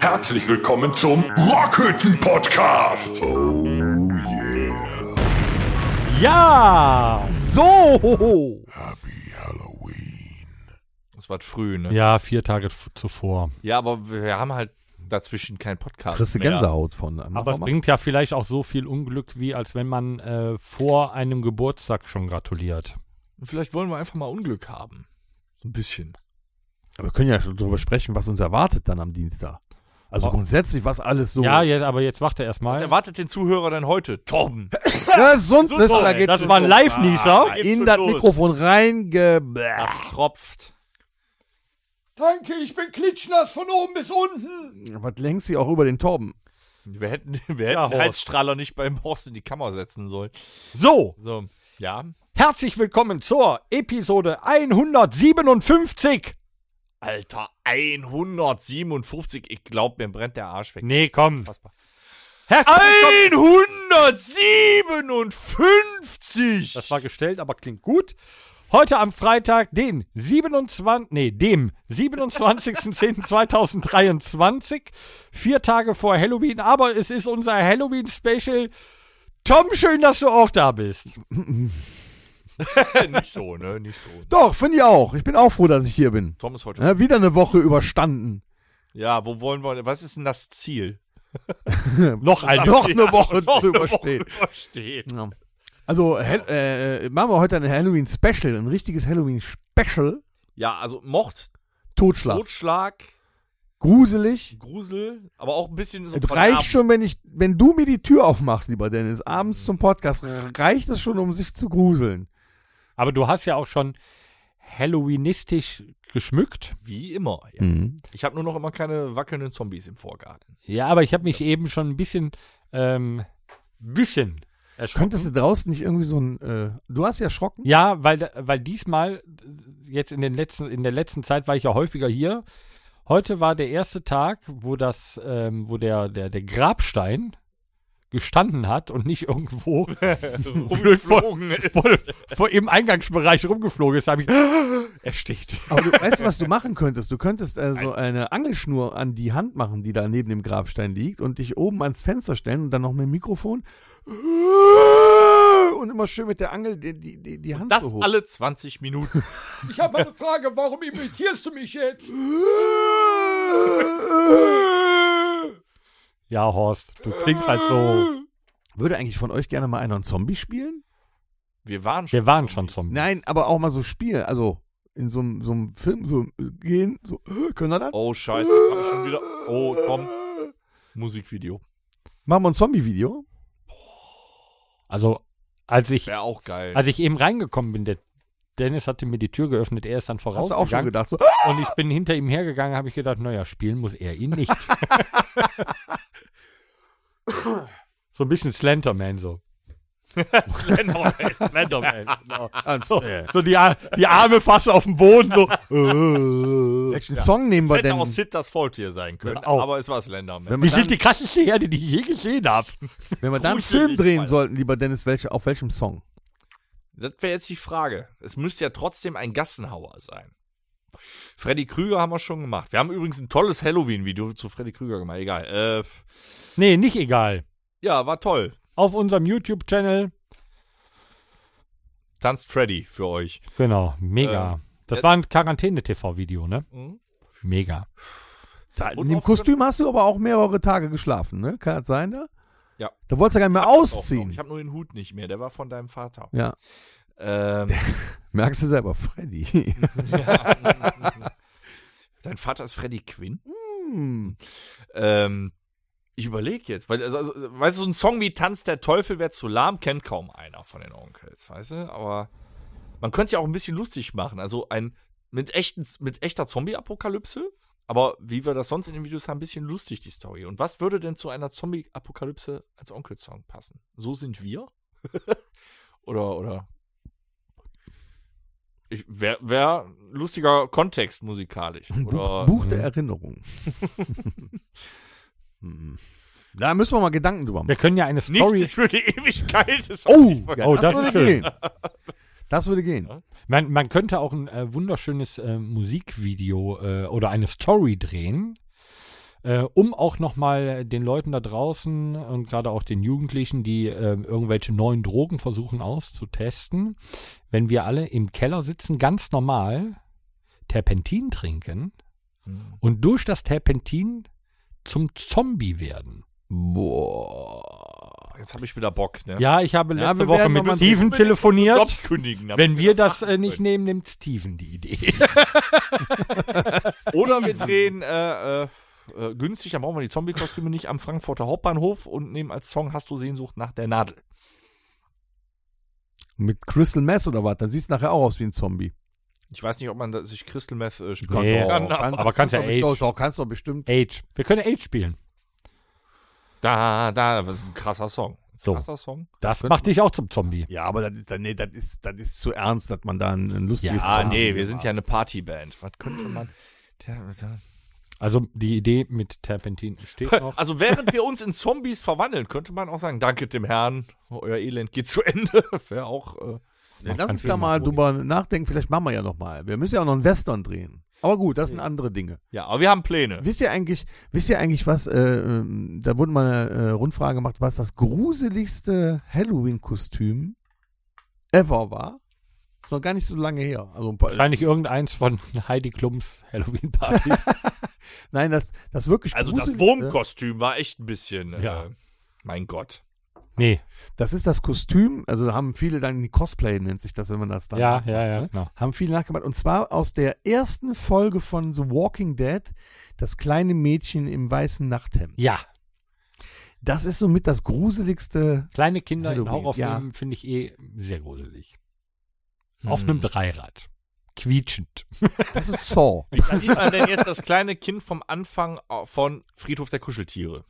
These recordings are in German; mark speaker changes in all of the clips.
Speaker 1: Herzlich willkommen zum Rockhütten Podcast. Oh yeah.
Speaker 2: Ja! So!
Speaker 1: Happy Halloween.
Speaker 3: Es war früh, ne?
Speaker 2: Ja, vier Tage f- zuvor.
Speaker 3: Ja, aber wir haben halt dazwischen keinen Podcast.
Speaker 4: Kriegst du
Speaker 3: mehr.
Speaker 4: Gänsehaut von. äh,
Speaker 2: Aber es bringt ja vielleicht auch so viel Unglück, wie als wenn man äh, vor einem Geburtstag schon gratuliert.
Speaker 3: Und Vielleicht wollen wir einfach mal Unglück haben. So ein bisschen.
Speaker 4: Aber wir können ja schon darüber sprechen, was uns erwartet dann am Dienstag. Also
Speaker 2: Oh.
Speaker 4: grundsätzlich, was alles so.
Speaker 2: Ja, jetzt, aber jetzt warte erst
Speaker 3: Was
Speaker 2: mal.
Speaker 3: erwartet den Zuhörer denn heute? Torben.
Speaker 4: das ist sonst
Speaker 3: So,
Speaker 4: ist,
Speaker 3: so,
Speaker 4: da
Speaker 3: ey,
Speaker 4: geht
Speaker 2: das war ein Live-Nieser.
Speaker 3: Ah, geht's
Speaker 4: in
Speaker 3: schon
Speaker 4: das
Speaker 3: los.
Speaker 4: Mikrofon rein. Ge
Speaker 3: Das tropft.
Speaker 5: Danke, ich bin klitschnass von oben bis unten.
Speaker 4: was lenkt sie auch über den Torben?
Speaker 3: Wir hätten, wir hätten den
Speaker 2: Horst.
Speaker 3: Heizstrahler nicht beim Horst in die Kammer setzen sollen.
Speaker 2: So,
Speaker 3: So, ja.
Speaker 2: herzlich willkommen zur Episode 157.
Speaker 3: Alter, 157. Ich glaube, mir brennt der Arsch weg.
Speaker 2: Nee, komm.
Speaker 3: Unfassbar.
Speaker 2: Herzlich willkommen.
Speaker 3: 157!
Speaker 2: Das war gestellt, aber klingt gut. Heute am Freitag, den 27. Nee, dem 27.10.2023. Vier Tage vor Halloween, aber es ist unser Halloween-Special. Tom, schön, dass du auch da bist.
Speaker 3: nicht so, ne? Nicht so.
Speaker 4: Doch, finde ich auch. Ich bin auch froh, dass ich hier bin.
Speaker 3: Tom ist heute.
Speaker 4: Ja, wieder eine Woche überstanden.
Speaker 3: Ja, wo wollen wir? Was ist denn das Ziel?
Speaker 2: Noch ein.
Speaker 4: Noch eine Woche
Speaker 3: Noch
Speaker 4: zu
Speaker 3: eine
Speaker 4: überstehen.
Speaker 3: Woche überstehen.
Speaker 4: Ja. Also Hel- äh, machen wir heute ein Halloween-Special, ein richtiges Halloween-Special.
Speaker 3: Ja, also Mord,
Speaker 4: Totschlag.
Speaker 3: Totschlag,
Speaker 4: Gruselig.
Speaker 3: Grusel, aber auch ein bisschen so
Speaker 4: Es
Speaker 3: von
Speaker 4: reicht
Speaker 3: ab-
Speaker 4: schon, wenn ich, wenn du mir die Tür aufmachst, lieber Dennis, abends zum Podcast, reicht es schon, um sich zu gruseln.
Speaker 2: Aber du hast ja auch schon Halloweenistisch geschmückt.
Speaker 3: Wie immer. Ja.
Speaker 5: Hm.
Speaker 3: Mhm. Ich habe nur noch immer keine wackelnden Zombies im Vorgarten.
Speaker 2: Ja, aber ich habe mich eben schon ein bisschen, ähm, bisschen erschrocken.
Speaker 4: Könntest du draußen nicht irgendwie so ein, äh, du hast ja erschrocken?
Speaker 2: Ja, weil, da- weil diesmal, jetzt in, den letzten, in der letzten Zeit war ich ja häufiger hier. Heute war der erste Tag, wo das, ähm, wo der, der, der Grabstein gestanden hat und nicht irgendwo blöd vor, vor, vor im Eingangsbereich rumgeflogen ist, habe ich er steht.
Speaker 4: Aber du, weißt du, was du machen könntest? Du könntest äh, so eine Angelschnur an die Hand machen, die da neben dem Grabstein liegt und dich oben ans Fenster stellen und dann noch mit dem Mikrofon und immer schön mit der Angel die, die, die, die Hand
Speaker 3: Das
Speaker 4: so hoch.
Speaker 3: alle 20 Minuten.
Speaker 5: Hm. Ich habe eine Frage, warum imitierst du mich jetzt?
Speaker 2: Ja, Horst, du klingst halt so.
Speaker 4: Würde eigentlich von euch gerne mal einer einen Zombie spielen?
Speaker 3: Wir waren schon.
Speaker 2: Wir waren schon zum.
Speaker 4: Nein, aber auch mal so Spiel, also in so, einem- so einem Film so äh, gehen, so äh, können wir das?
Speaker 3: Oh, Scheiße. Jetzt hab ich schon wieder. Oh, komm. Musikvideo.
Speaker 4: Machen wir ein Zombie-Video?
Speaker 2: Also, als ich,
Speaker 3: Wäre auch geil.
Speaker 2: als ich eben reingekommen bin, der Dennis hatte mir die Tür geöffnet, er ist dann
Speaker 4: Hast du auch schon
Speaker 2: vorausgegangen.
Speaker 4: gedacht? So,
Speaker 2: Und ich bin hinter ihm hergegangen, habe ich gedacht, naja, spielen muss er ihn nicht. so ein bisschen Slenderman so. Slenderman, Slenderman. Genau.
Speaker 4: "Ah,
Speaker 2: So,
Speaker 4: äh,
Speaker 2: so die, Ar- die Arme fast auf dem Boden, so.
Speaker 4: welchen Song nehmen wir
Speaker 3: hätte
Speaker 4: denn?
Speaker 3: auch Sid das Faultier sein können.
Speaker 2: Ja, auch.
Speaker 3: Aber es war Slenderman.
Speaker 4: Wenn
Speaker 2: Wir
Speaker 4: wir,
Speaker 2: sind
Speaker 4: dann,
Speaker 2: die krasseste Herde, die ich je gesehen habe.
Speaker 4: wenn wir dann einen
Speaker 3: Gruselig,
Speaker 4: Film drehen
Speaker 3: Alter.
Speaker 4: sollten, lieber Dennis, welche, auf welchem Song?
Speaker 3: Das wäre jetzt die Frage. Es müsste ja trotzdem ein Gassenhauer sein. Freddy Krüger haben wir schon gemacht. Wir haben übrigens ein tolles Halloween-Video zu Freddy Krüger gemacht. Egal. Äh,
Speaker 2: Nee, nicht egal.
Speaker 3: ja, war toll.
Speaker 2: Auf unserem YouTube-Channel,
Speaker 3: Tanzt Freddy für euch.
Speaker 2: genau, mega.
Speaker 3: Ähm,
Speaker 2: das
Speaker 3: äh,
Speaker 2: war ein Quarantäne-TV-Video, ne?
Speaker 3: Mhm.
Speaker 2: Mega.
Speaker 4: Da,
Speaker 3: Und
Speaker 4: in dem
Speaker 3: auf-
Speaker 4: Kostüm hast du aber auch mehrere Tage geschlafen, ne? Kann das sein da?
Speaker 3: Ja.
Speaker 4: Da wolltest du gar nicht mehr
Speaker 3: Auch noch.
Speaker 4: ausziehen.
Speaker 3: Ich habe nur den Hut nicht mehr. Der war von deinem Vater.
Speaker 4: ja,
Speaker 3: Ähm,
Speaker 4: merkst du selber, Freddy.
Speaker 3: Dein Vater ist Freddy Quinn?
Speaker 4: Hm.
Speaker 3: Ähm, ich überlege jetzt, weil, also, also, weißt du, so ein Song wie Tanz der Teufel wäre zu lahm, kennt kaum einer von den Onkels, weißt du? Aber man könnte es ja auch ein bisschen lustig machen. Also ein mit, echten, mit echter Zombie-Apokalypse, aber wie wir das sonst in den Videos haben, ein bisschen lustig die Story. Und was würde denn zu einer Zombie-Apokalypse als Onkel-Song passen? So sind wir? oder, oder. Wäre wär lustiger Kontext musikalisch. Oder,
Speaker 4: Buch, Buch der Erinnerung. Hm. da müssen wir mal Gedanken drüber machen.
Speaker 2: Wir können ja eine
Speaker 3: Nichts
Speaker 2: Story.
Speaker 3: ist für die Ewigkeit. Ist
Speaker 4: Oh, ja,
Speaker 2: Oh, das
Speaker 4: würde
Speaker 2: ist schön.
Speaker 4: gehen. Das würde gehen.
Speaker 2: Man, man könnte auch ein äh, wunderschönes äh, Musikvideo äh, oder eine Story drehen, äh, um auch nochmal den Leuten da draußen und gerade auch den Jugendlichen, die äh, irgendwelche neuen Drogen versuchen auszutesten, wenn wir alle im Keller sitzen, ganz normal Terpentin trinken
Speaker 4: Mhm.
Speaker 2: und durch das Terpentin zum Zombie werden.
Speaker 3: Boah. Jetzt habe ich wieder Bock, ne?
Speaker 2: Ja, ich habe
Speaker 4: Ja,
Speaker 2: letzte
Speaker 4: wir
Speaker 2: Woche
Speaker 4: werden
Speaker 2: mit
Speaker 4: noch mal-
Speaker 2: Steven telefoniert.
Speaker 3: Jobs kündigen. damit
Speaker 2: Wenn wir das,
Speaker 3: machen
Speaker 2: äh, nicht
Speaker 3: können.
Speaker 2: nehmen, nimmt Steven die Idee.
Speaker 3: Oder wir drehen äh, äh, äh, günstig, dann brauchen wir die Zombie-Kostüme nicht am Frankfurter Hauptbahnhof und nehmen als Song Hast du Sehnsucht nach der Nadel.
Speaker 4: Mit Crystal Mess oder was? Dann siehst du nachher auch aus wie ein Zombie.
Speaker 3: Ich weiß nicht, ob man da, sich Crystal Meth äh, spielen
Speaker 2: Nee.
Speaker 3: kann. aber-
Speaker 2: aber kannst ja
Speaker 4: doch
Speaker 2: Age.
Speaker 4: bestimmt- Doch, doch, kannst doch bestimmt.
Speaker 2: Age. Wir können Age spielen.
Speaker 3: Da, da, das ist ein krasser Song.
Speaker 2: So.
Speaker 3: Krasser Song.
Speaker 2: Das macht dich auch zum Zombie.
Speaker 4: Ja, aber das ist, nee, das ist, das ist zu ernst, dass man da ein, ein lustiges
Speaker 2: Ja,
Speaker 3: Ah,
Speaker 4: Song-
Speaker 3: nee, wir sind ja eine Partyband. Was könnte man. Der, der,
Speaker 2: Also die Idee mit Terpentin steht noch.
Speaker 3: Also während wir uns in Zombies verwandeln, könnte man auch sagen, danke dem Herrn, euer Elend geht zu Ende. Wäre auch. Äh,
Speaker 4: Ja, Lass
Speaker 2: keinen
Speaker 4: uns
Speaker 2: Film
Speaker 4: da mal
Speaker 2: machen.
Speaker 4: drüber nachdenken, vielleicht machen wir ja nochmal. Wir müssen ja auch noch einen Western drehen. Aber gut, das sind andere Dinge.
Speaker 3: ja, aber wir haben Pläne.
Speaker 4: Wisst ihr eigentlich, wisst ihr eigentlich was, äh, ähm, da wurde mal eine äh, Rundfrage gemacht, was das gruseligste Halloween-Kostüm ever war? Ist noch gar nicht so lange her. Also ein paar,
Speaker 2: Wahrscheinlich irgendeins von Heidi Klums Halloween Party.
Speaker 4: Nein, das, das wirklich
Speaker 3: Also das
Speaker 4: gruseligste-
Speaker 3: Wurmkostüm war echt ein bisschen. Äh,
Speaker 2: Ja.
Speaker 3: Mein Gott.
Speaker 2: nee.
Speaker 4: Das ist das Kostüm, also da haben viele dann, Cosplay nennt sich das, wenn man das dann
Speaker 2: Ja, ja, ja, genau.
Speaker 4: haben viele nachgemacht. Und zwar aus der ersten Folge von The Walking Dead, das kleine Mädchen im weißen Nachthemd.
Speaker 2: Ja,
Speaker 4: Das ist somit das gruseligste.
Speaker 2: kleine Kinder in
Speaker 4: Halloween,
Speaker 2: Horrorfilmen finde ich eh sehr gruselig.
Speaker 3: Hm.
Speaker 2: Auf einem Dreirad. Quietschend.
Speaker 4: Das ist Saw.
Speaker 3: Wie sieht man denn jetzt das kleine Kind vom Anfang äh, von Friedhof der Kuscheltiere?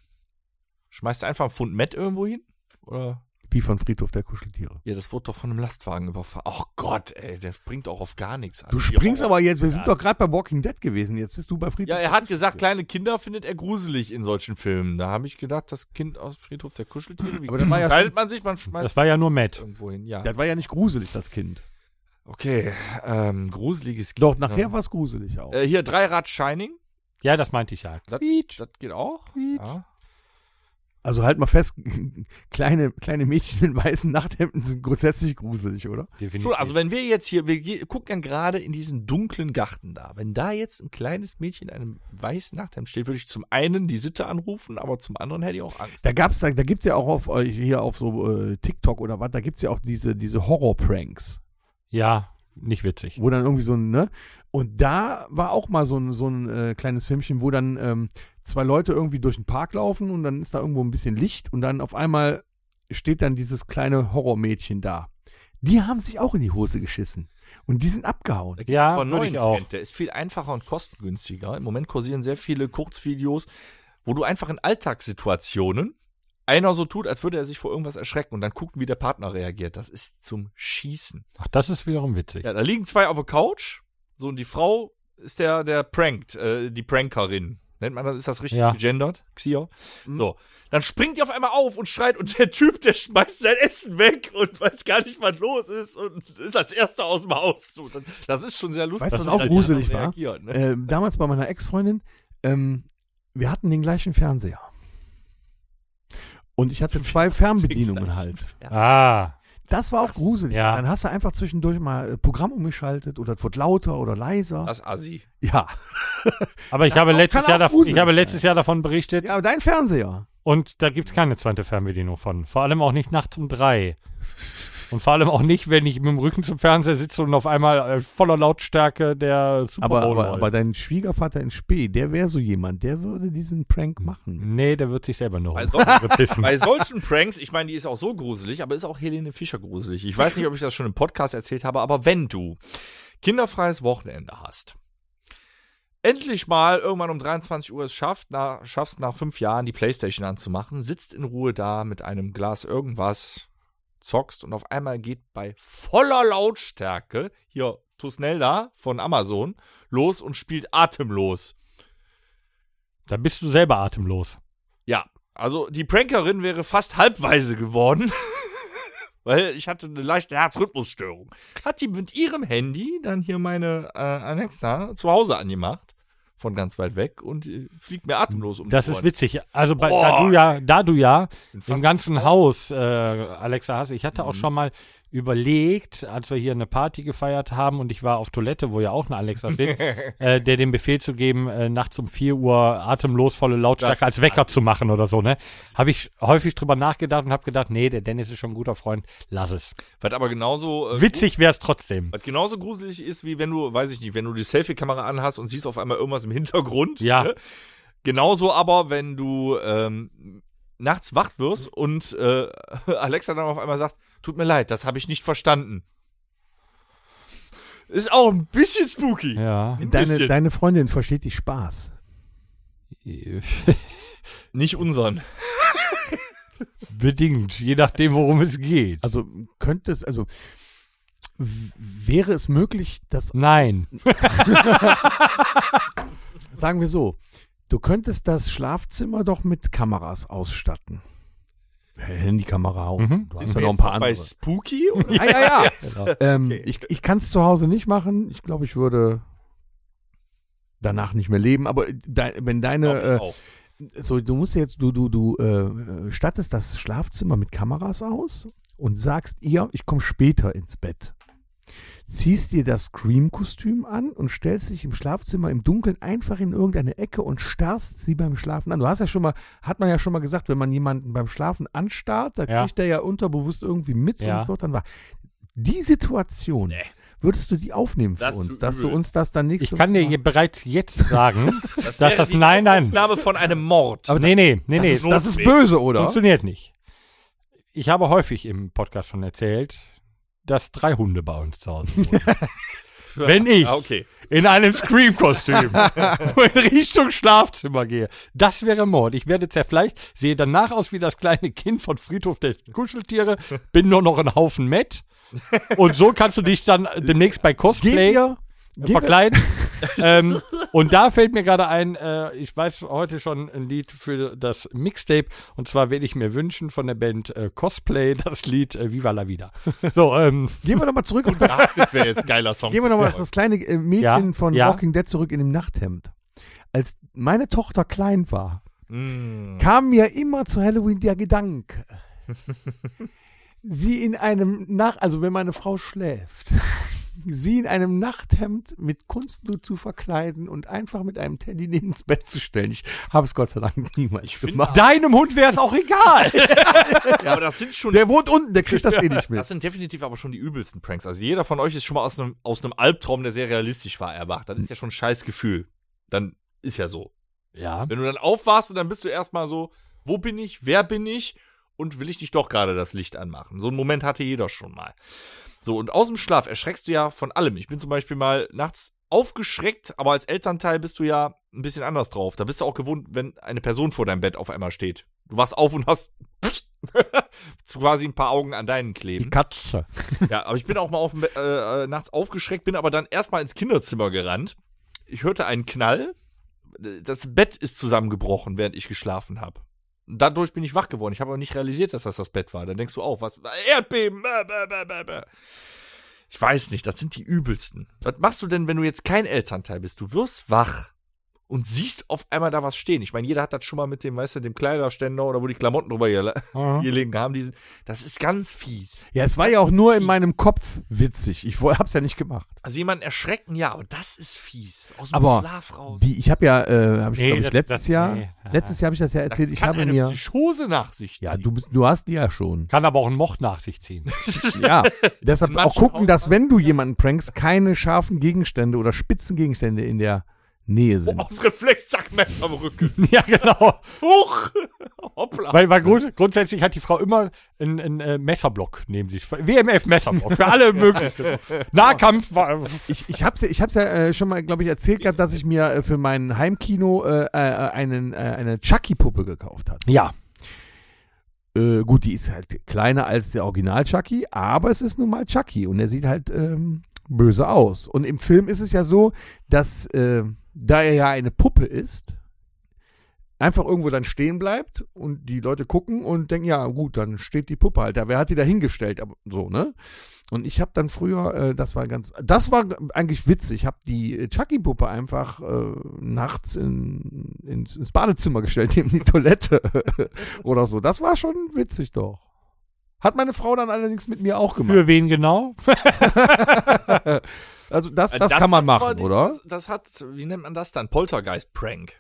Speaker 3: Schmeißt einfach einen Pfund Met irgendwo hin? Oder?
Speaker 4: Wie von Friedhof der Kuscheltiere.
Speaker 3: Ja, das wurde doch von einem Lastwagen überfahren. Ach Gott, ey, der springt auch auf gar nichts an.
Speaker 4: Du
Speaker 3: Wie
Speaker 4: springst
Speaker 3: Horror-
Speaker 4: aber jetzt, wir sind doch gerade bei Walking Dead gewesen, jetzt bist du bei
Speaker 3: Ja,
Speaker 4: Friedhof.
Speaker 3: er hat gesagt, kleine Kinder findet er gruselig in solchen Filmen. Da habe ich gedacht, das Kind aus Friedhof der Kuscheltiere. Wie
Speaker 4: Aber das war ja
Speaker 3: teilt man sich, man schmeißt
Speaker 2: Das war ja nur Matt.
Speaker 3: irgendwo hin. Ja.
Speaker 4: Das war ja nicht gruselig, das Kind.
Speaker 3: Okay, ähm, gruseliges Kind.
Speaker 4: Doch, nachher
Speaker 3: Ja.
Speaker 4: war es gruselig auch.
Speaker 3: Äh, hier, Dreirad Shining.
Speaker 2: Ja, das meinte ich ja.
Speaker 3: Das, das geht auch. Ja.
Speaker 4: Also halt mal fest, kleine, kleine Mädchen in weißen Nachthemden sind grundsätzlich gruselig, oder?
Speaker 2: Definitiv.
Speaker 3: Schon, also wenn wir jetzt hier, wir ge- gucken gerade in diesen dunklen Garten da. Wenn da jetzt ein kleines Mädchen in einem weißen Nachthemd steht, würde ich zum einen die Sitte anrufen, aber zum anderen hätte ich auch Angst.
Speaker 4: Da gab's, da, da gibt's ja auch auf äh, hier auf so äh, TikTok oder was, da gibt's ja auch diese, diese Horror-Pranks,
Speaker 2: ja, nicht witzig.
Speaker 4: wo dann irgendwie so ein, ne? Und da war auch mal so ein, so ein äh, kleines Filmchen, wo dann ähm, zwei Leute irgendwie durch den Park laufen und dann ist da irgendwo ein bisschen Licht und dann auf einmal steht dann dieses kleine Horrormädchen da. Die haben sich auch in die Hose geschissen. Und die sind abgehauen.
Speaker 3: gibt's
Speaker 2: Ja,
Speaker 3: aber einen
Speaker 2: würde ich
Speaker 3: neuen
Speaker 2: auch.
Speaker 3: Trend, Der ist viel einfacher und kostengünstiger. Im Moment kursieren sehr viele Kurzvideos, wo du einfach in Alltagssituationen einer so tut, als würde er sich vor irgendwas erschrecken und dann gucken, wie der Partner reagiert. Das ist zum Schießen.
Speaker 2: Ach, das ist wiederum witzig.
Speaker 3: Ja, da liegen zwei auf der Couch. So, und die Frau ist der, der prankt, äh, die Prankerin. Nennt man das, ist das richtig
Speaker 2: Ja.
Speaker 3: gegendert? Xia?
Speaker 4: Mhm.
Speaker 3: So. Dann springt die auf einmal auf und schreit und der Typ, der schmeißt sein Essen weg und weiß gar nicht, was los ist und ist als erster aus dem Haus. So, dann- das ist schon sehr lustig.
Speaker 4: Weißt du, was
Speaker 3: wie
Speaker 4: auch
Speaker 3: da die
Speaker 4: gruselig
Speaker 3: anderen
Speaker 4: war?
Speaker 3: reagieren, Ne?
Speaker 4: Ähm, damals bei meiner Ex-Freundin, ähm, wir hatten den gleichen Fernseher. Und ich hatte zwei Fernbedienungen halt.
Speaker 2: Ah.
Speaker 4: Das war auch gruselig.
Speaker 2: ja.
Speaker 4: Dann hast du einfach zwischendurch mal äh, Programm umgeschaltet oder es wird lauter oder leiser.
Speaker 3: Das Assi.
Speaker 4: ja.
Speaker 2: Aber ich habe,
Speaker 4: auch-
Speaker 2: letztes
Speaker 4: kann
Speaker 2: Jahr
Speaker 4: auch
Speaker 2: dav- ich
Speaker 4: gruselig
Speaker 2: habe
Speaker 4: sein.
Speaker 2: letztes Jahr davon berichtet
Speaker 4: ja, aber dein Fernseher.
Speaker 2: und da gibt es keine zweite Fernbedienung von. Vor allem auch nicht nachts um drei. Und vor allem auch nicht, wenn ich mit dem Rücken zum Fernseher sitze und auf einmal äh, voller Lautstärke der Super
Speaker 4: Aber,
Speaker 2: Bowl
Speaker 4: aber,
Speaker 2: läuft.
Speaker 4: aber dein Schwiegervater in Spee, der wäre so jemand, der würde diesen Prank machen.
Speaker 2: Nee, der wird sich selber nur
Speaker 3: Also-
Speaker 2: rumpissen.
Speaker 3: Bei solchen Pranks, ich meine, die ist auch so gruselig, aber ist auch Helene Fischer gruselig. Ich weiß nicht, ob ich das schon im Podcast erzählt habe, aber wenn du kinderfreies Wochenende hast, endlich mal irgendwann um 23 Uhr es schafft, nach, schaffst nach fünf Jahren die Playstation anzumachen, sitzt in Ruhe da mit einem Glas irgendwas, zockst und auf einmal geht bei voller Lautstärke hier Tusnelda von Amazon los und spielt atemlos.
Speaker 2: da bist du selber atemlos.
Speaker 3: Ja, also die Prankerin wäre fast halbweise geworden. weil ich hatte eine leichte Herzrhythmusstörung. Hat die mit ihrem Handy dann hier meine äh, Alexa zu Hause angemacht, von ganz weit weg und äh, fliegt mir atemlos um die
Speaker 2: Das ist
Speaker 3: Ohren.
Speaker 2: witzig. Also bei, da
Speaker 3: Boah.
Speaker 2: du ja, da du ja
Speaker 3: Bin fast
Speaker 2: im ganzen Haus äh, Alexa hast, ich hatte auch
Speaker 3: Mhm.
Speaker 2: schon mal überlegt, als wir hier eine Party gefeiert haben und ich war auf Toilette, wo ja auch eine Alexa steht, äh, der den Befehl zu geben, äh, nachts um 4 Uhr atemlos volle Lautstärke
Speaker 3: Das-
Speaker 2: als Wecker zu machen oder so, ne? Habe ich häufig drüber nachgedacht und habe gedacht, nee, der Dennis ist schon ein guter Freund, lass es.
Speaker 3: Was aber genauso äh,
Speaker 2: Witzig wäre es trotzdem.
Speaker 3: Was genauso gruselig ist, wie wenn du, weiß ich nicht, wenn du die Selfie-Kamera anhast und siehst auf einmal irgendwas im Hintergrund.
Speaker 2: Ja.
Speaker 3: Ne? Genauso aber, wenn du ähm, nachts wach wirst und äh, Alexa dann auf einmal sagt, tut mir leid, das habe ich nicht verstanden. Ist auch ein bisschen spooky.
Speaker 2: Ja.
Speaker 3: Ein
Speaker 4: Deine,
Speaker 3: bisschen.
Speaker 4: deine Freundin versteht dich Spaß.
Speaker 3: Nicht unseren.
Speaker 2: Bedingt, je nachdem, worum es geht.
Speaker 4: Also könnte es, also w- wäre es möglich, dass,
Speaker 2: Nein.
Speaker 4: sagen wir so, du könntest das Schlafzimmer doch mit Kameras ausstatten. Handykamera und
Speaker 2: Mhm.
Speaker 4: du
Speaker 3: Sind
Speaker 4: hast
Speaker 3: wir
Speaker 4: ja noch ein
Speaker 3: jetzt
Speaker 4: paar
Speaker 3: Bei
Speaker 4: andere.
Speaker 3: spooky? Oder?
Speaker 4: Ja, ja, ja.
Speaker 2: Genau.
Speaker 4: Ähm, Ich, ich kann es zu Hause nicht machen. Ich glaube, ich würde danach nicht mehr leben. Aber äh, de wenn deine,
Speaker 3: Glaub ich
Speaker 4: äh,
Speaker 3: auch.
Speaker 4: so du musst jetzt, du, du, du äh, stattest das Schlafzimmer mit Kameras aus und sagst ihr, ich komme später ins Bett. Ziehst dir das Scream-Kostüm an und stellst dich im Schlafzimmer im Dunkeln einfach in irgendeine Ecke und starrst sie beim Schlafen an. Du hast ja schon mal, hat man ja schon mal gesagt, wenn man jemanden beim Schlafen anstarrt, da
Speaker 2: Ja.
Speaker 4: kriegt er ja unterbewusst irgendwie mit
Speaker 2: Ja.
Speaker 4: und wird dann wach. Die Situation, würdest du die aufnehmen für
Speaker 3: Das ist
Speaker 4: uns,
Speaker 3: zu
Speaker 4: dass du
Speaker 3: übel.
Speaker 4: uns das dann nächstes
Speaker 2: Ich kann dir
Speaker 4: Mal-
Speaker 2: je- bereits jetzt sagen,
Speaker 3: Das,
Speaker 2: dass
Speaker 3: wäre
Speaker 2: das
Speaker 3: die
Speaker 2: nein, nein.
Speaker 3: Aufnahme von einem Mord.
Speaker 2: nee, nee, nee,
Speaker 4: das,
Speaker 2: nee.
Speaker 4: ist, das ist
Speaker 3: Notweg.
Speaker 4: böse, oder?
Speaker 2: funktioniert nicht. Ich habe häufig im Podcast schon erzählt, dass drei Hunde bei uns zu Hause wohnen. Wenn ich
Speaker 3: Ah, okay.
Speaker 2: in einem Scream-Kostüm in Richtung Schlafzimmer gehe, das wäre Mord. Ich werde zerfleischt, sehe danach aus wie das kleine Kind von Friedhof der Kuscheltiere, bin nur noch ein Haufen Mett. Und so kannst du dich dann demnächst bei
Speaker 4: Gib
Speaker 2: Cosplay
Speaker 4: ihr, gib ihr
Speaker 2: verkleiden. ähm, und da fällt mir gerade ein, äh, ich weiß heute schon ein Lied für das Mixtape. Und zwar will ich mir wünschen von der Band äh, Cosplay das Lied äh, Viva la Vida. So, ähm,
Speaker 4: Gehen wir nochmal zurück auf das,
Speaker 3: Das wäre jetzt ein geiler Song.
Speaker 4: gehen wir noch mal auf das kleine äh, Mädchen
Speaker 2: Ja,
Speaker 4: von
Speaker 2: ja.
Speaker 4: Walking Dead zurück in dem Nachthemd. Als meine Tochter klein war,
Speaker 3: Mm.
Speaker 4: kam mir immer zu Halloween der Gedanke, sie in einem Nacht, also wenn meine Frau schläft, sie in einem Nachthemd mit Kunstblut zu verkleiden und einfach mit einem Teddy neben ins Bett zu stellen. Ich habe es Gott sei Dank niemals gemacht.
Speaker 2: deinem Hund wäre es auch egal.
Speaker 3: Ja, aber das sind schon
Speaker 4: Der wohnt unten, der kriegt das eh nicht
Speaker 3: Das
Speaker 4: mit.
Speaker 3: sind definitiv aber schon die übelsten Pranks. Also jeder von euch ist schon mal aus einem, aus einem Albtraum, der sehr realistisch war, erwacht. Das ist ja schon ein scheiß Gefühl. Dann ist ja so.
Speaker 2: ja.
Speaker 3: Wenn du dann aufwachst und dann bist du erstmal so, wo bin ich, wer bin ich und will ich nicht doch gerade das Licht anmachen? So einen Moment hatte jeder schon mal. So, und aus dem Schlaf erschreckst du ja von allem. Ich bin zum Beispiel mal nachts aufgeschreckt, aber als Elternteil bist du ja ein bisschen anders drauf. Da bist du auch gewohnt, wenn eine Person vor deinem Bett auf einmal steht. Du wachst auf und hast quasi ein paar Augen an deinen kleben.
Speaker 4: Die Katze.
Speaker 3: Ja, aber ich bin auch mal auf, dem Be- äh, äh, nachts aufgeschreckt, bin aber dann erstmal ins Kinderzimmer gerannt. Ich hörte einen Knall. Das Bett ist zusammengebrochen, während ich geschlafen habe. Dadurch bin ich wach geworden. Ich habe aber nicht realisiert, dass das das Bett war. Dann denkst du auch, was? Erdbeben. Bäh, bäh, bäh, bäh, bäh. Ich weiß nicht, das sind die übelsten. Was machst du denn, wenn du jetzt kein Elternteil bist? Du wirst wach und siehst auf einmal da was stehen. Ich meine, jeder hat das schon mal mit dem, weißt du, dem Kleiderständer oder wo die Klamotten drüber gel- gelegen haben. Die sind, das ist ganz fies.
Speaker 4: Ja, es war ja auch nur in meinem Kopf witzig. Ich wo- hab's ja nicht gemacht.
Speaker 3: Also jemanden erschrecken, ja, aber das ist fies. Aus dem
Speaker 4: Aber
Speaker 3: Schlaf raus.
Speaker 4: Die, ich habe ja, äh, hab ich,
Speaker 2: Nee,
Speaker 4: glaub ich
Speaker 2: das-
Speaker 4: letztes
Speaker 2: das-
Speaker 4: Jahr,
Speaker 2: nee. Ah.
Speaker 4: letztes Jahr habe ich das ja
Speaker 3: das
Speaker 4: erzählt. Ich
Speaker 3: kann
Speaker 4: habe
Speaker 3: eine
Speaker 4: mir,
Speaker 3: Psychose nach sich
Speaker 4: ja,
Speaker 3: ziehen.
Speaker 4: du, bist- du hast die ja schon.
Speaker 2: Kann aber auch einen Mocht nach sich ziehen.
Speaker 4: Ja, deshalb
Speaker 3: In
Speaker 4: auch
Speaker 3: manchen
Speaker 4: gucken, dass
Speaker 3: Haushalten-
Speaker 4: wenn du jemanden prankst, keine scharfen Gegenstände oder spitzen Gegenstände in der Nähe
Speaker 3: Oh,
Speaker 4: sind.
Speaker 3: aus Reflex, zack, Messer am Rücken.
Speaker 2: ja, genau.
Speaker 3: Huch! Hoppla.
Speaker 2: Weil, weil grund, grundsätzlich hat die Frau immer einen, einen äh, Messerblock neben sich. WMF-Messerblock für alle möglichen. Nahkampf äh, war.
Speaker 4: Ich, ich habe es ich hab's ja äh, schon mal, glaube ich, erzählt gehabt, dass ich mir äh, für mein Heimkino äh, äh, einen, äh, eine Chucky-Puppe gekauft habe.
Speaker 2: Ja.
Speaker 4: Äh, gut, die ist halt kleiner als der Original Chucky, aber es ist nun mal Chucky und er sieht halt ähm, böse aus. Und im Film ist es ja so, dass äh, da er ja eine Puppe ist, einfach irgendwo dann stehen bleibt und die Leute gucken und denken, ja gut, dann steht die Puppe halt da. Wer hat die da hingestellt? Aber So, ne? Und ich habe dann früher, äh, das war ganz, das war eigentlich witzig. Ich habe die äh, Chucky-Puppe einfach äh, nachts in, ins, ins Badezimmer gestellt, neben die Toilette oder so. Das war schon witzig doch. Hat meine Frau dann allerdings mit mir auch gemacht.
Speaker 2: Für wen genau?
Speaker 4: also das,
Speaker 3: Äh,
Speaker 4: das, kann man
Speaker 3: hat aber
Speaker 4: machen,
Speaker 3: die-
Speaker 4: oder?
Speaker 3: Das, das hat, wie nennt man das dann? Poltergeist-Prank.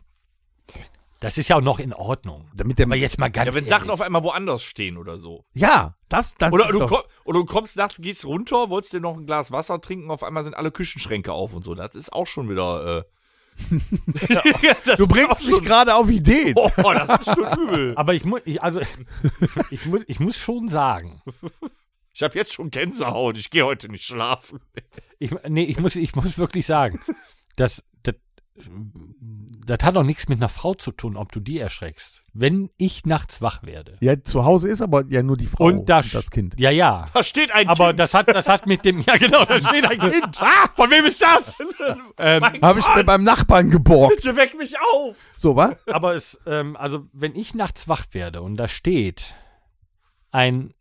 Speaker 2: Das ist ja auch noch in Ordnung.
Speaker 4: Damit der
Speaker 2: Aber jetzt mal ganz
Speaker 3: Ja, wenn
Speaker 2: ehrlich.
Speaker 3: Sachen auf einmal woanders stehen oder so.
Speaker 4: ja, das dann
Speaker 3: Oder du,
Speaker 4: doch-
Speaker 3: komm, oder du kommst nachts, gehst runter, wolltest dir noch ein Glas Wasser trinken, auf einmal sind alle Küchenschränke auf und so. Das ist auch schon wieder. Äh, das
Speaker 4: du
Speaker 3: auch
Speaker 4: bringst mich
Speaker 3: schon-
Speaker 4: gerade auf Ideen.
Speaker 3: Oh, das ist schon übel.
Speaker 2: aber ich muss, ich, also, ich muss, ich muss schon sagen,
Speaker 3: Ich habe jetzt schon Gänsehaut. Ich gehe heute nicht schlafen.
Speaker 2: ich, nee, ich muss, ich muss wirklich sagen, dass, das, das hat doch nichts mit einer Frau zu tun, ob du die erschreckst. Wenn ich nachts wach werde.
Speaker 4: Ja, zu Hause ist aber ja nur die Frau
Speaker 2: Und das,
Speaker 4: das Kind.
Speaker 2: Ja, ja.
Speaker 3: Da steht ein
Speaker 2: Aber
Speaker 3: Kind.
Speaker 2: das hat, das hat mit dem, ja genau, da steht ein Kind. Ah, von wem ist das? Ähm,
Speaker 4: Habe ich mir beim Nachbarn geborgt.
Speaker 3: Bitte weck mich auf.
Speaker 4: So, was?
Speaker 2: aber es, ähm, also wenn ich nachts wach werde und da steht ein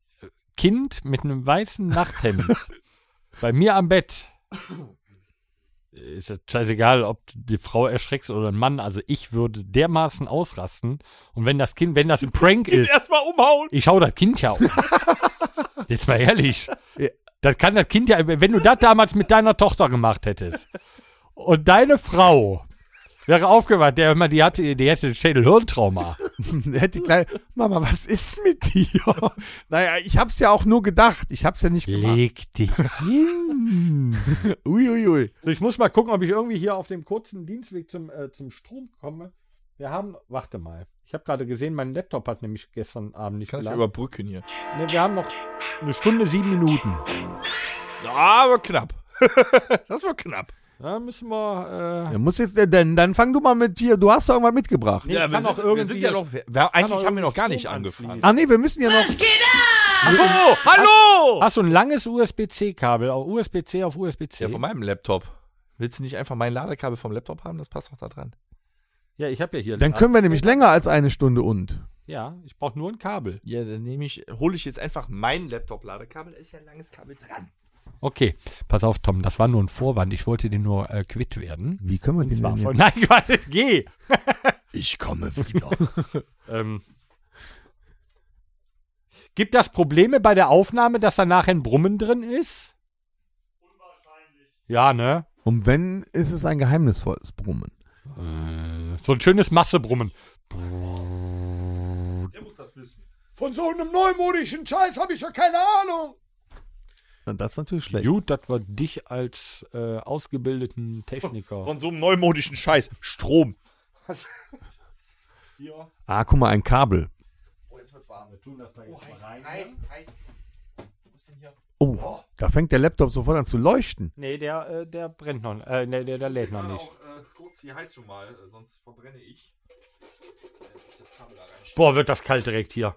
Speaker 2: Kind mit einem weißen Nachthemd bei mir am Bett, ist ja scheißegal, ob du die Frau erschreckst oder ein Mann. Also ich würde dermaßen ausrasten. Und wenn das Kind, wenn das ein Prank ist,
Speaker 3: Erstmal umhauen.
Speaker 2: ich schau das Kind ja um. Jetzt mal ehrlich.
Speaker 4: Ja.
Speaker 2: Das kann das Kind ja, wenn du das damals mit deiner Tochter gemacht hättest und deine Frau wäre aufgewacht, der, die hatte, die hätte ein Schädelhirntrauma.
Speaker 4: Hätte die kleine, Mama, was ist mit dir? naja, ich hab's ja auch nur gedacht. Ich hab's ja nicht gemacht.
Speaker 2: Leg dich hin.
Speaker 4: Uiuiui. Ui, ui.
Speaker 2: So, ich muss mal gucken, ob ich irgendwie hier auf dem kurzen Dienstweg zum, äh, zum Strom komme. Wir haben, warte mal. Ich habe gerade gesehen, mein Laptop hat nämlich gestern Abend nicht
Speaker 3: Kannst du
Speaker 2: geladen.
Speaker 3: überbrücken hier.
Speaker 2: nee, wir haben noch eine Stunde, sieben Minuten.
Speaker 3: Aber knapp. das war knapp.
Speaker 2: Da müssen wir, äh,
Speaker 4: Dann, muss jetzt, dann, dann fang du mal mit dir. Du hast doch irgendwas mitgebracht.
Speaker 2: Nee, kann auch
Speaker 3: wir
Speaker 2: irgendwie-
Speaker 3: sind ja noch. Wir, eigentlich
Speaker 2: auch
Speaker 3: haben wir noch gar
Speaker 2: irgendwie
Speaker 3: nicht
Speaker 2: Strom
Speaker 3: angefangen.
Speaker 4: Ah, nee, wir müssen ja noch.
Speaker 3: Oh, hallo!
Speaker 2: Hast du ein langes USB-C-Kabel? Auf USB-C auf USB-C?
Speaker 3: Ja, von meinem Laptop. Willst du nicht einfach mein Ladekabel vom Laptop haben? Das passt doch da dran.
Speaker 2: Ja, ich habe ja hier.
Speaker 4: Dann können wir nämlich länger als eine Stunde und.
Speaker 2: ja, ich brauche nur ein Kabel.
Speaker 3: Ja, dann nehme ich, hole ich jetzt einfach mein Laptop-Ladekabel. Da ist ja ein langes Kabel dran.
Speaker 2: Okay, pass auf, Tom, das war nur ein Vorwand. Ich wollte dir nur äh, quitt werden.
Speaker 4: Wie können wir
Speaker 2: Und
Speaker 4: den
Speaker 2: zwar
Speaker 4: denn
Speaker 2: von,
Speaker 4: jetzt?
Speaker 2: nein, warte, geh!
Speaker 3: Ich komme wieder.
Speaker 2: Ähm, gibt das Probleme bei der Aufnahme, dass da nachher ein Brummen drin ist? Unwahrscheinlich. Ja, ne?
Speaker 4: Und wenn, ist es ein geheimnisvolles Brummen.
Speaker 2: So ein schönes Massebrummen.
Speaker 5: Von so einem neumodischen Scheiß habe ich ja keine Ahnung.
Speaker 4: Na, Das ist natürlich schlecht.
Speaker 2: Gut, das war dich als äh, ausgebildeten Techniker.
Speaker 3: Von so einem neumodischen Scheiß. Strom.
Speaker 4: Ah, guck mal, ein Kabel. Oh, da fängt der Laptop sofort an zu leuchten.
Speaker 2: Nee, der, äh, der brennt noch. Äh, nee, der, der lädt noch nicht.
Speaker 3: äh, kurz die Heizung mal, äh, sonst verbrenne ich. Das Kabel da rein.
Speaker 2: Boah, wird das kalt direkt hier.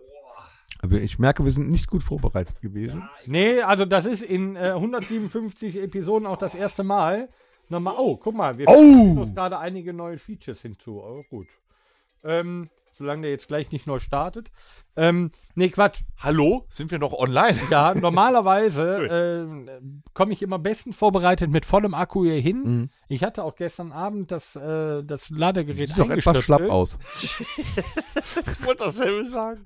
Speaker 4: Aber Also ich merke, wir sind nicht gut vorbereitet gewesen.
Speaker 2: Nee, also das ist in äh, 157 Episoden auch das erste Mal. Nochmal, oh, guck mal, wir fügen uns gerade einige neue Features hinzu. Aber gut. Ähm, solange der jetzt gleich nicht neu startet. Ähm, nee, Quatsch.
Speaker 3: Hallo? Sind wir noch online?
Speaker 2: Ja, normalerweise ähm, komme ich immer besten vorbereitet mit vollem Akku hier hin.
Speaker 4: Mhm.
Speaker 2: Ich hatte auch gestern Abend das, äh, das Ladegerät
Speaker 4: Sieht doch etwas schlapp
Speaker 2: eingestöpselt.
Speaker 4: aus.
Speaker 3: Ich wollte dasselbe sagen.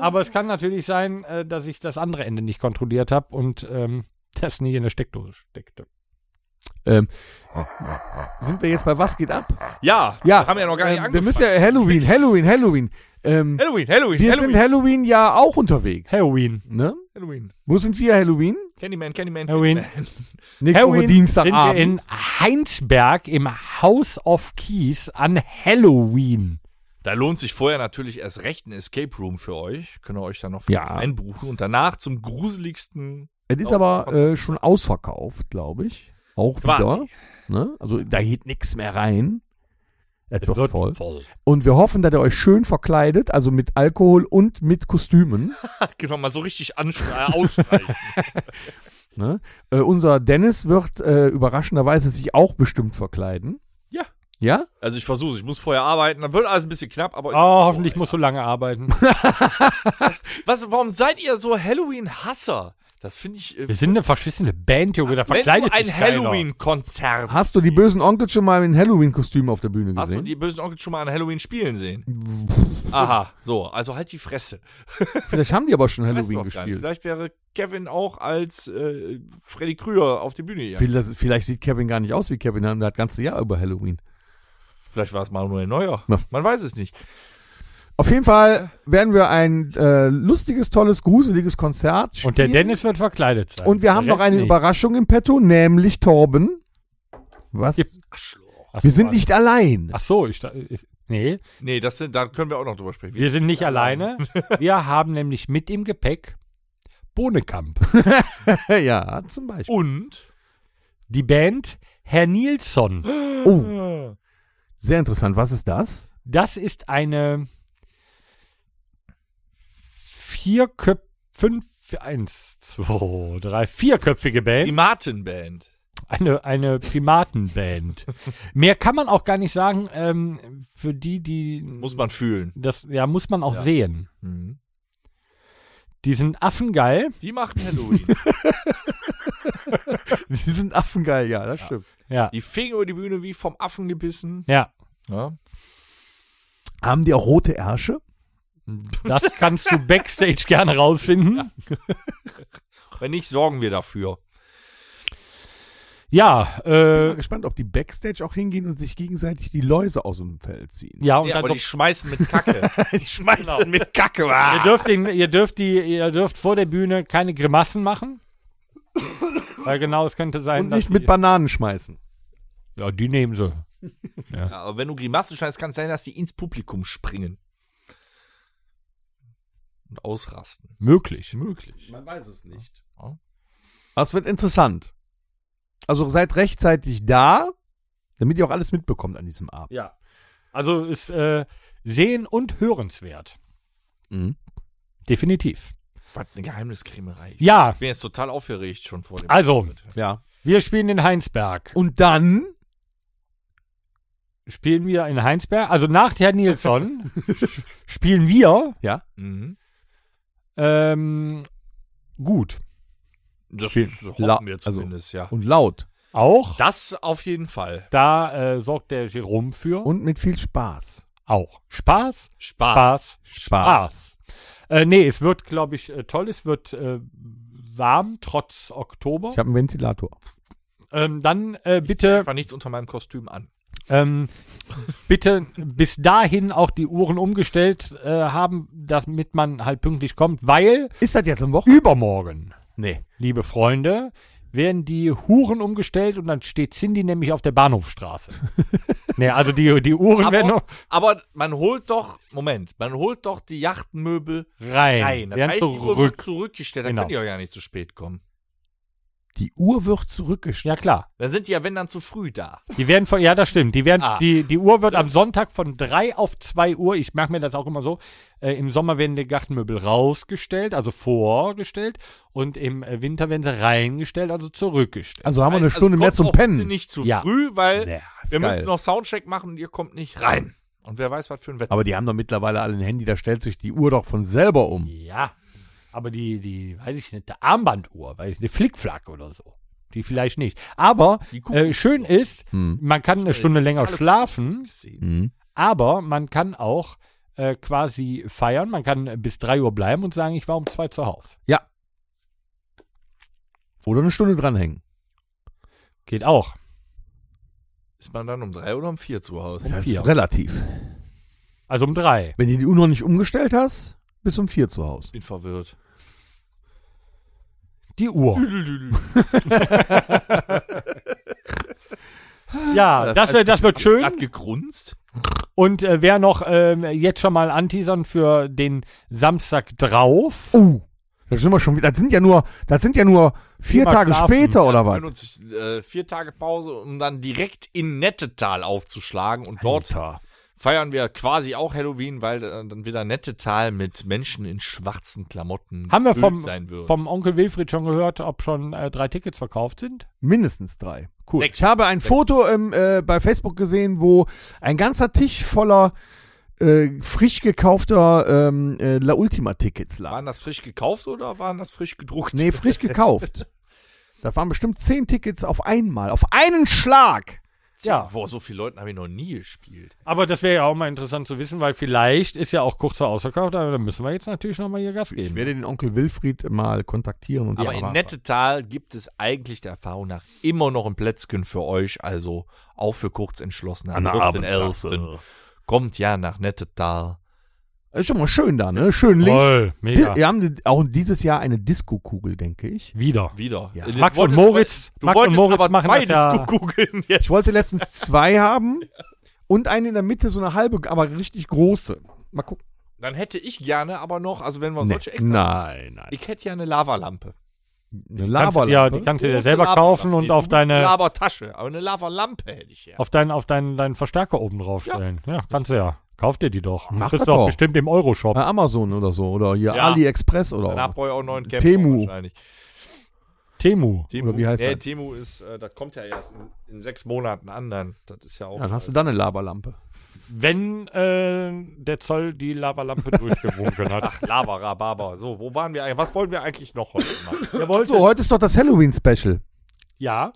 Speaker 2: Aber es kann natürlich sein, äh, dass ich das andere Ende nicht kontrolliert habe und ähm, das nie in der Steckdose steckte.
Speaker 4: Ähm, sind wir jetzt bei Was geht ab?
Speaker 3: Ja,
Speaker 4: Ja,
Speaker 3: haben wir ja noch gar nicht
Speaker 4: ähm,
Speaker 3: angefangen.
Speaker 4: Wir müssen ja Halloween, Halloween, Halloween. Ähm,
Speaker 3: Halloween, Halloween,
Speaker 4: wir
Speaker 3: Halloween.
Speaker 4: sind Halloween ja auch unterwegs.
Speaker 2: Halloween.
Speaker 4: Ne?
Speaker 3: Halloween.
Speaker 4: Wo sind wir Halloween?
Speaker 3: Candyman, Candyman,
Speaker 2: Halloween.
Speaker 3: Candyman.
Speaker 4: Nächste Woche
Speaker 2: sind
Speaker 4: Dienstagabend.
Speaker 2: wir in Heinsberg im House of Keys an Halloween.
Speaker 3: Da lohnt sich vorher natürlich erst recht ein Escape Room für euch. Könnt ihr euch dann noch
Speaker 4: Ja.
Speaker 3: vielleicht einbuchen und danach zum gruseligsten.
Speaker 4: es ist aber äh, schon ausverkauft, glaube ich. Auch
Speaker 3: Quasi.
Speaker 4: wieder. Ne? Also da geht nichts mehr rein. Es wird voll.
Speaker 2: voll.
Speaker 4: Und wir hoffen, dass ihr euch schön verkleidet, also mit Alkohol und mit Kostümen.
Speaker 3: Genau, mal so richtig anstre- äh, ausstreichen.
Speaker 4: Ne? Äh, unser Dennis wird äh, überraschenderweise sich auch bestimmt verkleiden.
Speaker 3: Ja.
Speaker 4: Ja?
Speaker 3: Also ich versuche ich muss vorher arbeiten, dann wird alles ein bisschen knapp, aber.
Speaker 2: Oh,
Speaker 4: Ah,
Speaker 2: hoffentlich musst du lange arbeiten.
Speaker 3: Was, warum seid ihr so Halloween-Hasser? Das finde ich. Äh,
Speaker 2: Wir sind eine verschissene Band, Junge. Da verkleidet
Speaker 3: wenn du
Speaker 2: sich
Speaker 3: ein
Speaker 2: keiner.
Speaker 3: Halloween-Konzert
Speaker 4: Hast du die bösen Onkel schon mal in Halloween-Kostüm auf der Bühne
Speaker 3: Hast du
Speaker 4: gesehen?
Speaker 3: die bösen Onkel schon mal an Halloween spielen sehen? Aha, so, also halt die Fresse.
Speaker 4: Vielleicht haben die aber schon
Speaker 3: Weißt du
Speaker 4: Halloween
Speaker 3: doch gar nicht.
Speaker 4: gespielt.
Speaker 3: Vielleicht wäre Kevin auch als äh, Freddy Krüger auf die Bühne gegangen.
Speaker 4: Vielleicht, vielleicht sieht Kevin gar nicht aus wie Kevin, der hat das ganze Jahr über Halloween.
Speaker 3: Vielleicht war es Manuel Neuer.
Speaker 4: Ja.
Speaker 3: Man weiß es nicht.
Speaker 4: Auf jeden Fall werden wir ein äh, lustiges, tolles, gruseliges Konzert spielen.
Speaker 2: Und der Dennis wird verkleidet sein.
Speaker 4: Und wir
Speaker 2: Der
Speaker 4: haben noch
Speaker 2: Rest
Speaker 4: eine
Speaker 2: nicht.
Speaker 4: Überraschung im Petto, nämlich Torben. Was?
Speaker 2: Gib- Ach so,
Speaker 4: Wir sind
Speaker 2: warte.
Speaker 4: nicht allein.
Speaker 2: Ach so, ich. da- Ist, nee,
Speaker 3: Nee, das sind, da können wir auch noch drüber sprechen.
Speaker 2: wir sind nicht alleine. Wir haben nämlich mit im Gepäck Bohnekamp.
Speaker 4: ja, zum Beispiel.
Speaker 3: Und
Speaker 2: Die Band Herr Nilsson.
Speaker 4: Oh, sehr interessant. Was ist das?
Speaker 2: Das ist eine vierköpf fünf, eins, zwei, drei, vierköpfige Band.
Speaker 3: die Martin-Band.
Speaker 2: Eine, eine Primatenband. Mehr kann man auch gar nicht sagen. Ähm, für die, die.
Speaker 3: Muss man fühlen.
Speaker 2: das ja, muss man auch
Speaker 3: Ja.
Speaker 2: sehen. Die sind affengeil.
Speaker 3: Die machen Halloween.
Speaker 4: Die sind affengeil, ja, das stimmt.
Speaker 2: Ja.
Speaker 3: die fegen über die Bühne wie vom Affen gebissen.
Speaker 2: Ja.
Speaker 3: Ja.
Speaker 4: Haben die auch rote Ärsche?
Speaker 2: Das kannst du backstage gerne rausfinden.
Speaker 3: Wenn nicht, sorgen wir dafür.
Speaker 2: Ja,
Speaker 4: Ich bin mal
Speaker 2: äh,
Speaker 4: gespannt, ob die Backstage auch hingehen und sich gegenseitig die Läuse aus dem Feld ziehen.
Speaker 2: ja, und
Speaker 3: Ja,
Speaker 2: dann
Speaker 3: aber
Speaker 2: so-
Speaker 3: die schmeißen mit Kacke. Genau,
Speaker 4: Ich schmeiße mit Kacke.
Speaker 2: ihr dürft den, ihr dürft die, ihr dürft vor der Bühne keine Grimassen machen. Weil genau, es könnte sein,
Speaker 4: Und
Speaker 2: dass
Speaker 4: nicht mit
Speaker 2: die,
Speaker 4: Bananen schmeißen.
Speaker 2: Ja, die nehmen sie.
Speaker 3: Ja, aber wenn du Grimassen scheinst, kann es sein, dass die ins Publikum springen. Und ausrasten.
Speaker 2: Möglich.
Speaker 3: Möglich.
Speaker 4: Man weiß es nicht.
Speaker 3: Ja.
Speaker 4: Also es wird interessant. Also seid rechtzeitig da, damit ihr auch alles mitbekommt an diesem Abend.
Speaker 2: Ja. Also ist äh, sehen und hörenswert.
Speaker 4: Mhm.
Speaker 2: Definitiv.
Speaker 3: Was eine Geheimniskrämerei. Ich
Speaker 2: Ja,
Speaker 3: bin jetzt total aufgeregt schon vor dem.
Speaker 2: also,
Speaker 4: Ja.
Speaker 2: wir spielen in Heinsberg.
Speaker 4: Und dann
Speaker 2: spielen wir in Heinsberg, also nach Herrn Nilsson sp- spielen wir
Speaker 3: Mhm.
Speaker 2: ähm, gut.
Speaker 3: Das
Speaker 4: Spiel-
Speaker 3: hoffen
Speaker 4: La-
Speaker 3: wir
Speaker 4: also-
Speaker 3: zumindest, ja.
Speaker 4: und laut
Speaker 2: Auch.
Speaker 3: Das auf jeden Fall.
Speaker 2: Da äh, sorgt der Jerome für.
Speaker 4: und mit viel Spaß.
Speaker 2: auch. Spaß,
Speaker 3: Spaß.
Speaker 2: Spaß, Spaß. Äh, nee, es wird, glaube ich, äh, toll. Es wird äh, warm, trotz Oktober.
Speaker 4: Ich habe einen Ventilator.
Speaker 2: Ähm, dann äh, bitte,
Speaker 3: Einfach nichts unter meinem Kostüm an.
Speaker 2: ähm, bitte bis dahin auch die Uhren umgestellt äh, haben, damit man halt pünktlich kommt, weil
Speaker 4: Ist das jetzt am Wochenende?
Speaker 2: übermorgen
Speaker 4: Nee.
Speaker 2: liebe Freunde, werden die Huren umgestellt und dann steht Cindy nämlich auf der Bahnhofstraße. nee, also die, die Uhren werden noch
Speaker 3: Aber, aber man holt doch, Moment, man holt doch die Yachtenmöbel
Speaker 2: rein.
Speaker 3: rein. Das
Speaker 2: werden
Speaker 3: heißt, die Uhr
Speaker 2: zurück.
Speaker 3: wird zurückgestellt. Dann
Speaker 2: Genau.
Speaker 3: können die auch gar nicht zu spät kommen.
Speaker 4: Die Uhr wird zurückgestellt.
Speaker 2: Ja, klar.
Speaker 3: Dann sind die ja, wenn dann, zu früh da.
Speaker 2: Die werden von, ja, das stimmt. Die werden,
Speaker 3: Ah.
Speaker 2: die, die Uhr wird am Sonntag von 3 auf 2 Uhr, ich merke mir das auch immer so, äh, im Sommer werden die Gartenmöbel rausgestellt, also vorgestellt, und im äh, Winter werden sie reingestellt, also zurückgestellt.
Speaker 4: Also haben wir eine
Speaker 3: Also
Speaker 4: Stunde mehr
Speaker 3: kommt
Speaker 4: zum
Speaker 3: auch bitte
Speaker 4: Pennen.
Speaker 3: Nicht zu
Speaker 2: Ja.
Speaker 3: früh, weil
Speaker 4: Ja, ist
Speaker 3: wir
Speaker 4: geil.
Speaker 3: müssen noch Soundcheck machen und ihr kommt nicht rein. Und wer weiß, was für ein Wetter.
Speaker 4: Aber die haben doch mittlerweile alle ein Handy, da stellt sich die Uhr doch von selber um.
Speaker 2: Ja. Aber die, die, weiß ich nicht, die Armbanduhr, weiß ich, eine Flickflack oder so. Die vielleicht nicht. Aber
Speaker 3: Die Kuckucksuhr.
Speaker 2: äh, schön ist,
Speaker 4: Hm.
Speaker 2: Man kann eine Stunde länger
Speaker 3: totale
Speaker 2: schlafen,
Speaker 3: sehen.
Speaker 4: Mhm.
Speaker 2: aber man kann auch äh, quasi feiern. Man kann bis 3 Uhr bleiben und sagen, ich war um 2 zu Hause.
Speaker 4: Ja. Oder eine Stunde dranhängen.
Speaker 2: Geht auch.
Speaker 3: Ist man dann um drei oder um vier zu Hause?
Speaker 4: Das
Speaker 2: vier.
Speaker 4: ist relativ.
Speaker 2: Also um 3.
Speaker 4: Wenn du die Uhr noch nicht umgestellt hast, bis um vier zu Hause.
Speaker 3: Ich bin verwirrt.
Speaker 2: Die Uhr. ja, das, wird- das wird schön.
Speaker 3: Hat gegrunzt?
Speaker 2: Und äh, wer noch ähm, jetzt schon mal anteasern für den Samstag drauf.
Speaker 4: Oh, da sind wir schon wieder. Das sind ja nur, das sind ja nur vier
Speaker 2: Mal
Speaker 4: Tage
Speaker 2: schlafen.
Speaker 4: später oder
Speaker 3: Wir
Speaker 4: was?
Speaker 3: haben uns äh, vier Tage Pause, um dann direkt in Nettetal aufzuschlagen und dort
Speaker 2: Alter.
Speaker 3: feiern wir quasi auch Halloween, weil äh, dann wieder Nettetal mit Menschen in schwarzen Klamotten
Speaker 2: Haben wir
Speaker 3: gefüllt
Speaker 2: vom,
Speaker 3: sein würden.
Speaker 2: vom Onkel Wilfried schon gehört, ob schon äh, drei Tickets verkauft sind?
Speaker 4: Mindestens drei. Cool.
Speaker 3: Sechs.
Speaker 4: Ich habe ein Foto im, äh, bei Facebook gesehen, wo ein ganzer Tisch voller äh, frisch gekaufter ähm, äh, La Ultima-Tickets lag.
Speaker 3: waren das frisch gekauft oder waren das frisch gedruckt?
Speaker 4: Nee, frisch gekauft. da waren bestimmt zehn Tickets auf einmal, auf einen Schlag.
Speaker 2: Ja.
Speaker 3: Boah, so viele Leuten habe ich noch nie gespielt.
Speaker 2: Aber das wäre ja auch mal interessant zu wissen, weil vielleicht ist ja auch kurz vor Ausverkauf, aber da müssen wir jetzt natürlich nochmal hier Gas
Speaker 4: Ich
Speaker 2: geben.
Speaker 4: werde den Onkel Wilfried mal kontaktieren und
Speaker 3: Aber
Speaker 4: die
Speaker 3: in
Speaker 4: Anfrage-
Speaker 3: Nettetal gibt es eigentlich der Erfahrung nach immer noch ein Plätzchen für euch, also auch für kurzentschlossene
Speaker 4: An der
Speaker 3: Adopten
Speaker 4: Abendkasse.
Speaker 3: Elsten. Kommt ja nach Nettetal.
Speaker 4: Ist schon mal schön da, ne? Schön Licht.
Speaker 2: Voll, mega.
Speaker 4: Wir haben auch dieses Jahr eine Disco-Kugel, denke ich.
Speaker 2: Wieder.
Speaker 3: Wieder.
Speaker 4: Ja.
Speaker 3: Äh,
Speaker 2: Max
Speaker 3: du wolltest-
Speaker 2: und Moritz-
Speaker 3: du
Speaker 2: Max und
Speaker 3: wolltest
Speaker 2: Moritz
Speaker 3: aber
Speaker 2: machen
Speaker 3: zwei
Speaker 2: das ja-
Speaker 3: Disco-Kugeln jetzt.
Speaker 4: Ich wollte letztens zwei haben und eine in der Mitte, so eine halbe, aber richtig große. Mal gucken.
Speaker 3: Dann hätte ich gerne aber noch, also wenn wir solche extra.
Speaker 4: Nein, nein.
Speaker 3: Ich hätte ja eine Lavalampe.
Speaker 4: Eine
Speaker 2: Kannst,
Speaker 4: Lavalampe.
Speaker 2: ja, die kannst
Speaker 3: ne?
Speaker 2: du dir selber kaufen und auf
Speaker 3: Eine
Speaker 2: deine,
Speaker 3: Lavatasche, aber eine Lavalampe hätte ich ja.
Speaker 2: auf deinen, auf deinen, deinen Verstärker oben drauf
Speaker 3: Ja.
Speaker 2: stellen. Ja. kannst du ja. Kauf dir die doch.
Speaker 4: Mach
Speaker 2: Kriegst
Speaker 4: das
Speaker 2: du doch
Speaker 4: doch.
Speaker 2: bestimmt im Euroshop.
Speaker 4: Bei Amazon oder so. Oder hier
Speaker 3: Ja.
Speaker 4: AliExpress
Speaker 2: Oh.
Speaker 4: oder
Speaker 3: Dann habt ihr auch einen neuen Camper
Speaker 4: Temu.
Speaker 3: wahrscheinlich.
Speaker 2: Temu.
Speaker 3: Temu.
Speaker 4: wie heißt
Speaker 3: nee,
Speaker 4: das?
Speaker 3: Temu ist, äh, das kommt ja erst in, in sechs Monaten an, dann. Das ist ja auch.
Speaker 4: Ja, dann hast du
Speaker 3: scheiße.
Speaker 4: dann eine Lavalampe.
Speaker 2: Wenn äh, der Zoll die Lavalampe durchgewunken hat.
Speaker 3: Lava, Rhabarber. So, wo waren wir eigentlich? Was wollen wir eigentlich noch heute machen?
Speaker 2: Er wollte,
Speaker 4: So, heute ist doch das Halloween-Special.
Speaker 2: ja,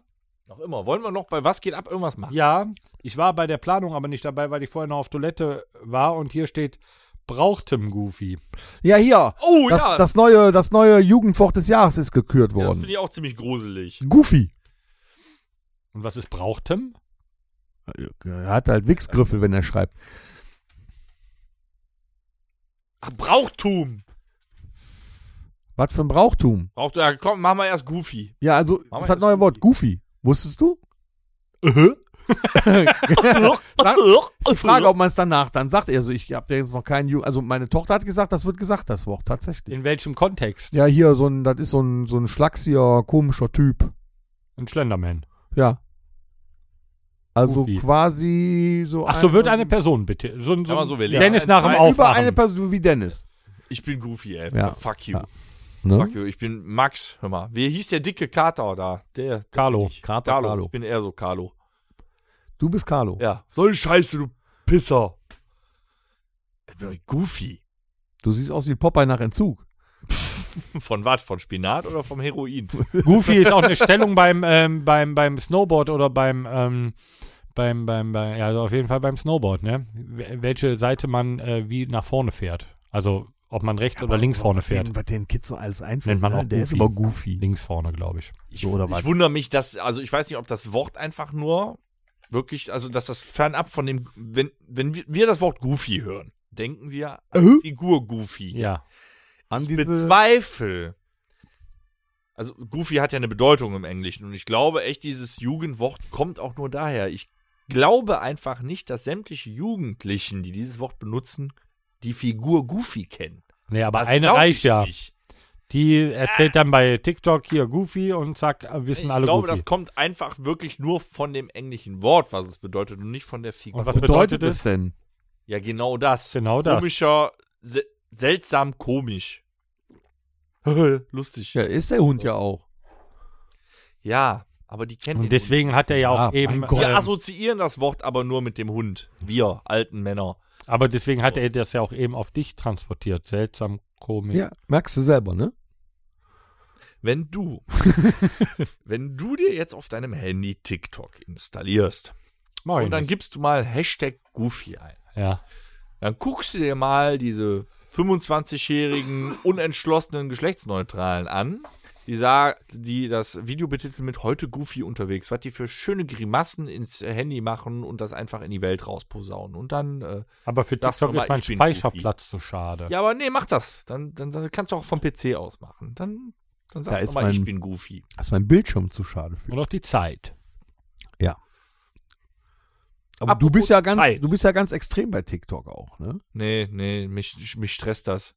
Speaker 3: noch immer. Wollen wir noch bei Was geht ab irgendwas machen?
Speaker 2: ja. Ich war bei der Planung aber nicht dabei, weil ich vorher noch auf Toilette war und hier steht brauchtem Goofy.
Speaker 4: Ja, hier.
Speaker 3: Oh
Speaker 4: das,
Speaker 3: ja,
Speaker 4: das neue, das neue Jugendwort des Jahres ist gekürt
Speaker 3: das
Speaker 4: worden.
Speaker 3: finde ich auch ziemlich gruselig.
Speaker 4: Goofy.
Speaker 2: Und was ist brauchtem?
Speaker 4: Er hat halt Wichsgriffel, wenn er schreibt.
Speaker 3: Ach, Brauchtum.
Speaker 4: Was für ein Brauchtum.
Speaker 3: Braucht ja, komm, machen wir erst Goofy.
Speaker 4: Ja, also,
Speaker 3: Mach mal
Speaker 4: das hat
Speaker 3: das
Speaker 4: neue Wort Goofy. Wusstest du?
Speaker 2: Äh,
Speaker 4: Sag- Die
Speaker 2: Also,
Speaker 4: Frage, ob man es danach dann sagt. Also ich habe jetzt noch keinen Ju Also meine Tochter hat gesagt, das wird gesagt, das Wort tatsächlich.
Speaker 2: In welchem Kontext?
Speaker 4: Ja, hier so ein, das ist so ein so ein schlachsiger, komischer Typ.
Speaker 2: Ein Slenderman.
Speaker 4: Ja. Also
Speaker 2: Goofy.
Speaker 4: quasi so.
Speaker 2: Ach so,
Speaker 4: ein-
Speaker 2: wird eine Person bitte. So, ein- so,
Speaker 3: Sag mal so, wir
Speaker 2: ein
Speaker 3: legen
Speaker 2: Dennis
Speaker 3: ein-
Speaker 2: nach dem
Speaker 3: ein-
Speaker 4: Über eine
Speaker 2: Aufwachen.
Speaker 4: Person wie Dennis.
Speaker 3: Ich bin Goofy, ey.
Speaker 4: Ja.
Speaker 3: Fuck you.
Speaker 4: Ja. Ne?
Speaker 3: Fuck you. Ich bin Max, hör mal. Wie hieß der dicke Kater da? Der.
Speaker 2: Carlo.
Speaker 4: Kater,
Speaker 3: Carlo.
Speaker 4: Carlo.
Speaker 3: Ich bin eher so Carlo.
Speaker 4: Du bist Carlo.
Speaker 3: Ja. So eine Scheiße, du Pisser. Ich bin doch Goofy.
Speaker 4: Du siehst aus wie Popeye nach Entzug.
Speaker 3: Von was? Von Spinat oder vom Heroin?
Speaker 2: Goofy ist auch eine Stellung beim, ähm, beim, beim Snowboard oder beim, ähm, beim, beim, bei- ja, also auf jeden Fall beim Snowboard, ne? W- Welche Seite man äh, wie nach vorne fährt. Also, ob man rechts oder links vorne fährt.
Speaker 4: Den, was den Kids so alles einfällt.
Speaker 2: Nennt man
Speaker 4: ne?
Speaker 2: auch
Speaker 4: Der ist
Speaker 2: Goofy.
Speaker 4: aber Goofy.
Speaker 2: Links vorne, glaube ich.
Speaker 3: Ich,
Speaker 4: So, oder was?
Speaker 3: ich wundere mich, dass, also ich weiß nicht, ob das Wort einfach nur wirklich, also dass das fernab von dem, wenn, wenn wir- wir das Wort Goofy hören, denken wir an
Speaker 4: Mhm.
Speaker 3: die Figur Goofy.
Speaker 2: Ja.
Speaker 4: An
Speaker 3: Ich bezweifle. Also Goofy hat ja eine Bedeutung im Englischen und ich glaube echt, dieses Jugendwort kommt auch nur daher. Ich glaube einfach nicht, dass sämtliche Jugendlichen, die dieses Wort benutzen, die Figur Goofy kennen.
Speaker 2: Nee, aber
Speaker 3: Das
Speaker 2: eine
Speaker 3: glaub ich
Speaker 2: reicht ja.
Speaker 3: Nicht.
Speaker 2: Die erzählt dann bei TikTok hier Goofy und zack, äh, wissen
Speaker 3: Ich
Speaker 2: alle
Speaker 3: glaube,
Speaker 2: Goofy.
Speaker 3: das kommt einfach wirklich nur von dem englischen Wort, was es bedeutet und nicht von der Figur.
Speaker 2: Und
Speaker 4: was bedeutet
Speaker 2: es?
Speaker 4: es denn?
Speaker 3: Ja, genau das.
Speaker 2: Genau das.
Speaker 3: Komischer, se seltsam komisch. Lustig.
Speaker 4: Ja, ist der Hund ja auch.
Speaker 3: Ja, aber die kennen
Speaker 2: Und
Speaker 3: den
Speaker 2: deswegen hat er ja
Speaker 4: Ja,
Speaker 2: auch
Speaker 4: mein
Speaker 2: eben,
Speaker 4: Gott.
Speaker 3: Wir
Speaker 2: ähm,
Speaker 3: assoziieren das Wort aber nur mit dem Hund. Wir alten Männer.
Speaker 2: aber deswegen hat er das ja auch eben auf dich transportiert. Seltsam, komisch.
Speaker 4: Ja, merkst du selber, ne?
Speaker 3: Wenn du, wenn du dir jetzt auf deinem Handy TikTok installierst
Speaker 2: Moin.
Speaker 3: und dann gibst du mal Hashtag Goofy ein,
Speaker 2: ja.
Speaker 3: dann guckst du dir mal diese 25-jährigen unentschlossenen Geschlechtsneutralen an, die, sa- die das Video betiteln mit heute Goofy unterwegs, was die für schöne Grimassen ins Handy machen und das einfach in die Welt rausposaunen und dann äh,
Speaker 2: Aber für
Speaker 3: Sag's
Speaker 2: TikTok
Speaker 3: doch mal,
Speaker 2: ist mein
Speaker 3: ich bin
Speaker 2: Speicherplatz zu schade.
Speaker 3: Ja, aber nee, mach das. Dann, dann, dann kannst du auch vom PC aus machen. Dann, dann
Speaker 4: Da
Speaker 3: sagst
Speaker 4: ist
Speaker 3: du mal, ich
Speaker 4: mein-
Speaker 3: bin Goofy.
Speaker 4: Das ist mein Bildschirm zu schade für.
Speaker 2: Nur noch die Zeit.
Speaker 4: Aber du
Speaker 3: Apropos
Speaker 4: bist ja ganz,
Speaker 3: Zeit.
Speaker 4: du bist ja ganz extrem bei TikTok auch, ne?
Speaker 3: Nee, nee, mich, mich stresst das.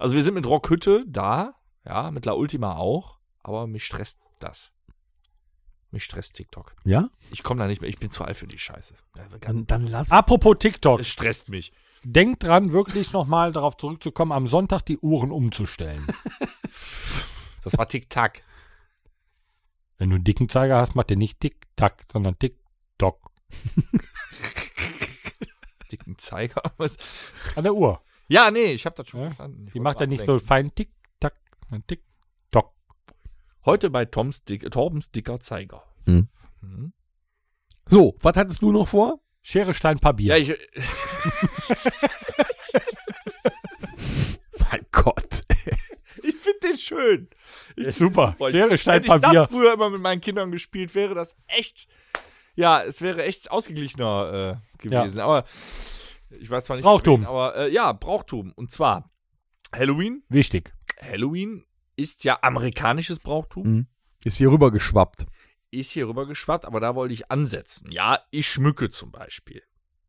Speaker 3: Also wir sind mit Rockhütte da, ja, mit La Ultima auch, aber mich stresst das. Mich stresst TikTok.
Speaker 4: Ja?
Speaker 3: Ich komme da nicht mehr. Ich bin zu alt für die Scheiße. Ja, ganz-
Speaker 4: Dann, dann lass.
Speaker 2: Apropos TikTok.
Speaker 3: Es stresst mich.
Speaker 2: Denkt dran, wirklich nochmal darauf zurückzukommen, am Sonntag die Uhren umzustellen.
Speaker 3: Das war Tic-Tac.
Speaker 2: Wenn du einen dicken Zeiger hast, macht der nicht Tick-Tack, sondern Tick-Tock.
Speaker 3: Dicken Zeiger. Was?
Speaker 2: An der Uhr.
Speaker 3: Ja, nee, ich habe das schon
Speaker 2: Ja,
Speaker 3: verstanden. Ich
Speaker 2: Die
Speaker 3: wollte
Speaker 2: macht er nicht so
Speaker 3: ablenken.
Speaker 2: fein Tick-Tack, sondern Tick-Tock.
Speaker 3: Heute bei Toms Dick, Torbens dicker Zeiger.
Speaker 4: Hm.
Speaker 3: Mhm.
Speaker 4: So, was hattest du noch vor?
Speaker 2: Schere, Stein, Papier.
Speaker 3: Ja, ich,
Speaker 4: Mein Gott.
Speaker 3: ich finde den schön.
Speaker 2: Ist super.
Speaker 3: Boah, ich-
Speaker 2: Schere, Stein,
Speaker 3: Hätte ich das
Speaker 2: Papier.
Speaker 3: früher immer mit meinen Kindern gespielt, wäre das echt. Ja, es wäre echt ausgeglichener äh, gewesen. Aber ich weiß zwar nicht.
Speaker 2: Brauchtum.
Speaker 3: wen, Aber äh, ja, Brauchtum. Und zwar Halloween.
Speaker 2: Wichtig.
Speaker 3: Halloween ist ja amerikanisches Brauchtum.
Speaker 4: Ist hier rüber geschwappt.
Speaker 3: ist hier rüber geschwappt, aber da wollte ich ansetzen. Ja, ich schmücke zum Beispiel.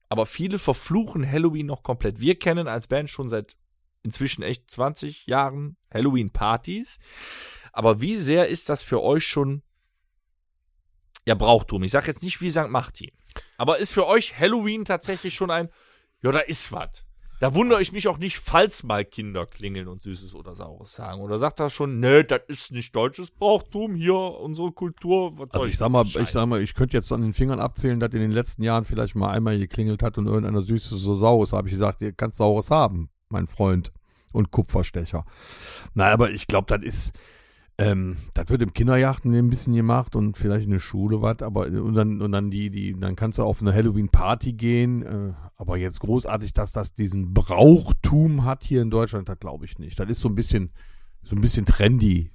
Speaker 3: Aber viele verfluchen Halloween noch komplett. Wir kennen als Band schon seit inzwischen echt 20 Jahren Halloween-Partys. Aber wie sehr ist das für euch schon ja Brauchtum? Ich sage jetzt nicht wie St. Martin. Aber ist für euch Halloween tatsächlich schon ein, ja, da ist was. Da wundere ich mich auch nicht, falls mal Kinder klingeln und Süßes oder Saures sagen. Oder sagt er schon, nee, das ist nicht deutsches Brauchtum, hier unsere Kultur. Was
Speaker 4: Also
Speaker 3: soll
Speaker 4: ich sag mal,
Speaker 3: Scheiß?
Speaker 4: ich sag mal, ich könnte jetzt an den Fingern abzählen, dass in den letzten Jahren vielleicht mal einmal geklingelt hat und irgendeiner Süßes so Saures habe ich gesagt, ihr kannst Saures haben, mein Freund und Kupferstecher. Nein, aber ich glaube, das ist, ähm, das wird im Kinderjachten ein bisschen gemacht und vielleicht in der Schule was, aber äh, und dann und dann die die, dann kannst du auf eine Halloween Party gehen, äh, aber jetzt großartig, dass das diesen Brauchtum hat hier in Deutschland, das glaube ich nicht. Das ist so ein bisschen so ein bisschen trendy.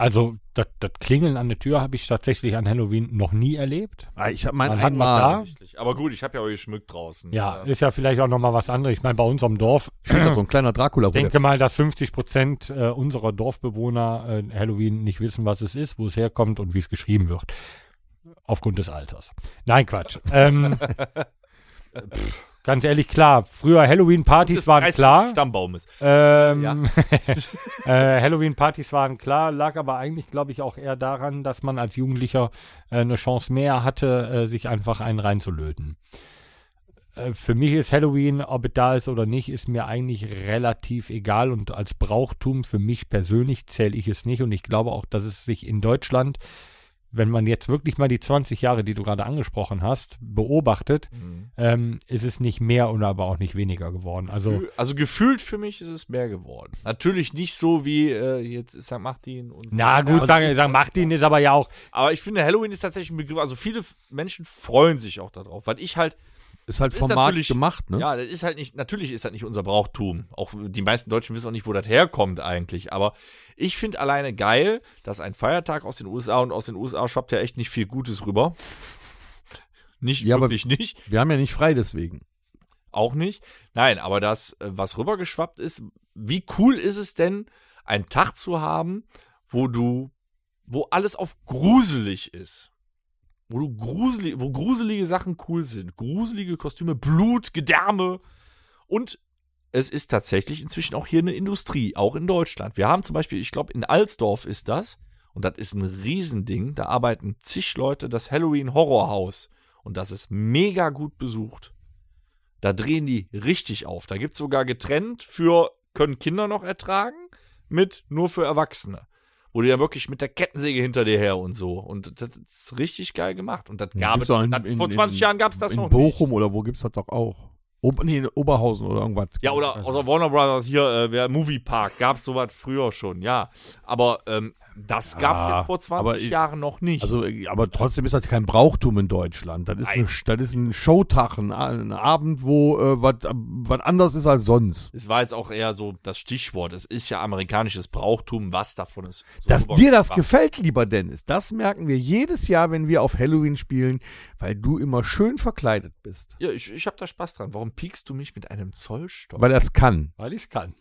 Speaker 2: Also, das das Klingeln an der Tür habe ich tatsächlich an Halloween noch nie erlebt.
Speaker 4: Ah, Ich habe mein
Speaker 2: Man hat was
Speaker 4: einmal.
Speaker 2: da.
Speaker 3: Aber gut, ich habe ja auch geschmückt draußen.
Speaker 2: Ja,
Speaker 3: Äh,
Speaker 2: ist ja vielleicht auch nochmal was anderes. Ich meine, bei uns am Dorf,
Speaker 4: Ich finde das so ein kleiner Dracula, wo
Speaker 2: ich
Speaker 4: der
Speaker 2: denke mal, dass 50 Prozent äh, unserer Dorfbewohner äh, Halloween nicht wissen, was es ist, wo es herkommt und wie es geschrieben wird. Aufgrund des Alters. Nein, Quatsch. ähm, pff, ganz ehrlich, klar, früher
Speaker 3: des
Speaker 2: Halloween-Partys waren
Speaker 3: Kreis-
Speaker 2: klar.
Speaker 3: Stammbaumes.
Speaker 2: Ähm,
Speaker 3: Ja.
Speaker 2: äh, Halloween-Partys waren klar, lag aber eigentlich, glaube ich, auch eher daran, dass man als Jugendlicher äh, eine Chance mehr hatte, äh, sich einfach einen reinzulöten. Äh, Für mich ist Halloween, ob es da ist oder nicht, ist mir eigentlich relativ egal und als Brauchtum für mich persönlich zähle ich es nicht und ich glaube auch, dass es sich in Deutschland, wenn man jetzt wirklich mal die 20 Jahre, die du gerade angesprochen hast, beobachtet, ähm, ist es nicht mehr und aber auch nicht weniger geworden. Also
Speaker 3: Also gefühlt für mich ist es mehr geworden. Natürlich nicht so wie äh, jetzt ist St. Martin und.
Speaker 2: Na gut,
Speaker 3: aber,
Speaker 2: sagen, sagen Martin ist aber ja auch.
Speaker 3: aber ich finde, Halloween ist tatsächlich ein Begriff. Also viele F- Menschen freuen sich auch darauf, weil ich halt
Speaker 4: ist halt
Speaker 3: Ist
Speaker 4: vom Markt
Speaker 3: natürlich-
Speaker 4: gemacht, ne?
Speaker 3: Ja, das ist halt nicht, natürlich ist das nicht unser Brauchtum. Auch die meisten Deutschen wissen auch nicht, wo das herkommt eigentlich. Aber ich finde alleine geil, dass ein Feiertag aus den USA und aus den USA schwappt ja echt nicht viel Gutes rüber. Nicht
Speaker 4: Ja, aber-
Speaker 3: wirklich nicht.
Speaker 4: Wir haben ja nicht frei deswegen.
Speaker 3: Auch nicht. Nein, aber das, äh, was rübergeschwappt ist, wie cool ist es denn, einen Tag zu haben, wo du, wo alles auf gruselig ist. Wo du gruselig, wo gruselige Sachen cool sind. Gruselige Kostüme, Blut, Gedärme. Und es ist tatsächlich inzwischen auch hier eine Industrie, auch in Deutschland. Wir haben zum Beispiel, ich glaube, in Alsdorf ist das. Und das ist ein Riesending. Da arbeiten zig Leute das Halloween Horrorhaus. Und das ist mega gut besucht. Da drehen die richtig auf. Da gibt es sogar getrennt für können Kinder noch ertragen mit nur für Erwachsene. Wo die dann wirklich mit der Kettensäge hinter dir her und so. Und das ist richtig geil gemacht. Und das gab es.
Speaker 4: Gibt's doch in-
Speaker 3: das-
Speaker 4: in-
Speaker 3: Vor 20
Speaker 4: in-
Speaker 3: Jahren gab es das
Speaker 4: in
Speaker 3: noch nicht.
Speaker 4: Bochum oder wo gibt's das doch auch? Ob, nee, in Oberhausen oder irgendwas.
Speaker 3: Ja, oder
Speaker 2: Also.
Speaker 3: außer Warner Brothers hier, äh, wer Movie Park, gab's sowas früher schon, ja. Aber ähm, das gab's jetzt vor 20
Speaker 4: aber ich-
Speaker 3: Jahren noch nicht.
Speaker 4: Also, äh, aber trotzdem ist das kein Brauchtum in Deutschland. Das ist, eine,
Speaker 3: Nein.
Speaker 4: Sch- das ist ein Showtag, ein, A- ein Abend, wo äh, was anders ist als sonst.
Speaker 3: es war jetzt auch eher so das Stichwort. Es ist ja amerikanisches Brauchtum, was davon ist. so
Speaker 4: Dass dir das
Speaker 3: rübergebracht.
Speaker 4: gefällt, lieber Dennis, das merken wir jedes Jahr, wenn wir auf Halloween spielen, weil du immer schön verkleidet bist.
Speaker 3: Ja, ich, ich hab da Spaß dran. Warum piekst du mich mit einem Zollstock?
Speaker 4: Weil das kann.
Speaker 2: Weil ich es kann.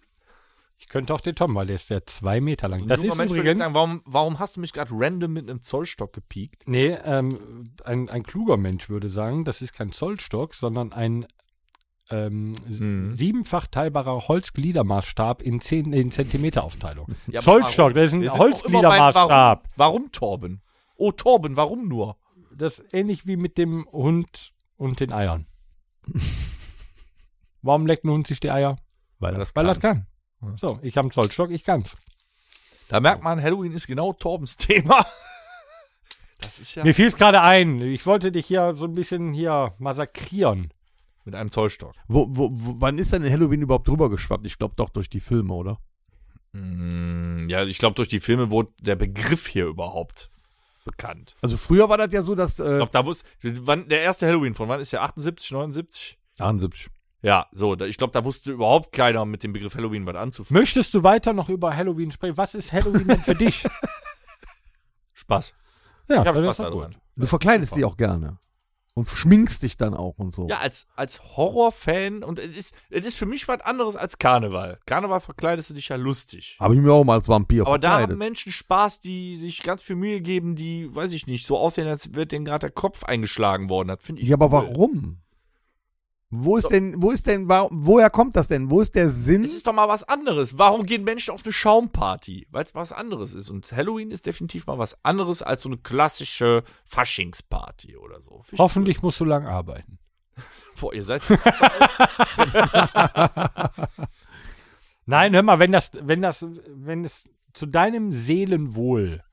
Speaker 2: Ich könnte auch den Tom, weil der ist ja zwei Meter lang.
Speaker 3: So Also ein
Speaker 2: das
Speaker 3: junger
Speaker 2: ist
Speaker 3: Mensch würde
Speaker 2: übrigens.
Speaker 3: Sagen, warum, warum hast du mich gerade random mit einem Zollstock gepiekt?
Speaker 2: nee, ähm, ein, ein kluger Mensch würde sagen, das ist kein Zollstock, sondern ein ähm, s-
Speaker 3: Mhm.
Speaker 2: siebenfach teilbarer Holzgliedermaßstab in 10 in Zentimeteraufteilung.
Speaker 3: Ja, aber
Speaker 2: Zollstock,
Speaker 3: warum?
Speaker 2: das ist ein
Speaker 3: Wir sind doch immer bei
Speaker 2: Holzgliedermaßstab.
Speaker 3: Warum, warum Torben? Oh, Torben, warum nur?
Speaker 2: Das ist ähnlich wie mit dem Hund und den Eiern. Warum leckt ein Hund sich die Eier?
Speaker 3: Weil das
Speaker 2: Weil er
Speaker 3: kann.
Speaker 2: das kann. So, ich habe einen Zollstock, ich kann's.
Speaker 3: Da merkt man, Halloween ist genau Torbens Thema. Das ist ja
Speaker 2: Mir fiel's gerade ein. Ich wollte dich hier so ein bisschen hier massakrieren.
Speaker 3: mit einem Zollstock.
Speaker 4: Wo, wo, wo, wann ist denn Halloween überhaupt drüber geschwappt? Ich glaube doch durch die Filme, oder?
Speaker 3: Mm, Ja, ich glaube, durch die Filme wurde der Begriff hier überhaupt bekannt.
Speaker 4: Also früher war das ja so, dass
Speaker 3: Ich
Speaker 4: äh,
Speaker 3: glaube, da wusste. Wann, der erste Halloween von wann ist der? 78, 79?
Speaker 4: 71.
Speaker 3: Ja, so. Da, ich glaube, da wusste überhaupt keiner mit dem Begriff Halloween was anzufangen.
Speaker 2: Möchtest du weiter noch über Halloween sprechen? Was ist Halloween denn für dich?
Speaker 3: Spaß.
Speaker 2: Ja,
Speaker 3: Ich habe
Speaker 2: das
Speaker 3: Spaß
Speaker 2: ist doch
Speaker 3: daran.
Speaker 4: Du verkleidest dich auch gerne und schminkst dich dann auch und so.
Speaker 3: Ja, als, als Horrorfan und es ist, es ist für mich was anderes als Karneval. Karneval verkleidest du dich ja lustig.
Speaker 4: Habe ich mir auch mal als Vampir
Speaker 3: Aber da haben
Speaker 4: verkleidet.
Speaker 3: Menschen Spaß, die sich ganz viel Mühe geben, die, weiß ich nicht, so aussehen, als wird denen gerade der Kopf eingeschlagen worden. Das finde ich.
Speaker 4: ja, aber
Speaker 3: cool.
Speaker 4: warum? Wo ist denn, wo ist denn, wa- woher kommt das denn? Wo ist der Sinn?
Speaker 3: Es ist doch mal was anderes. Warum gehen Menschen auf eine Schaumparty? Weil es mal was anderes ist. Und Halloween ist definitiv mal was anderes als so eine klassische Faschingsparty oder so. Find ich
Speaker 2: Hoffentlich musst du lang arbeiten.
Speaker 3: cool. Boah, ihr seid.
Speaker 2: Nein, hör mal, wenn das, wenn das, wenn es zu deinem Seelenwohl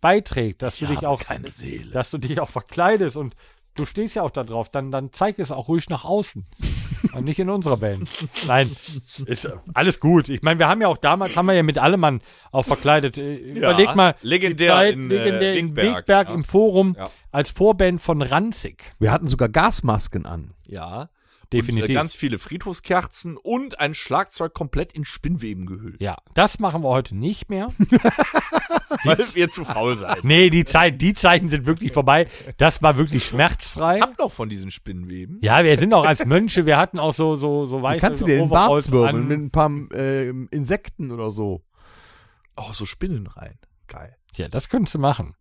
Speaker 2: beiträgt, dass du dich auch,
Speaker 3: keine Seele.
Speaker 2: dass du dich auch verkleidest und du stehst ja auch da drauf, dann, dann zeig es auch ruhig nach außen. und nicht in unserer Band. Nein, ist äh, alles gut. Ich meine, wir haben ja auch damals, haben wir ja mit Allemann auch verkleidet. Äh, Überleg mal, die
Speaker 3: legendär
Speaker 2: Zeit,
Speaker 3: in, äh,
Speaker 2: legendär in
Speaker 3: Wegberg,
Speaker 2: Wegberg
Speaker 3: ja.
Speaker 2: im Forum
Speaker 3: Ja.
Speaker 2: als Vorband von Ranzig.
Speaker 4: Wir hatten sogar Gasmasken an.
Speaker 3: Ja. Und,
Speaker 2: Definitiv.
Speaker 3: äh, ganz viele Friedhofskerzen und ein Schlagzeug komplett in Spinnweben gehüllt.
Speaker 2: Ja, das machen wir heute nicht mehr.
Speaker 3: Weil wir zu faul seid.
Speaker 2: Nee, die, Zeit, die Zeiten sind wirklich vorbei. Das war wirklich schmerzfrei.
Speaker 3: Ich hab noch von diesen Spinnweben.
Speaker 2: Ja, wir sind auch als Mönche, wir hatten auch so, so, so weiße
Speaker 4: Kannst du dir in den Bart
Speaker 2: Overalls
Speaker 4: zwirbeln
Speaker 2: an.
Speaker 4: mit ein paar ähm, Insekten oder so?
Speaker 3: Oh, so Spinnen rein. Geil.
Speaker 2: Ja, das könntest du machen.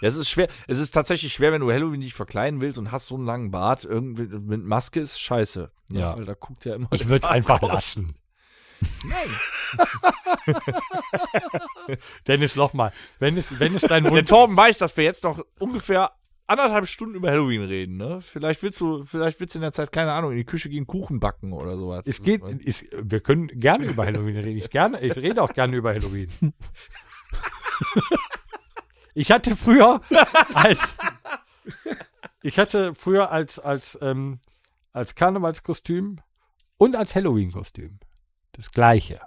Speaker 3: Ja, es ist schwer. Es ist tatsächlich schwer, wenn du Halloween nicht verkleiden willst und hast so einen langen Bart. Irgendwie mit Maske ist scheiße. Ne?
Speaker 2: Ja.
Speaker 3: Weil da guckt ja immer.
Speaker 2: Ich würde es einfach lassen.
Speaker 3: Nein.
Speaker 2: Dennis, nochmal. Wenn es, wenn es dein
Speaker 3: Der
Speaker 2: Wunsch
Speaker 3: Torben weiß, dass wir jetzt noch ungefähr anderthalb Stunden über Halloween reden, ne? Vielleicht willst du, vielleicht willst du in der Zeit, keine Ahnung, in die Küche gehen, Kuchen backen oder sowas.
Speaker 2: es geht, es, wir können gerne über Halloween reden. Ich, gerne, ich rede auch gerne über Halloween. Ich hatte früher als ich hatte früher als als ähm, als Karnevalskostüm und als Halloween-Kostüm das gleiche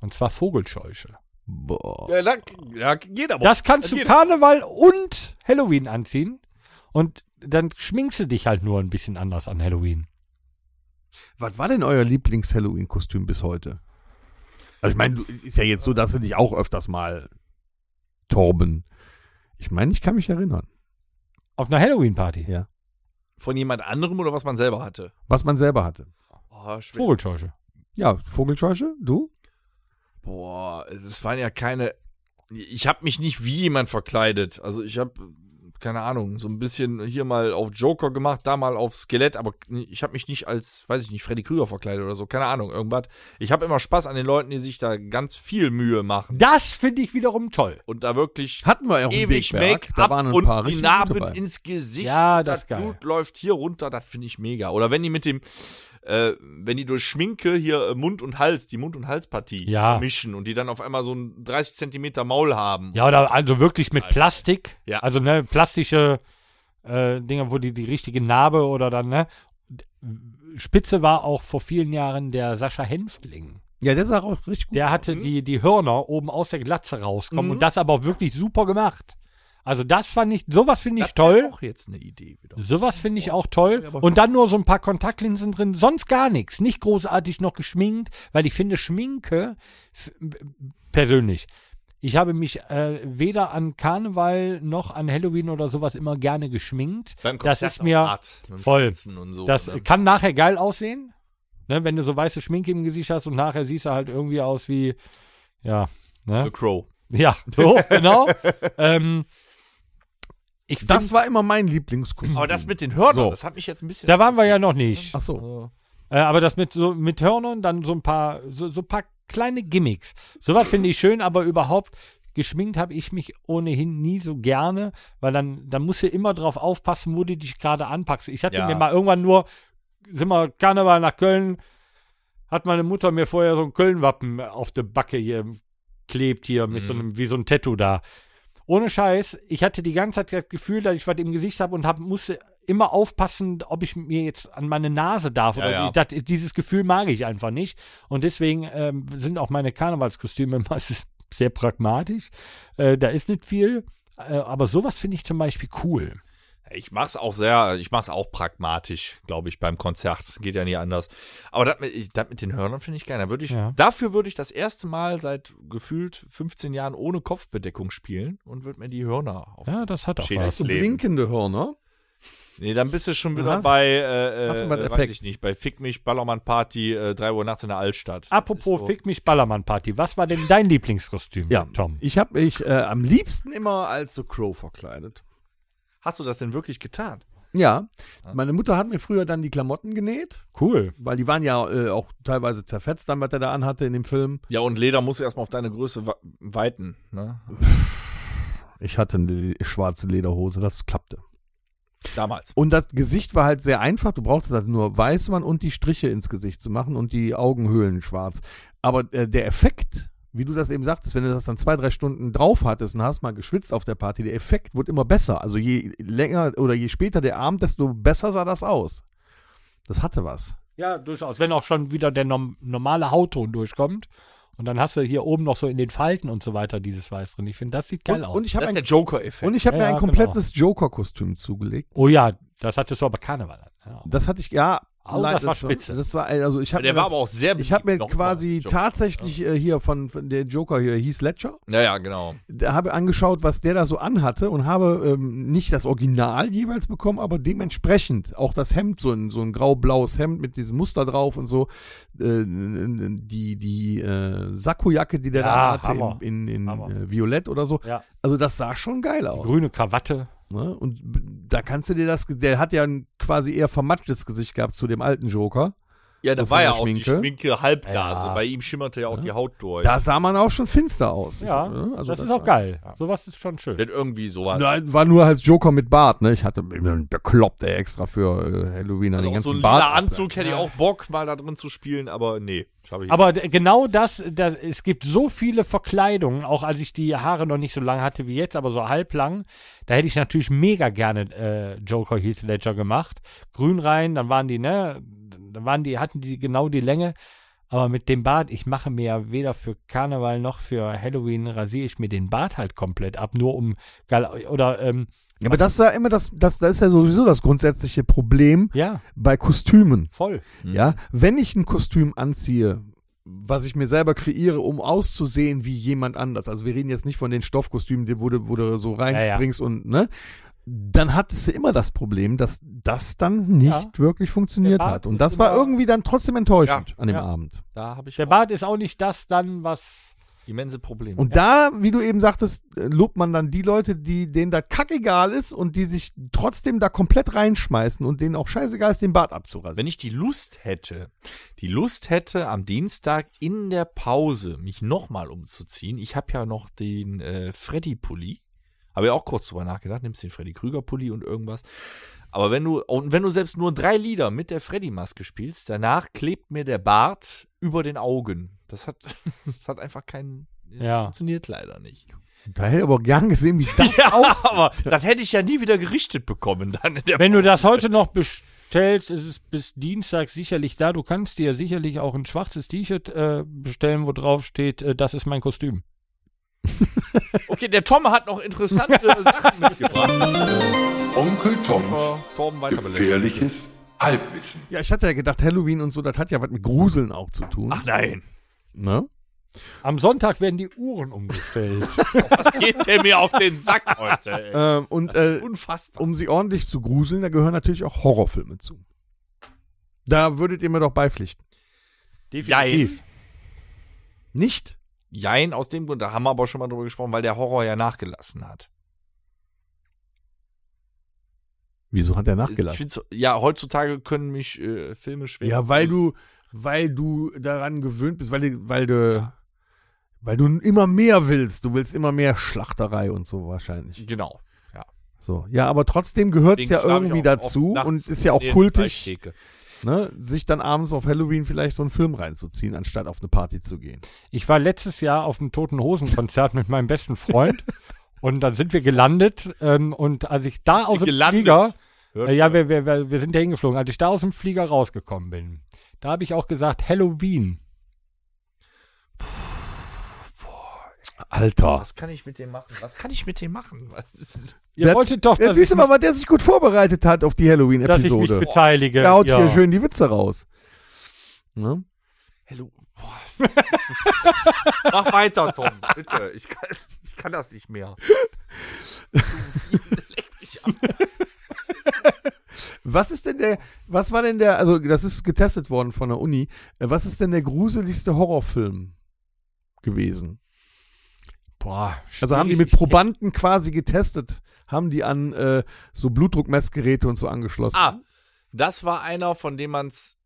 Speaker 2: und zwar Vogelscheuche.
Speaker 4: Boah. Also
Speaker 3: Ja, da, ja geht aber.
Speaker 2: Das kannst du
Speaker 3: geht.
Speaker 2: Karneval und Halloween anziehen und dann schminkst du dich halt nur ein bisschen anders an Halloween.
Speaker 4: Was war denn euer Lieblings-Halloween-Kostüm bis heute? Also ich meine, du- ist ja jetzt so, dass du dich auch öfters mal torben. Ich meine, ich kann mich erinnern,
Speaker 2: Auf einer Halloween-Party.
Speaker 4: Ja.
Speaker 3: Von jemand anderem oder was man selber hatte?
Speaker 4: was man selber hatte.
Speaker 3: Oh, schwer.
Speaker 2: Vogelscheuche.
Speaker 4: Ja, Vogelscheuche, du?
Speaker 3: Boah, das waren ja keine. Ich habe mich nicht wie jemand verkleidet. Also ich habe keine Ahnung, so ein bisschen hier mal auf Joker gemacht, da mal auf Skelett, aber ich habe mich nicht als, weiß ich nicht, Freddy Krüger verkleidet oder so, keine Ahnung, irgendwas. Ich habe immer Spaß an den Leuten, die sich da ganz viel Mühe machen
Speaker 2: Das finde ich wiederum toll.
Speaker 3: und da wirklich
Speaker 4: Hatten wir ja auch im
Speaker 3: ewig
Speaker 4: Wegberg.
Speaker 3: Make-up
Speaker 4: Da waren ein
Speaker 3: und
Speaker 4: paar
Speaker 3: die
Speaker 4: richtig
Speaker 3: Narben
Speaker 4: gute bei.
Speaker 3: ins Gesicht.
Speaker 2: Ja, das ist geil.
Speaker 3: Blut läuft hier runter, das finde ich mega. Oder wenn die mit dem, äh, wenn die durch Schminke hier äh, Mund und Hals, die Mund- und Halspartie
Speaker 2: Ja.
Speaker 3: mischen und die dann auf einmal so ein 30 Zentimeter Maul haben.
Speaker 2: Ja, oder also wirklich mit Plastik.
Speaker 3: Ja.
Speaker 2: Also ne, plastische äh, Dinge, wo die die richtige Narbe oder dann, ne? Spitze war auch vor vielen Jahren der Sascha Hänftling.
Speaker 4: Ja, der sah auch richtig gut.
Speaker 2: Der hatte die, die Hörner oben aus der Glatze rauskommen und das aber auch wirklich super gemacht. Also das fand ich, sowas finde ich
Speaker 3: Das wär
Speaker 2: toll.
Speaker 3: Auch jetzt eine Idee wieder.
Speaker 2: Sowas finde ich auch toll. Und dann nur so ein paar Kontaktlinsen drin, sonst gar nichts. Nicht großartig noch geschminkt, weil ich finde Schminke, f- persönlich, ich habe mich äh, weder an Karneval noch an Halloween oder sowas immer gerne geschminkt.
Speaker 3: Beim
Speaker 2: Das
Speaker 3: Konzert
Speaker 2: ist
Speaker 3: auch
Speaker 2: mir
Speaker 3: hart, mit dem
Speaker 2: voll.
Speaker 3: Schwitzen Und so,
Speaker 2: Das
Speaker 3: ne?
Speaker 2: kann nachher geil aussehen, ne, wenn du so weiße Schminke im Gesicht hast und nachher siehst du halt irgendwie aus wie, ja, ne?
Speaker 3: The Crow.
Speaker 2: Ja, so, genau. ähm, Ich
Speaker 4: Das
Speaker 2: find-
Speaker 4: war immer mein Lieblingskuss.
Speaker 3: Aber das mit den Hörnern,
Speaker 2: So.
Speaker 3: das hat mich jetzt ein bisschen.
Speaker 2: da waren wir ja noch nicht.
Speaker 4: Ach so.
Speaker 3: Also,
Speaker 2: Äh, aber das mit so mit Hörnern, dann so ein paar so, so ein paar kleine Gimmicks. Sowas finde ich schön, aber überhaupt geschminkt habe ich mich ohnehin nie so gerne, weil dann dann musst du immer drauf aufpassen, wo du dich gerade anpackst. Ich hatte
Speaker 3: Ja.
Speaker 2: mir mal irgendwann nur sind wir Karneval nach Köln hat meine Mutter mir vorher so ein Köln-Wappen auf der Backe hier klebt hier mit so einem wie so ein Tattoo da. Ohne Scheiß, ich hatte die ganze Zeit das Gefühl, dass ich was im Gesicht habe und hab, musste immer aufpassen, ob ich mir jetzt an meine Nase darf. Oder
Speaker 3: Ja, ja.
Speaker 2: Das, dieses Gefühl mag ich einfach nicht. Und deswegen ähm, sind auch meine Karnevalskostüme meistens sehr pragmatisch. Äh, da ist nicht viel. Äh, aber sowas finde ich zum Beispiel cool.
Speaker 3: Ich mach's auch sehr, ich mach's auch pragmatisch, glaube ich, beim Konzert. Geht ja nie anders. Aber das mit, ich- das mit den Hörnern finde ich geil. Da würd ich,
Speaker 2: Ja.
Speaker 3: Dafür würde ich das erste Mal seit gefühlt 15 Jahren ohne Kopfbedeckung spielen und würde mir die Hörner auf.
Speaker 2: Ja, das hat auch
Speaker 3: Schön,
Speaker 2: was.
Speaker 3: das
Speaker 4: Hast du blinkende Hörner?
Speaker 3: Nee, dann bist du schon wieder
Speaker 4: Hast-
Speaker 3: bei, äh,
Speaker 4: hast du
Speaker 3: äh,
Speaker 4: mal den
Speaker 3: weiß
Speaker 4: Effekt?
Speaker 3: ich nicht, bei Fick mich, Ballermann Party, äh, 3 Uhr nachts in der Altstadt. Das
Speaker 2: Apropos
Speaker 3: ist so.
Speaker 2: Fick mich Ballermann Party, was war denn dein Lieblingskostüm, Tom?
Speaker 4: Ich habe mich äh, am liebsten immer als The Crow verkleidet.
Speaker 3: Hast du das denn wirklich getan?
Speaker 4: Ja. Meine Mutter hat mir früher dann die Klamotten genäht,
Speaker 2: Cool.
Speaker 4: weil die waren ja äh, auch teilweise zerfetzt, dann, was er da anhatte in dem Film.
Speaker 3: Ja, und Leder musst du erstmal auf deine Größe wa- weiten. Ne?
Speaker 4: Ich hatte eine schwarze Lederhose, das klappte.
Speaker 3: Damals.
Speaker 4: Und das Gesicht war halt sehr einfach. Du brauchtest halt nur Weißmann und die Striche ins Gesicht zu machen und die Augenhöhlen schwarz. Aber äh, der Effekt, wie du das eben sagtest, wenn du das dann zwei, drei Stunden drauf hattest und hast mal geschwitzt auf der Party, der Effekt wurde immer besser. Also je länger oder je später der Abend, desto besser sah das aus. Das hatte was.
Speaker 2: Ja, durchaus. Wenn auch schon wieder der nom- normale Hautton durchkommt. Und dann hast du hier oben noch so in den Falten und so weiter dieses Weiß drin. Ich finde, das sieht geil
Speaker 4: und,
Speaker 2: aus.
Speaker 4: und ich
Speaker 3: Das
Speaker 4: habe
Speaker 3: ist der
Speaker 4: ein,
Speaker 3: Joker-Effekt.
Speaker 4: und ich hab
Speaker 2: Ja,
Speaker 4: mir
Speaker 2: ja, genau.
Speaker 4: ein komplettes Joker-Kostüm zugelegt.
Speaker 2: oh ja, das hattest du aber Karneval an. Ja.
Speaker 4: Das hatte ich, ja.
Speaker 2: Au, das war spitze.
Speaker 4: Das war, also ich hab
Speaker 3: Der
Speaker 4: mir
Speaker 3: war
Speaker 4: das,
Speaker 3: aber auch sehr
Speaker 4: ich habe mir
Speaker 3: beliebt noch
Speaker 4: quasi
Speaker 3: mal.
Speaker 4: tatsächlich äh, hier von, von der Joker hier, Heath Ledger,
Speaker 3: Ja, ja, genau.
Speaker 4: da habe angeschaut, was der da so anhatte und habe ähm, nicht das Original jeweils bekommen, aber dementsprechend auch das Hemd, so ein, so ein grau-blaues Hemd mit diesem Muster drauf und so. Äh, die die äh, Sakkojacke, die der
Speaker 2: Ja,
Speaker 4: da
Speaker 2: Hammer.
Speaker 4: hatte, in, in, in
Speaker 2: Hammer.
Speaker 4: äh, Violett oder so.
Speaker 2: Ja.
Speaker 4: Also das sah schon geil aus.
Speaker 2: Grüne Krawatte.
Speaker 4: Ne? Und b- da kannst du dir das, ge- der hat ja ein quasi eher vermatschtes Gesicht gehabt zu dem alten Joker.
Speaker 3: Ja, da
Speaker 4: Wovon
Speaker 3: war ja
Speaker 4: die
Speaker 3: auch die
Speaker 4: Schminke?
Speaker 3: Schminke Halbgas.
Speaker 2: Ja.
Speaker 3: Und bei ihm schimmerte ja auch die Haut durch.
Speaker 4: Da sah man auch schon finster aus.
Speaker 2: Ja,
Speaker 4: Ich- ne? Also
Speaker 2: das, ist auch
Speaker 4: war-
Speaker 2: geil. Sowas ist schon schön.
Speaker 3: Wird irgendwie sowas.
Speaker 4: Nein, war nur als Joker mit Bart, ne? Ich hatte ich bin bekloppt, ey, extra für äh, Halloween an
Speaker 3: also
Speaker 4: den
Speaker 3: auch so
Speaker 4: ganzen
Speaker 3: ein
Speaker 4: Bart.
Speaker 3: lila Anzug hätte ich auch Bock, mal da drin zu spielen, aber nee, schaffe ich
Speaker 2: Aber d- genau das, da- es gibt so viele Verkleidungen, auch als ich die Haare noch nicht so lang hatte wie jetzt, aber so halblang, da hätte ich natürlich mega gerne äh, Joker Heath Ledger gemacht. Grün rein, dann waren die, ne, dann waren die, hatten die genau die Länge. Aber mit dem Bart, ich mache mir ja weder für Karneval noch für Halloween rasiere ich mir den Bart halt komplett ab, nur um geil oder ähm,
Speaker 4: Ja, aber das ist ja immer das, das, das ist ja sowieso das grundsätzliche Problem
Speaker 2: ja, Mhm.
Speaker 4: bei Kostümen.
Speaker 2: voll.
Speaker 4: Ja, wenn ich ein Kostüm anziehe, was ich mir selber kreiere, um auszusehen wie jemand anders. Also wir reden jetzt nicht von den Stoffkostümen, die- wo du, wo du so reinspringst und ne, dann hattest du immer das Problem, dass das dann nicht
Speaker 2: Ja.
Speaker 4: wirklich funktioniert
Speaker 2: Der Bart
Speaker 4: hat. Und
Speaker 2: ist
Speaker 4: das war
Speaker 2: immer-
Speaker 4: irgendwie dann trotzdem enttäuschend
Speaker 3: Ja,
Speaker 4: an dem
Speaker 2: ja.
Speaker 4: Abend.
Speaker 3: Da habe ich
Speaker 2: Der
Speaker 3: auch
Speaker 2: Bart ist auch nicht das dann, was
Speaker 3: immense Probleme.
Speaker 4: Und da, wie du eben sagtest, äh, lobt man dann die Leute, die denen da kackegal ist und die sich trotzdem da komplett reinschmeißen und denen auch scheißegal ist, den Bart abzurasen.
Speaker 3: Wenn ich die Lust hätte, die Lust hätte, am Dienstag in der Pause mich nochmal umzuziehen. Ich habe ja noch den äh, Freddy-Pulli. Habe ja auch kurz drüber nachgedacht. Nimmst den Freddy Krüger-Pulli und irgendwas. Aber wenn du, und wenn du selbst nur drei Lieder mit der Freddy-Maske spielst, danach klebt mir der Bart über den Augen. Das hat, das hat einfach keinen. das
Speaker 2: Ja.
Speaker 3: funktioniert leider nicht.
Speaker 4: Da hätte ich aber gern gesehen, wie das aussieht.
Speaker 3: aber das hätte ich ja nie wieder gerichtet bekommen dann in der
Speaker 2: Wenn du das heute noch bestellst, ist es bis Dienstag sicherlich da. Du kannst dir sicherlich auch ein schwarzes T-Shirt äh, bestellen, wo drauf steht, äh, das ist mein Kostüm.
Speaker 3: Okay, der Tom hat noch interessante Sachen mitgebracht.
Speaker 1: Onkel Toms
Speaker 3: Torben weiter belästigt.
Speaker 1: gefährliches Halbwissen.
Speaker 4: Ja, ich hatte ja gedacht, Halloween und so, das hat ja was mit Gruseln auch zu tun.
Speaker 3: Ach nein,
Speaker 4: Ne?
Speaker 2: Am Sonntag werden die Uhren umgestellt.
Speaker 3: geht der mir auf den Sack heute.
Speaker 4: Ähm, und äh,
Speaker 3: Ey. Unfassbar.
Speaker 4: um sie ordentlich zu gruseln, da gehören natürlich auch Horrorfilme zu. Da würdet ihr mir doch beipflichten.
Speaker 3: Jein.
Speaker 4: Nicht?
Speaker 3: Jein, aus dem Grund, da haben wir aber schon mal drüber gesprochen, weil der Horror ja nachgelassen hat.
Speaker 4: Wieso hat er
Speaker 3: Ich
Speaker 4: nachgelassen?
Speaker 3: find's, ja, heutzutage können mich äh, Filme schwer.
Speaker 4: Ja, weil du, weil du daran gewöhnt bist, weil du, weil du, weil du immer mehr willst. Du willst immer mehr Schlachterei und so wahrscheinlich.
Speaker 3: Genau.
Speaker 4: So. Ja, aber trotzdem gehört es
Speaker 3: Deswegen
Speaker 4: ja
Speaker 3: schlafe ich
Speaker 4: irgendwie
Speaker 3: auch oft
Speaker 4: dazu
Speaker 3: nachts
Speaker 4: und ist ja
Speaker 3: in
Speaker 4: auch
Speaker 3: den
Speaker 4: kultisch,
Speaker 3: Fleischtheke.
Speaker 4: ne, sich dann abends auf Halloween vielleicht so einen Film reinzuziehen, anstatt auf eine Party zu gehen.
Speaker 2: Ich war letztes Jahr auf dem Toten Hosen Konzert mit meinem besten Freund und dann sind wir gelandet ähm, und als ich da aus dem
Speaker 3: Gelandet?
Speaker 2: Flieger,
Speaker 3: Hört
Speaker 2: äh, ja,
Speaker 3: ihr?
Speaker 2: wir, wir, wir wir sind ja hingeflogen, als ich da aus dem Flieger rausgekommen bin, da habe ich auch gesagt Halloween.
Speaker 4: Alter.
Speaker 3: was kann ich mit dem machen? Was kann ich mit dem machen? Was ist
Speaker 2: Ihr
Speaker 4: Das-
Speaker 2: wolltet doch,
Speaker 4: Jetzt
Speaker 2: dass ich,
Speaker 4: siehst du mal, was der sich gut vorbereitet hat auf die
Speaker 2: dass ich mich
Speaker 4: Halloween-Episode.
Speaker 2: beteilige.
Speaker 4: Der haut hier
Speaker 2: Ja.
Speaker 4: schön die Witze raus. Ne?
Speaker 3: Hello. Boah. Mach weiter, Tom, bitte. Ich kann, ich kann das nicht mehr. Leck mich am
Speaker 4: Was ist denn der, was war denn der, also das ist getestet worden von der Uni, Äh, was ist denn der gruseligste Horrorfilm gewesen?
Speaker 2: Boah,
Speaker 4: Also haben die mit
Speaker 2: schwierig.
Speaker 4: Probanden quasi getestet, haben die an äh, so Blutdruckmessgeräte und so angeschlossen.
Speaker 3: Ah, das war einer, von dem man es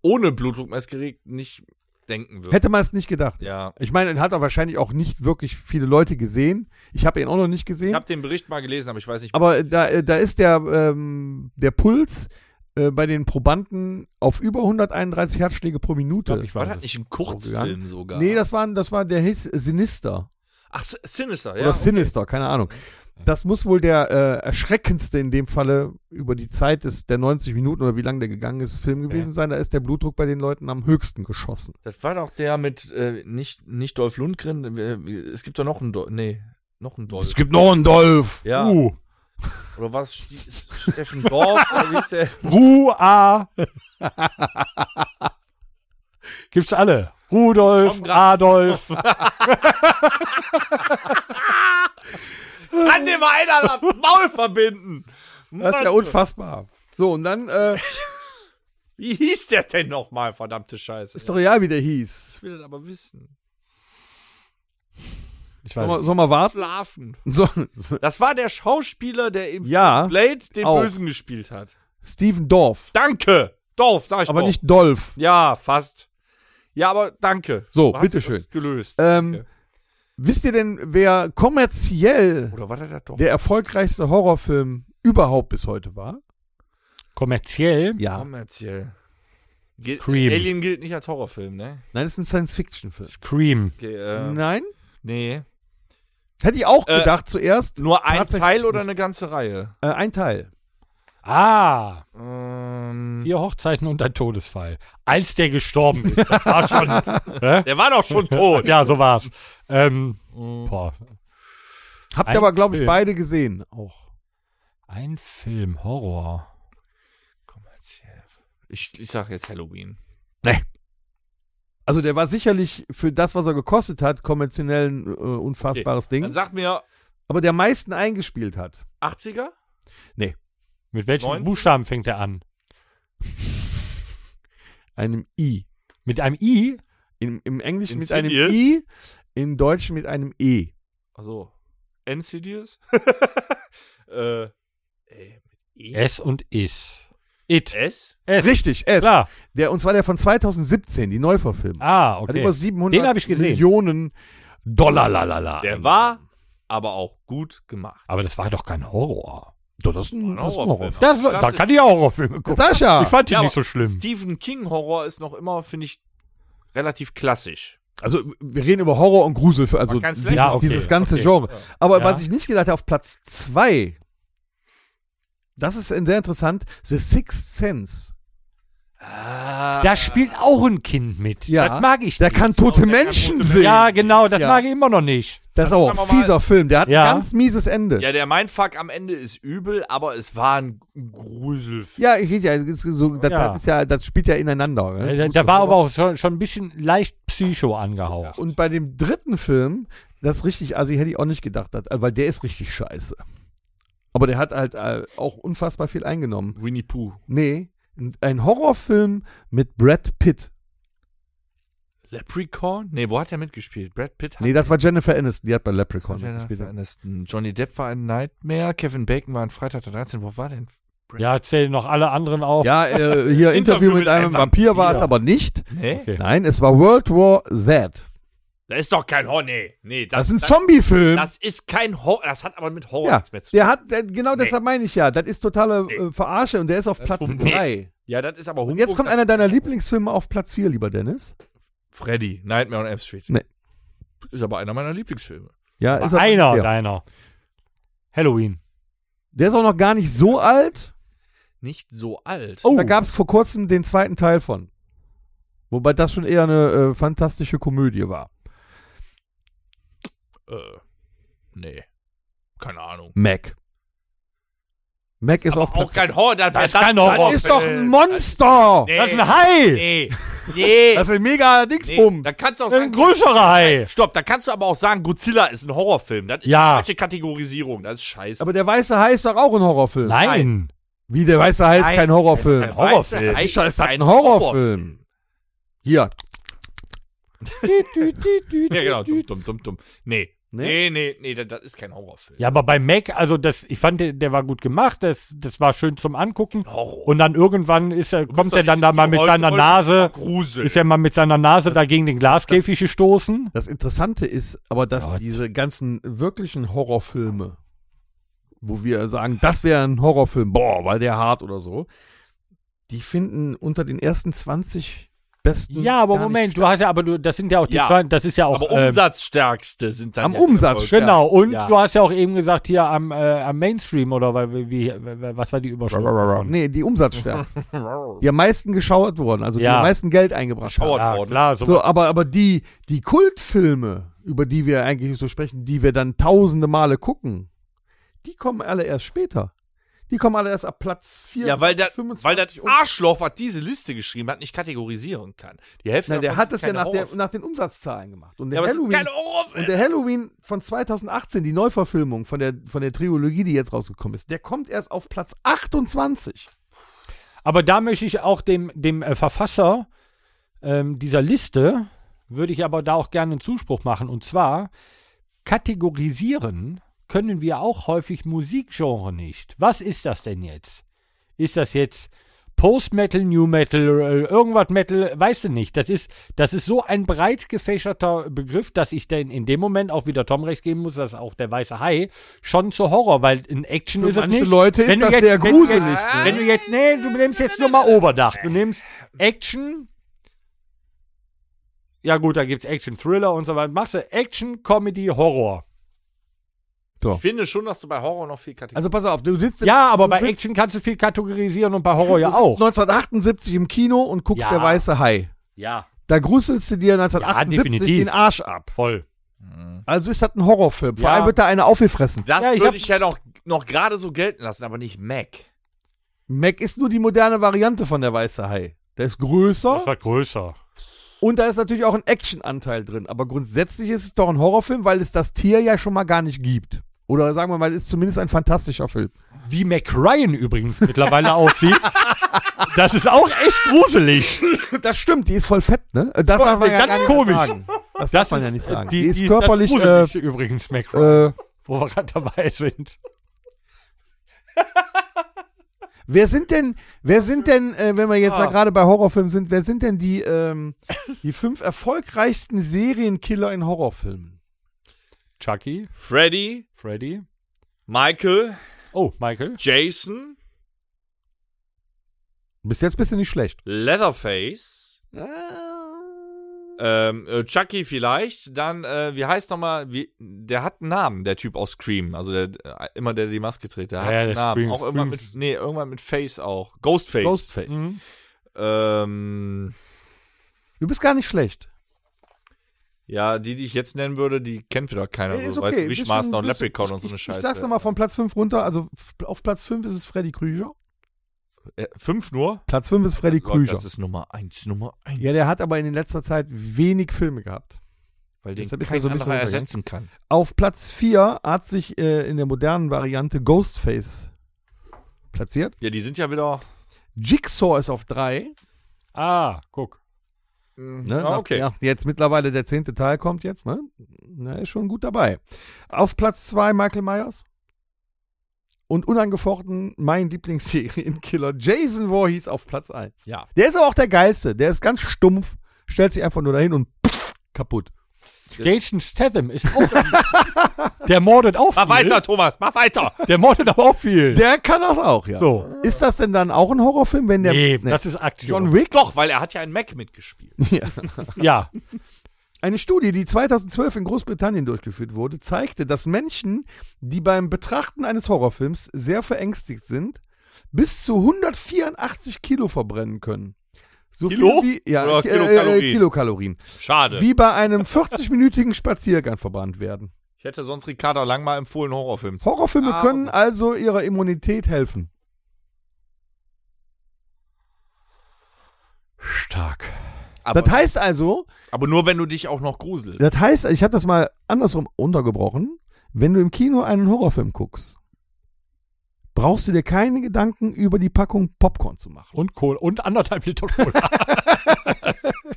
Speaker 3: ohne Blutdruckmessgerät nicht denken würde.
Speaker 4: Hätte man es nicht gedacht.
Speaker 3: Ja.
Speaker 4: Ich meine, er hat auch wahrscheinlich auch nicht wirklich viele Leute gesehen. Ich habe ihn auch noch nicht
Speaker 3: Ich
Speaker 4: gesehen.
Speaker 3: habe den Bericht mal gelesen, aber ich weiß nicht.
Speaker 4: Aber da, äh, da ist der, ähm, der Puls äh, bei den Probanden auf über 131 Herzschläge pro
Speaker 2: Ich glaub,
Speaker 4: Minute. Äh,
Speaker 2: ich
Speaker 3: war
Speaker 2: weiß
Speaker 3: das
Speaker 2: es.
Speaker 3: nicht ein Kurzfilm sogar?
Speaker 4: Nee, das war, das war der hieß Sinister.
Speaker 3: Ach, S- Sinister, ja.
Speaker 4: Oder Sinister, keine Ahnung. Das muss wohl der äh, erschreckendste in dem Falle über die Zeit des, der 90 Minuten oder wie lange der gegangen ist, Film gewesen sein. Da ist der Blutdruck bei den Leuten am höchsten geschossen.
Speaker 3: Das war doch der mit, äh, nicht, nicht Dolph Lundgren, äh, es gibt doch noch einen Dolph, nee, noch einen Dolph.
Speaker 4: gibt noch einen Dolph.
Speaker 3: Ja.
Speaker 4: Uh.
Speaker 3: Oder was? Steffen Dorf? oder wie ist der?
Speaker 2: Ruah. Gibt's alle. Rudolf,
Speaker 3: Komm grad.
Speaker 2: Adolf.
Speaker 3: Kann dem einer das Maul verbinden!
Speaker 4: Das ist ja
Speaker 3: Mann,
Speaker 4: unfassbar. So, und dann äh,
Speaker 3: Wie hieß der denn nochmal, verdammte Scheiße?
Speaker 4: ist doch egal, wie der hieß.
Speaker 3: ich will das aber wissen.
Speaker 2: Ich
Speaker 4: Sollen
Speaker 2: weiß.
Speaker 4: wir,
Speaker 2: es.
Speaker 4: sollen wir warten?
Speaker 3: Schlafen.
Speaker 4: So, so,
Speaker 3: Das war der Schauspieler, der im
Speaker 4: ja,
Speaker 3: Blade den
Speaker 4: Auch.
Speaker 3: Bösen gespielt hat.
Speaker 4: Steven Dorf.
Speaker 3: Danke! Dorf, sag ich
Speaker 4: Aber
Speaker 3: doch.
Speaker 4: nicht Dolph.
Speaker 3: Ja, fast. Ja, aber danke.
Speaker 4: So,
Speaker 3: Du hast
Speaker 4: Oh, bitteschön.
Speaker 3: das gelöst.
Speaker 4: Ähm,
Speaker 3: Danke.
Speaker 4: wisst ihr denn, wer kommerziell
Speaker 3: Oder war der das doch?
Speaker 4: der erfolgreichste Horrorfilm überhaupt bis heute war?
Speaker 2: Kommerziell.
Speaker 4: Ja.
Speaker 3: kommerziell. Gilt,
Speaker 2: Scream.
Speaker 3: Alien gilt nicht als Horrorfilm, ne?
Speaker 4: Nein, das ist ein Science-Fiction-Film.
Speaker 2: Scream.
Speaker 3: Ge- äh,
Speaker 4: Nein?
Speaker 3: nee.
Speaker 4: Hätte ich auch
Speaker 3: Äh,
Speaker 4: gedacht zuerst.
Speaker 3: Nur ein
Speaker 4: Tatsächlich
Speaker 3: Teil oder
Speaker 4: nicht.
Speaker 3: eine ganze Reihe?
Speaker 4: Äh, ein Teil.
Speaker 2: Ah,
Speaker 3: Ähm,
Speaker 2: vier Hochzeiten und ein Todesfall. Als der gestorben ist. Das war schon. hä?
Speaker 3: Der war doch schon tot.
Speaker 2: Ja, so war's. Ähm, boah.
Speaker 4: Habt
Speaker 2: Ein
Speaker 4: ihr aber, glaube ich,
Speaker 2: Film.
Speaker 4: beide gesehen. Auch.
Speaker 2: Ein Film, Horror.
Speaker 3: Kommerziell. Ich, ich sag jetzt Halloween.
Speaker 4: Also der war sicherlich für das, was er gekostet hat, kommerziell ein äh, unfassbares
Speaker 3: Dann
Speaker 4: Ding.
Speaker 3: sag mir
Speaker 4: Aber der meisten eingespielt hat.
Speaker 3: 80er?
Speaker 2: Mit welchen
Speaker 3: 19?
Speaker 2: Buchstaben fängt er an?
Speaker 4: Einem I.
Speaker 2: Mit einem I?
Speaker 4: Im, im Englischen mit einem
Speaker 3: Insidious?
Speaker 4: I, im Deutschen mit einem E.
Speaker 3: Also, Insidious? äh, ey, mit E?
Speaker 2: S und Is. It.
Speaker 3: S?
Speaker 2: S.
Speaker 4: Richtig, S.
Speaker 2: Klar.
Speaker 4: Der, und zwar der von 2017, die Neuverfilmung.
Speaker 2: Ah,
Speaker 4: Hat über
Speaker 2: okay.
Speaker 4: 700
Speaker 2: Den hab ich gesehen.
Speaker 4: Millionen Dollar. Lalala.
Speaker 3: Der war aber auch gut gemacht.
Speaker 2: Aber das war doch kein Horror.
Speaker 4: Doch, das ist ein, das ist ein Horrorfilm.
Speaker 2: Das, war- da
Speaker 3: Klassisch.
Speaker 2: kann ich auch Horrorfilme gucken.
Speaker 4: Sascha!
Speaker 2: Ich fand die
Speaker 3: Ja,
Speaker 2: nicht so
Speaker 3: aber
Speaker 4: Hm.
Speaker 2: schlimm.
Speaker 3: Stephen King Horror ist noch immer, finde ich, relativ klassisch.
Speaker 4: Also wir reden über Horror und Grusel, für, also
Speaker 3: Man kann's
Speaker 4: dieses,
Speaker 3: leicht-
Speaker 2: Ja, okay,
Speaker 4: dieses ganze
Speaker 2: okay.
Speaker 4: Genre. Aber
Speaker 2: Ja.
Speaker 4: was ich nicht gedacht habe, auf Platz zwei, das ist sehr interessant, The Sixth Sense.
Speaker 3: Ah.
Speaker 2: Da spielt auch ein Kind mit.
Speaker 4: Ja.
Speaker 2: Das mag ich
Speaker 4: Genau, Der
Speaker 2: nicht.
Speaker 4: kann tote
Speaker 3: der kann
Speaker 4: Menschen
Speaker 3: tote
Speaker 4: sehen.
Speaker 2: Ja, genau, das
Speaker 4: Ja.
Speaker 2: mag ich immer noch nicht.
Speaker 4: Das ist auch
Speaker 3: Sagen
Speaker 4: ein
Speaker 3: wir mal-
Speaker 4: fieser Film. Der hat
Speaker 2: Ja.
Speaker 4: ein ganz mieses Ende. Ja,
Speaker 3: Ja, der Mindfuck am Ende ist übel, aber es war ein Gruselfilm.
Speaker 4: ich rede ja, das, ist so, das,
Speaker 2: Ja.
Speaker 4: das Ist ja, das spielt ja ineinander. ne?
Speaker 2: Da, da Äh, war aber auch schon, schon ein bisschen leicht Psycho angehaucht.
Speaker 4: Und bei dem dritten Film, das ist richtig, also hätte ich auch nicht gedacht, dass- äh, weil der ist richtig scheiße. Aber der hat halt äh, auch unfassbar viel eingenommen.
Speaker 3: Winnie Pooh.
Speaker 4: Nee, ein Horrorfilm mit Brad Pitt.
Speaker 3: Leprechaun? Nee, wo hat er mitgespielt? Brad Pitt hat
Speaker 4: Nee, das war Jennifer Aniston, die hat bei Leprechaun
Speaker 3: Jennifer
Speaker 4: gespielt.
Speaker 3: Aniston. Johnny Depp war ein Nightmare. Kevin Bacon war ein Freitag der 13. Wo war denn?
Speaker 2: Ja, zählen noch alle anderen auf.
Speaker 4: Ja, äh, hier Interview mit einem Vampir war es aber nicht.
Speaker 3: Nee?
Speaker 2: Okay.
Speaker 4: Nein, es war World War Z.
Speaker 3: Da ist doch kein Horror. Nee, nee.
Speaker 4: Das oh, ist ein Zombie-Film.
Speaker 3: Das ist kein Horror. Das hat aber mit Horror
Speaker 4: Ja,
Speaker 3: nichts mehr zu tun.
Speaker 4: der hat, der, genau deshalb meine ich ja, das ist totale äh, Verarsche und der ist um- auf Platz
Speaker 3: Humbug.
Speaker 4: 3.
Speaker 3: Ja, das ist aber Humbug.
Speaker 4: Und jetzt kommt einer deiner Lieblingsfilme auf Platz 4, lieber Dennis.
Speaker 3: Freddy, Nightmare on Elm Street.
Speaker 4: Nee.
Speaker 3: Ist aber einer meiner Lieblingsfilme.
Speaker 4: Ja, ist er-
Speaker 2: einer
Speaker 4: ja.
Speaker 2: deiner. Halloween.
Speaker 4: Der ist auch noch gar nicht so alt.
Speaker 3: Nicht so alt.
Speaker 4: Da gab es vor kurzem den zweiten Teil von. Wobei das schon eher eine äh, fantastische Komödie war.
Speaker 3: Äh, nee. Keine Ahnung.
Speaker 4: Mac. Mac ist auf
Speaker 3: Auch
Speaker 4: Platz
Speaker 3: kein Horror. Das,
Speaker 2: Das ist kein Horror.
Speaker 4: Das ist doch ein Monster!
Speaker 3: Nee,
Speaker 2: Das ist ein Hai!
Speaker 3: nee. Nee.
Speaker 4: Das ist ein mega
Speaker 3: nee.
Speaker 4: Dingsbum.
Speaker 3: Da kannst du auch
Speaker 2: Das ist ein
Speaker 3: sagen,
Speaker 2: größerer Hai!
Speaker 3: Stopp, da kannst du aber auch sagen, Godzilla ist ein Horrorfilm. Das ist
Speaker 2: Ja.
Speaker 3: eine falsche Kategorisierung. Das ist scheiße.
Speaker 4: Aber der weiße Hai ist doch auch ein Horrorfilm.
Speaker 2: Nein!
Speaker 4: Wie, der weiße Hai ist
Speaker 3: Nein.
Speaker 4: kein Horrorfilm.
Speaker 3: Horrorfilm.
Speaker 4: Das ist, schon- das ist ein Horrorfilm. Hier.
Speaker 3: Ja, genau. Dumm, dumm, dumm, dumm. Nee. Nee, nee, nee, das, das ist kein Horrorfilm.
Speaker 2: Ja, aber bei Mac, also das, ich fand, der, der war gut gemacht, das, das war schön zum Angucken.
Speaker 3: Horror.
Speaker 2: Und dann irgendwann ist er, kommt
Speaker 3: musst
Speaker 2: er
Speaker 3: doch
Speaker 2: dann
Speaker 3: nicht
Speaker 2: da mal
Speaker 3: die
Speaker 2: mit
Speaker 3: Leute
Speaker 2: seiner
Speaker 3: voll
Speaker 2: Nase,
Speaker 3: Grusel.
Speaker 2: ist er mal mit seiner Nase da gegen den Glaskäfig gestoßen.
Speaker 4: Das Interessante ist aber, dass
Speaker 2: Gott.
Speaker 4: diese ganzen wirklichen Horrorfilme, wo wir sagen, das wäre ein Horrorfilm, boah, weil der hart oder so, die finden unter den ersten 20
Speaker 3: Hm,
Speaker 4: besten.
Speaker 2: Ja, aber
Speaker 4: gar nicht
Speaker 2: Moment,
Speaker 4: statt.
Speaker 2: du hast ja, aber du, das sind ja auch die,
Speaker 3: Ja.
Speaker 2: zwei- das ist ja auch,
Speaker 3: aber
Speaker 2: ähm,
Speaker 3: umsatzstärkste sind dann
Speaker 4: am
Speaker 3: ja
Speaker 4: Umsatz
Speaker 3: die Erfolge.
Speaker 2: genau, und
Speaker 3: Ja.
Speaker 2: du hast ja auch eben gesagt, hier am, äh, am Mainstream oder weil, wie, wie, was war die Überschrift? davon?
Speaker 4: Nee, die umsatzstärksten. die am meisten geschaut wurden, also die
Speaker 2: Ja.
Speaker 4: am meisten Geld eingebracht haben.
Speaker 3: Schauer-
Speaker 2: Ja, Ah, klar, so,
Speaker 4: So, aber, aber die, die Kultfilme, über die wir eigentlich so sprechen, die wir dann tausende Male gucken, die kommen alle erst später. Die kommen alle erst ab Platz 4.
Speaker 3: Ja, weil der,
Speaker 4: 25
Speaker 3: weil der
Speaker 4: um.
Speaker 3: Arschloch, was diese Liste geschrieben hat, nicht kategorisieren kann. Die Hälfte
Speaker 4: Nein, der
Speaker 3: davon
Speaker 4: hat das
Speaker 3: sind
Speaker 4: ja
Speaker 3: keine
Speaker 4: nach, der,
Speaker 3: Horrorfilme.
Speaker 4: nach den Umsatzzahlen gemacht. Und
Speaker 3: Ja,
Speaker 4: der,
Speaker 3: aber es ist
Speaker 4: Halloween,
Speaker 3: kein Horrorfilm.
Speaker 4: und der Halloween von 2018, die Neuverfilmung von der, von der Trilogie, die jetzt rausgekommen ist, der kommt erst auf Platz 28.
Speaker 2: Aber da möchte ich auch dem, dem äh, Verfasser ähm, dieser Liste, würde ich aber da auch gerne einen Zuspruch machen. Und zwar, kategorisieren können wir auch häufig Musikgenre nicht. Was ist das denn jetzt? Ist das jetzt Post-Metal, New Metal, äh, irgendwas Metal, weißt du nicht. Das ist, das ist so ein breit gefächerter Begriff, dass ich denn in dem Moment auch wieder Tom recht geben muss, dass auch der weiße Hai schon zu Horror, weil in Action
Speaker 4: Für
Speaker 2: ist es
Speaker 4: manche
Speaker 2: nicht.
Speaker 4: Leute ist
Speaker 2: Wenn du
Speaker 4: das sehr
Speaker 2: wenn du
Speaker 4: gruselig, ne?
Speaker 2: Wenn du jetzt, nee, du nimmst jetzt nur mal Oberdach. Du nimmst Action. Ja gut, da gibt's Action, Thriller und so weiter. Machst du Action, Comedy, Horror.
Speaker 3: Ich finde schon, dass du bei Horror noch viel Kategorie.
Speaker 4: Also pass auf, du sitzt, im-
Speaker 2: Ja, aber
Speaker 4: du
Speaker 2: bei
Speaker 4: sitzt-
Speaker 2: Action kannst du viel kategorisieren und bei Horror
Speaker 4: du
Speaker 2: ja
Speaker 4: sitzt
Speaker 2: auch.
Speaker 4: 1978 im Kino und guckst
Speaker 2: Ja.
Speaker 4: der weiße Hai.
Speaker 2: Ja,
Speaker 4: Da gruselst du
Speaker 2: Ja,
Speaker 4: dir 1978
Speaker 2: definitiv.
Speaker 4: den Arsch ab.
Speaker 2: voll.
Speaker 4: Also ist das ein Horrorfilm. Vor
Speaker 2: Ja.
Speaker 4: allem wird da einer aufgefressen.
Speaker 3: das
Speaker 2: Ja, ich hab-
Speaker 3: würde ich ja noch, noch gerade so gelten lassen, aber nicht Mac.
Speaker 4: Mac ist nur die moderne Variante von der Weiße Hai. Der ist größer
Speaker 2: war größer.
Speaker 4: und da ist natürlich auch ein Action-Anteil drin. Aber grundsätzlich ist es doch ein Horrorfilm, weil es das Tier ja schon mal gar nicht gibt. Oder sagen wir mal, es ist zumindest ein fantastischer Film.
Speaker 2: Wie Mac Ryan übrigens mittlerweile aussieht. Das ist auch echt gruselig.
Speaker 4: Das stimmt, die ist voll fett, ne? Das darf man ja
Speaker 2: ganz
Speaker 4: gar nicht
Speaker 2: komisch.
Speaker 4: sagen. Das, darf man ja nicht sagen.
Speaker 2: äh,
Speaker 4: Die, ist körperlich.
Speaker 2: Das
Speaker 4: äh,
Speaker 2: Gruselige übrigens, Mac Ryan,
Speaker 4: äh,
Speaker 2: wo wir gerade dabei sind.
Speaker 4: wer sind denn, wer sind denn, äh, wenn wir jetzt da gerade bei Horrorfilmen sind, wer sind denn die, ähm, die fünf erfolgreichsten Serienkiller in Horrorfilmen?
Speaker 2: Chucky,
Speaker 3: Freddy,
Speaker 2: Freddy.
Speaker 3: Michael,
Speaker 2: Oh, Michael.
Speaker 3: Jason,
Speaker 4: Bis jetzt bist du nicht schlecht.
Speaker 3: Leatherface,
Speaker 4: Äh,
Speaker 3: ähm, äh, Chucky vielleicht, dann, äh, wie heißt nochmal, wie, der hat einen Namen, der Typ aus Scream, also der, äh, immer der, der die Maske trägt, der
Speaker 2: Ja,
Speaker 3: hat
Speaker 2: ja,
Speaker 3: einen
Speaker 2: der
Speaker 3: Namen.
Speaker 2: Scream-
Speaker 3: auch irgendwann mit,
Speaker 2: Scream-
Speaker 3: nee, irgendwann mit Face auch. Ghostface.
Speaker 4: Ghostface.
Speaker 3: Ähm,
Speaker 4: Du bist gar nicht schlecht.
Speaker 3: ja, die, die ich jetzt nennen würde, die kennt wieder keiner.
Speaker 4: Nee,
Speaker 3: so,
Speaker 4: ist
Speaker 3: weißt
Speaker 4: okay.
Speaker 3: du, Wishmaster
Speaker 4: Bisschen-
Speaker 3: und Leprechaun
Speaker 4: bisschen-
Speaker 3: und so eine
Speaker 4: ich,
Speaker 3: Scheiße.
Speaker 4: Ich sag's nochmal von Platz 5 runter. Also f- auf Platz 5 ist es Freddy Krüger.
Speaker 3: Äh, fünf nur? Oh
Speaker 4: Platz 5 ist Freddy
Speaker 3: Gott,
Speaker 4: Krüger.
Speaker 3: Das ist Nummer eins, Nummer eins.
Speaker 4: Ja, der hat aber in letzter Zeit wenig Filme gehabt.
Speaker 3: weil den
Speaker 4: deshalb
Speaker 3: kein
Speaker 4: ist er so ein bisschen
Speaker 3: anderer
Speaker 4: untergegangen.
Speaker 3: ersetzen kann.
Speaker 4: Auf Platz 4 hat sich äh, in der modernen Variante Ghostface platziert.
Speaker 3: Ja, die sind ja wieder.
Speaker 4: Jigsaw ist auf 3.
Speaker 2: Ah, guck.
Speaker 4: Ne?
Speaker 3: Ah, okay.
Speaker 4: Ja, jetzt mittlerweile der zehnte Teil kommt jetzt, ne? Na, ist schon gut dabei. Auf Platz zwei Michael Myers. Und unangefochten mein Lieblingserienkiller Jason Voorhees auf Platz eins.
Speaker 3: Ja.
Speaker 4: Der ist aber auch der geilste. Der ist ganz stumpf, stellt sich einfach nur dahin und pss, kaputt.
Speaker 2: Jason Statham ist auch. der mordet auch viel.
Speaker 3: Mach weiter, Thomas, mach weiter.
Speaker 2: Der mordet aber auch viel.
Speaker 4: Der kann das auch, ja.
Speaker 2: so.
Speaker 4: Ist das denn dann auch ein Horrorfilm, wenn der
Speaker 2: nee,
Speaker 4: Nee.
Speaker 2: das ist Aktion.
Speaker 4: John Wick?
Speaker 3: Doch, weil er hat ja einen Mac mitgespielt.
Speaker 4: Ja.
Speaker 2: Ja.
Speaker 4: Eine Studie, die 2012 in Großbritannien durchgeführt wurde, zeigte, dass Menschen, die beim Betrachten eines Horrorfilms sehr verängstigt sind, bis zu 184 Kilo verbrennen können. So
Speaker 3: Kilo?
Speaker 4: viel wie ja,
Speaker 3: Oder
Speaker 4: Ki-
Speaker 3: Kilokalorien?
Speaker 4: Kilokalorien.
Speaker 3: Schade.
Speaker 4: Wie bei einem 40-minütigen Spaziergang verbrannt werden.
Speaker 3: Ich hätte sonst Ricarda Lang mal empfohlen, Horrorfilm zu
Speaker 4: Horrorfilme
Speaker 3: Ah,
Speaker 4: können also ihrer Immunität helfen.
Speaker 2: Stark.
Speaker 3: aber,
Speaker 4: das heißt also,
Speaker 3: aber nur, wenn du dich auch noch gruselst.
Speaker 4: das heißt, ich habe das mal andersrum untergebrochen, wenn du im Kino einen Horrorfilm guckst, brauchst du dir keine Gedanken über die Packung Popcorn zu machen.
Speaker 2: Und Kohl. Und anderthalb Liter Cola.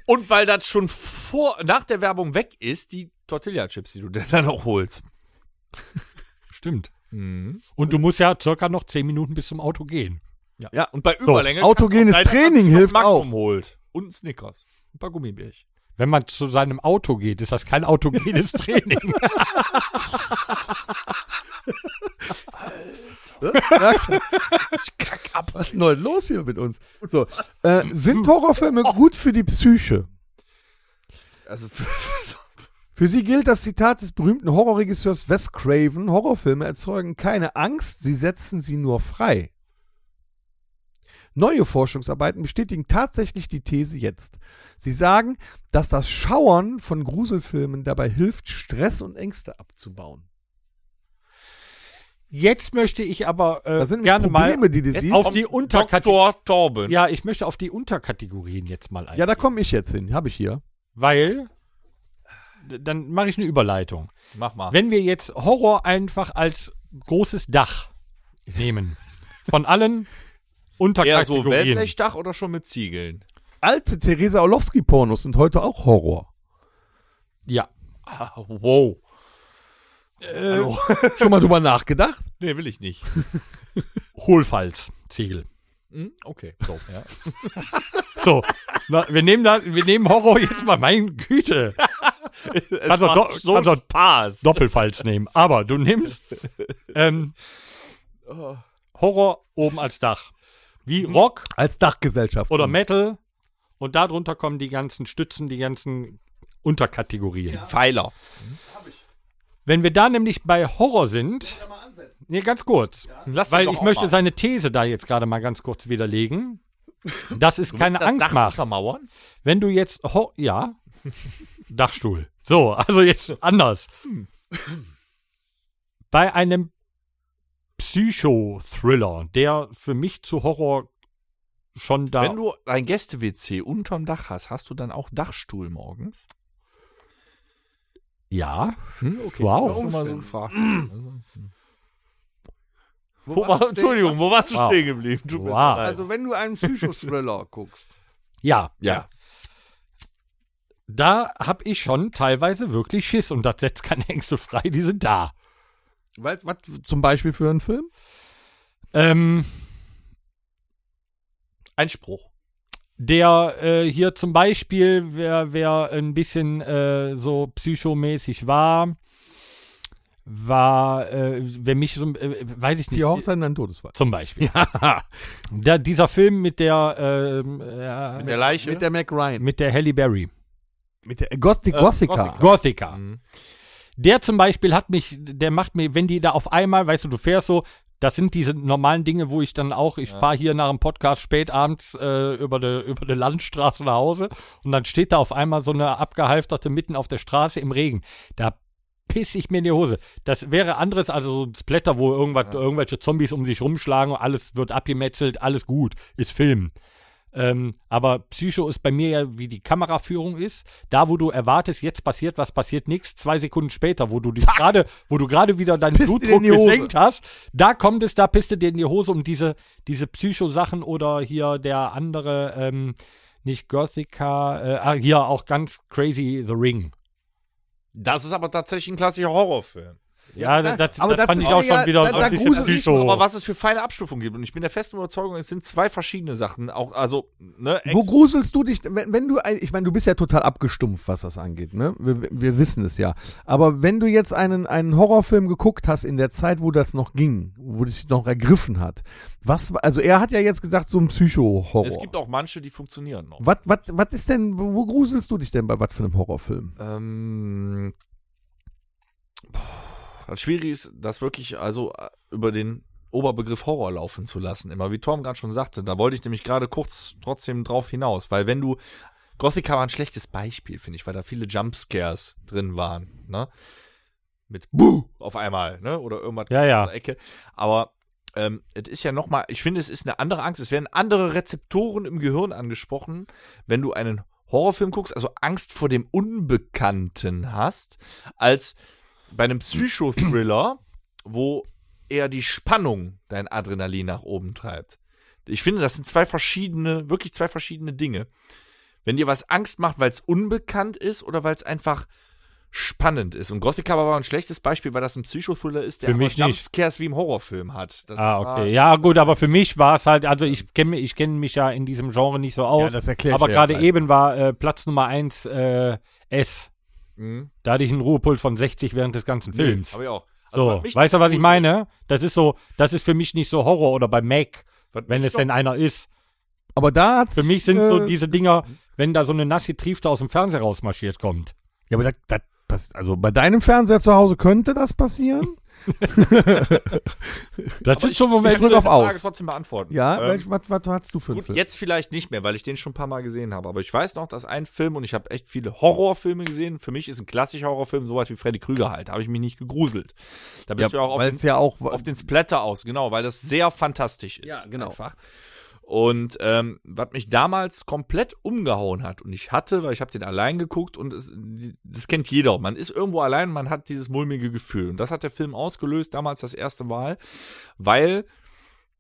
Speaker 3: Und weil das schon vor, nach der Werbung weg ist, die Tortilla-Chips, die du dir dann noch holst.
Speaker 2: Stimmt.
Speaker 3: Mhm.
Speaker 2: Und du musst ja circa noch zehn Minuten bis zum Auto gehen.
Speaker 3: Ja.
Speaker 4: Ja.
Speaker 3: Und bei Überlänge. kannst du
Speaker 4: autogenes
Speaker 3: auch leider-
Speaker 4: Training
Speaker 3: dass man
Speaker 4: hilft
Speaker 3: Magnum
Speaker 4: auch.
Speaker 3: holt. Und einen Snickers. Ein paar Gummibärchen.
Speaker 2: Wenn man zu seinem Auto geht, ist das kein autogenes Training.
Speaker 4: Merkst du? Was ist denn heute los hier mit uns? So, äh, sind Horrorfilme
Speaker 2: Oh.
Speaker 4: gut für die Psyche?
Speaker 3: Also,
Speaker 4: Für sie gilt das Zitat des berühmten Horrorregisseurs Wes Craven: Horrorfilme erzeugen keine Angst, sie setzen sie nur frei. Neue Forschungsarbeiten bestätigen tatsächlich die These jetzt. Sie sagen, dass das Schauern von Gruselfilmen dabei hilft, Stress und Ängste abzubauen.
Speaker 2: Jetzt möchte ich aber äh,
Speaker 4: Das sind
Speaker 2: gerne
Speaker 4: Probleme,
Speaker 2: mal
Speaker 4: die du
Speaker 3: Jetzt
Speaker 4: siehst.
Speaker 2: auf die Unterkategorien.
Speaker 3: Dr. Torben.
Speaker 2: Ja, ich möchte auf die Unterkategorien jetzt mal ein.
Speaker 4: Ja, da komme ich jetzt hin. Habe ich hier.
Speaker 2: Weil, d- dann mache ich eine Überleitung.
Speaker 3: Mach mal.
Speaker 2: Wenn wir jetzt Horror einfach als großes Dach nehmen, von allen
Speaker 3: Eher so
Speaker 2: Unterkategorien.
Speaker 3: Wellblechdach oder schon mit Ziegeln?
Speaker 4: alte Theresa Orlowski-Pornos sind heute auch Horror.
Speaker 2: ja.
Speaker 3: Ah, wow. Hallo.
Speaker 4: Schon mal drüber nachgedacht?
Speaker 3: Nee, will ich nicht.
Speaker 2: Hohlfallsziegel.
Speaker 3: Hm, Okay. So, ja.
Speaker 2: So, na, wir, nehmen da, wir nehmen Horror jetzt mal, meine Güte. Kannst du do,
Speaker 3: so
Speaker 2: kannst auch
Speaker 3: Spaß.
Speaker 2: Doppelfalls nehmen. Aber du nimmst ähm,
Speaker 3: Oh.
Speaker 2: Horror oben als Dach. Wie
Speaker 3: Mhm.
Speaker 2: Rock
Speaker 4: Als Dachgesellschaft.
Speaker 2: oder Metal. Und darunter kommen die ganzen Stützen, die ganzen Unterkategorien.
Speaker 3: Pfeiler.
Speaker 2: Wenn wir da nämlich bei Horror sind. Nee, ganz kurz.
Speaker 3: Lass
Speaker 2: Weil
Speaker 3: den doch
Speaker 2: ich
Speaker 3: auch
Speaker 2: möchte
Speaker 3: mal.
Speaker 2: seine These da jetzt gerade mal ganz kurz widerlegen. Dass es
Speaker 3: Du
Speaker 2: keine
Speaker 3: willst das
Speaker 2: Angst
Speaker 3: Dach
Speaker 2: macht.
Speaker 3: untermauern?
Speaker 2: Wenn du jetzt. Ho ja. Dachstuhl. So, also jetzt anders. Bei einem Psychothriller, der für mich zu Horror schon da.
Speaker 3: Wenn du ein Gäste-WC unterm Dach hast, hast du dann auch Dachstuhl morgens?
Speaker 2: ja.
Speaker 3: Hm, okay.
Speaker 2: Wow.
Speaker 3: Ich hab mal so gefragt.
Speaker 4: Wo
Speaker 3: Wo war, Entschuldigung, wo warst du
Speaker 2: Wow.
Speaker 3: stehen geblieben? Tut mir
Speaker 2: Wow.
Speaker 3: leid.
Speaker 4: Also, wenn du einen Psychothriller guckst.
Speaker 2: Ja.
Speaker 3: ja.
Speaker 2: Da hab ich schon teilweise wirklich Schiss und das setzt keine Ängste frei, die sind da.
Speaker 4: Was, was zum Beispiel für einen Film?
Speaker 2: Ähm,
Speaker 3: Einspruch.
Speaker 2: der äh, hier zum Beispiel, wer, wer ein bisschen äh, so psychomäßig war, war, äh, wer mich so, äh, weiß ich nicht.
Speaker 4: Vier Hochzeiten, ein Todesfall.
Speaker 2: Zum Beispiel. Da, dieser Film mit der, ähm, äh,
Speaker 3: Mit der Leiche.
Speaker 4: Mit der Mac Ryan.
Speaker 2: mit der Halle Berry.
Speaker 4: Mit der Gothic Gossica.
Speaker 2: Gothica.
Speaker 3: Mhm.
Speaker 2: Der zum Beispiel hat mich, der macht mir, wenn die da auf einmal, weißt du, du fährst so, das sind diese normalen Dinge, wo ich dann auch, ich fahre hier nach dem Podcast spät abends äh, über die über de Landstraße nach Hause und dann steht da auf einmal so eine abgehalfterte mitten auf der Straße im Regen. Da piss ich mir in die Hose. Das wäre anderes, also so ein Splatter, wo irgendwas, irgendwelche Zombies um sich rumschlagen und alles wird abgemetzelt, alles gut, ist Film. Ähm, aber Psycho ist bei mir ja, wie die Kameraführung ist, da wo du erwartest, jetzt passiert was, passiert nichts, zwei Sekunden später, wo du dich gerade, wo du gerade wieder deinen
Speaker 4: Pisst dir
Speaker 2: Blutdruck
Speaker 4: in die Hose.
Speaker 2: gesenkt hast, da kommt es, da um pisst du dir in die Hose und diese, diese Psycho-Sachen oder hier der andere, ähm, nicht Gothica, äh, ah, hier auch ganz crazy The Ring.
Speaker 5: Das ist aber tatsächlich ein klassischer Horrorfilm.
Speaker 2: Ja,
Speaker 4: da-
Speaker 2: das,
Speaker 4: aber
Speaker 2: das,
Speaker 4: das
Speaker 2: fand
Speaker 4: ist
Speaker 2: ich auch
Speaker 4: mir ja-
Speaker 2: schon wieder
Speaker 4: da-
Speaker 2: so
Speaker 4: da
Speaker 2: ein bisschen
Speaker 4: grusel ich mich
Speaker 2: psycho.
Speaker 5: Aber was es für feine Abstufungen gibt. Und ich bin der festen Überzeugung, es sind zwei verschiedene Sachen. Auch, also, ne,
Speaker 4: Wo gruselst du dich, wenn, wenn du, ein- ich meine, du bist ja total abgestumpft, was das angeht, ne? Wir, wir wissen es ja. Aber wenn du jetzt einen, einen Horrorfilm geguckt hast in der Zeit, wo das noch ging, wo dich noch ergriffen hat, was, war- also er hat ja jetzt gesagt, so ein Psycho-Horror.
Speaker 5: es gibt auch manche, die funktionieren noch.
Speaker 4: Was, was, was ist denn, wo wo gruselst du dich denn bei was für einem Horrorfilm?
Speaker 5: Ähm, puh, das Schwierig ist, das wirklich also äh, über den Oberbegriff Horror laufen zu lassen. Immer wie Tom gerade schon sagte, da wollte ich nämlich gerade kurz trotzdem drauf hinaus, weil wenn du Gothica war ein schlechtes Beispiel, finde ich, weil da viele Jumpscares drin waren, ne? Mit Buh auf einmal, ne? Oder irgendwas
Speaker 2: Ja, ja.
Speaker 5: in der Ecke. Aber ähm, es ist ja nochmal, ich finde, es ist eine andere Angst. Es werden andere Rezeptoren im Gehirn angesprochen, wenn du einen Horrorfilm guckst, also Angst vor dem Unbekannten hast, als bei einem Psychothriller, wo eher die Spannung dein Adrenalin nach oben treibt. Ich finde, das sind zwei verschiedene, wirklich zwei verschiedene Dinge. Wenn dir was Angst macht, weil es unbekannt ist oder weil es einfach spannend ist. Und Gothic Cover war ein schlechtes Beispiel, weil das ein Psychothriller ist, der
Speaker 2: Für mich
Speaker 5: aber
Speaker 2: nicht.
Speaker 5: Jumpscares wie im Horrorfilm hat. Das
Speaker 2: Ah,
Speaker 5: war-
Speaker 2: okay. Ja, gut, aber für mich war es halt, also ich kenne ich kenn mich ja in diesem Genre nicht so aus.
Speaker 4: erklärt
Speaker 2: aber gerade eben war äh, Platz Nummer 1 äh, S.
Speaker 5: Mhm.
Speaker 2: Da hatte ich einen Ruhepuls von 60 während des ganzen Films.
Speaker 5: Hab ich auch. Also
Speaker 4: also
Speaker 2: so, weißt du, was ich meine? Das ist so, das ist für mich nicht so Horror oder bei Mac, wenn es denn einer ist.
Speaker 4: Aber da hat's.
Speaker 2: Für mich sind so
Speaker 4: äh,
Speaker 2: diese Dinger, wenn da so eine nasse Triefte aus dem Fernseher rausmarschiert kommt.
Speaker 4: Ja, aber das, das passt. Also bei deinem Fernseher zu Hause könnte das passieren?
Speaker 2: Das sind so Momente.
Speaker 4: ich- drück auf aus.
Speaker 5: Frage trotzdem beantworten.
Speaker 4: Ja,
Speaker 5: Ähm,
Speaker 4: welch- was, was hast du für einen
Speaker 5: Gut,
Speaker 4: Film?
Speaker 5: jetzt vielleicht nicht mehr, weil ich den schon ein paar Mal gesehen habe. Aber ich weiß noch, dass ein Film, und ich habe echt viele Horrorfilme gesehen, für mich ist ein klassischer Horrorfilm sowas wie Freddy Krüger halt. Da habe ich mich nicht gegruselt. Da bist
Speaker 4: ja,
Speaker 5: du ja auch auf
Speaker 4: weil
Speaker 5: den,
Speaker 4: es ja auch
Speaker 5: auf den Splatter aus, genau, weil das sehr fantastisch ist.
Speaker 4: Ja, genau.
Speaker 5: Einfach. Und ähm, was mich damals komplett umgehauen hat, und ich hatte, weil ich habe den allein geguckt und es, die- das kennt jeder, man ist irgendwo allein, man hat dieses mulmige Gefühl. Und das hat der Film ausgelöst, damals das erste Mal, weil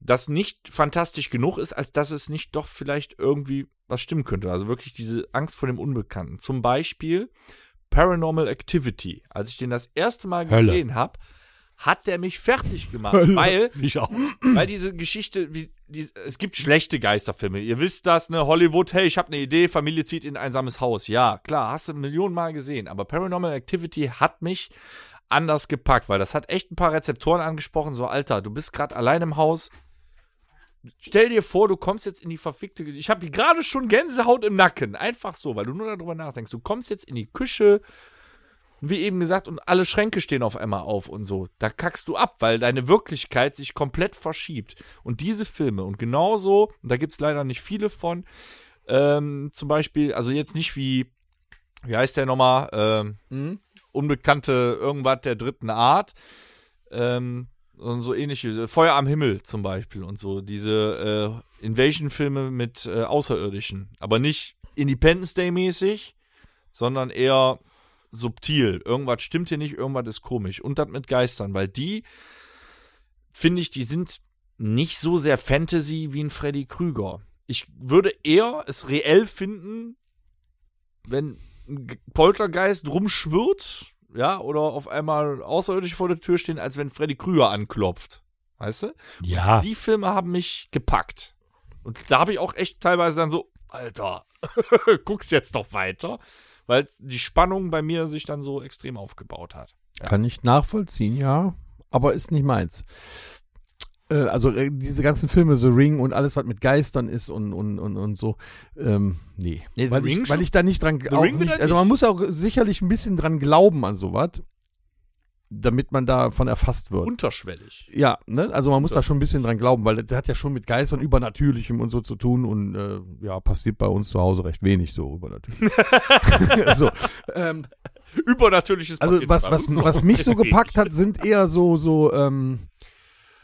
Speaker 5: das nicht fantastisch genug ist, als dass es nicht doch vielleicht irgendwie was stimmen könnte. Also wirklich diese Angst vor dem Unbekannten. Zum Beispiel Paranormal Activity. Als ich den das erste Mal
Speaker 2: Hölle.
Speaker 5: gesehen habe, hat der mich fertig gemacht, weil
Speaker 2: Ich auch.
Speaker 5: weil diese Geschichte, wie, die, es gibt schlechte Geisterfilme. Ihr wisst das, ne? Hollywood, hey, ich habe eine Idee, Familie zieht in ein einsames Haus. Ja, klar, hast du Millionen Mal gesehen. Aber Paranormal Activity hat mich anders gepackt, weil das hat echt ein paar Rezeptoren angesprochen. So, Alter, du bist gerade allein im Haus. Stell dir vor, du kommst jetzt in die verfickte. Ich habe gerade schon Gänsehaut im Nacken. Einfach so, weil du nur darüber nachdenkst. Du kommst jetzt in die Küche, wie eben gesagt, und alle Schränke stehen auf einmal auf und so. Da kackst du ab, weil deine Wirklichkeit sich komplett verschiebt. Und diese Filme, und genauso, und da gibt es leider nicht viele von, ähm, zum Beispiel, also jetzt nicht wie, wie heißt der nochmal, ähm,
Speaker 4: Mhm.
Speaker 5: Unbekannte irgendwas der dritten Art, ähm, und so ähnliche, äh, Feuer am Himmel zum Beispiel und so, diese äh, Invasion-Filme mit äh, Außerirdischen, aber nicht Independence Day mäßig, sondern eher subtil. Irgendwas stimmt hier nicht, irgendwas ist komisch. Und das mit Geistern, weil die, finde ich, die sind nicht so sehr Fantasy wie ein Freddy Krüger. Ich würde eher es reell finden, wenn ein G- Poltergeist rumschwirrt, ja, oder auf einmal Außerirdische vor der Tür stehen, als wenn Freddy Krüger anklopft. Weißt du?
Speaker 4: Ah.
Speaker 2: Ja.
Speaker 5: Die Filme haben mich gepackt. Und da habe ich auch echt teilweise dann so, Alter, guck's jetzt noch weiter, weil die Spannung bei mir sich dann so extrem aufgebaut hat.
Speaker 4: Kann ich nachvollziehen, ja. Aber ist nicht meins. Äh, Also äh, diese ganzen Filme, The Ring und alles, was mit Geistern ist und, und, und, und so, ähm, nee.
Speaker 5: Nee, The
Speaker 4: weil,
Speaker 5: Ring
Speaker 4: ich, weil
Speaker 5: schon-
Speaker 4: ich da nicht dran
Speaker 5: The
Speaker 4: auch
Speaker 5: Ring
Speaker 4: nicht,
Speaker 5: wieder
Speaker 4: Also man
Speaker 5: nicht.
Speaker 4: muss auch sicherlich ein bisschen dran glauben an sowas, damit man davon erfasst wird.
Speaker 5: Unterschwellig.
Speaker 4: ja, ne? also man muss da schon ein bisschen dran glauben, weil das hat ja schon mit Geistern, Übernatürlichem und so zu tun und äh, ja, passiert bei uns zu Hause recht wenig so übernatürlich. so, ähm,
Speaker 5: Übernatürliches
Speaker 4: also
Speaker 5: passiert
Speaker 4: was,
Speaker 5: bei
Speaker 4: was,
Speaker 5: uns noch.
Speaker 4: was mich so gepackt hat, sind eher so, so, ähm,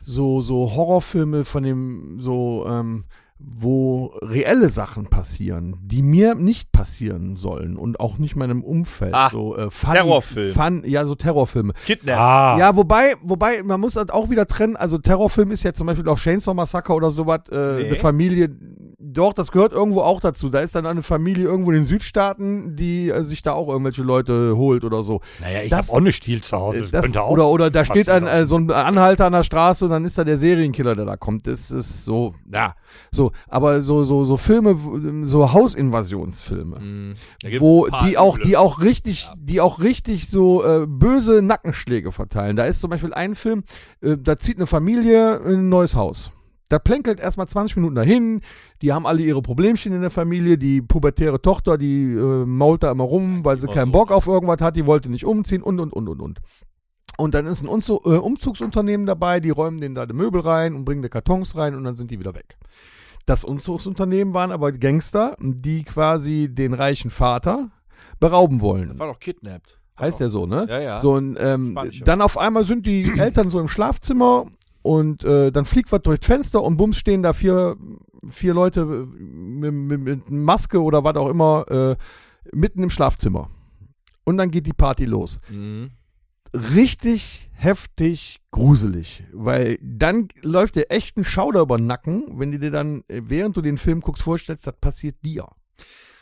Speaker 4: so, so Horrorfilme von dem, so, ähm, wo reelle Sachen passieren, die mir nicht passieren sollen und auch nicht meinem Umfeld.
Speaker 5: Ah,
Speaker 4: so äh, Fun,
Speaker 5: Terrorfilm.
Speaker 4: Fun, ja, so Terrorfilme.
Speaker 5: Kidnap.
Speaker 2: Ah.
Speaker 4: Ja, wobei, wobei, man muss halt auch wieder trennen, also Terrorfilm ist ja zum Beispiel auch Chainsaw Massacre oder sowas, äh,
Speaker 5: Nee.
Speaker 4: eine Familie, Doch, das gehört irgendwo auch dazu. Da ist dann eine Familie irgendwo in den Südstaaten, die äh, sich da auch irgendwelche Leute holt oder so.
Speaker 2: Naja, Ah ich
Speaker 4: Das-
Speaker 2: habe auch eine Stiel zu Hause.
Speaker 4: Äh,
Speaker 2: Das,
Speaker 4: das,
Speaker 2: Also, könnte auch.
Speaker 4: oder, oder da steht ein,
Speaker 2: passieren.
Speaker 4: äh, so ein Anhalter an der Straße und dann ist da der Serienkiller, der da kommt. Das ist so, ja. So, aber so, so, so Filme, w- so Hausinvasionsfilme.
Speaker 2: Mhm.
Speaker 5: Da gibt's
Speaker 4: wo
Speaker 5: ein paar
Speaker 4: die auch,
Speaker 5: üble.
Speaker 4: die auch richtig, die auch richtig so äh, böse Nackenschläge verteilen. Da ist zum Beispiel ein Film, äh, da zieht eine Familie in ein neues Haus. Da plänkelt erstmal 20 Minuten dahin, die haben alle ihre Problemchen in der Familie, die pubertäre Tochter, die äh, mault da immer rum, weil sie
Speaker 5: war
Speaker 4: keinen
Speaker 5: so,
Speaker 4: Bock
Speaker 5: ne?
Speaker 4: auf irgendwas hat, die wollte nicht umziehen und und und und und. Und dann ist ein Umzu- äh, Umzugsunternehmen dabei, die räumen denen da die Möbel rein und bringen die Kartons rein und dann sind die wieder weg. Das Umzugsunternehmen waren aber Gangster, die quasi den reichen Vater berauben wollen.
Speaker 5: War doch kidnapped.
Speaker 4: Heißt der so, ne?
Speaker 5: Ja, ja.
Speaker 4: So, und, ähm,
Speaker 5: Spanischer.
Speaker 4: dann auf einmal sind die Eltern so im Schlafzimmer und äh, dann fliegt was durchs Fenster und bums stehen da vier, vier Leute äh, mit, mit, mit Maske oder was auch immer äh, mitten im Schlafzimmer. Und dann geht die Party los
Speaker 5: Mhm.
Speaker 4: richtig heftig gruselig, weil dann läuft dir echt ein Schauder über den Nacken, wenn du dir dann, äh, während du den Film guckst, vorstellst, das passiert dir.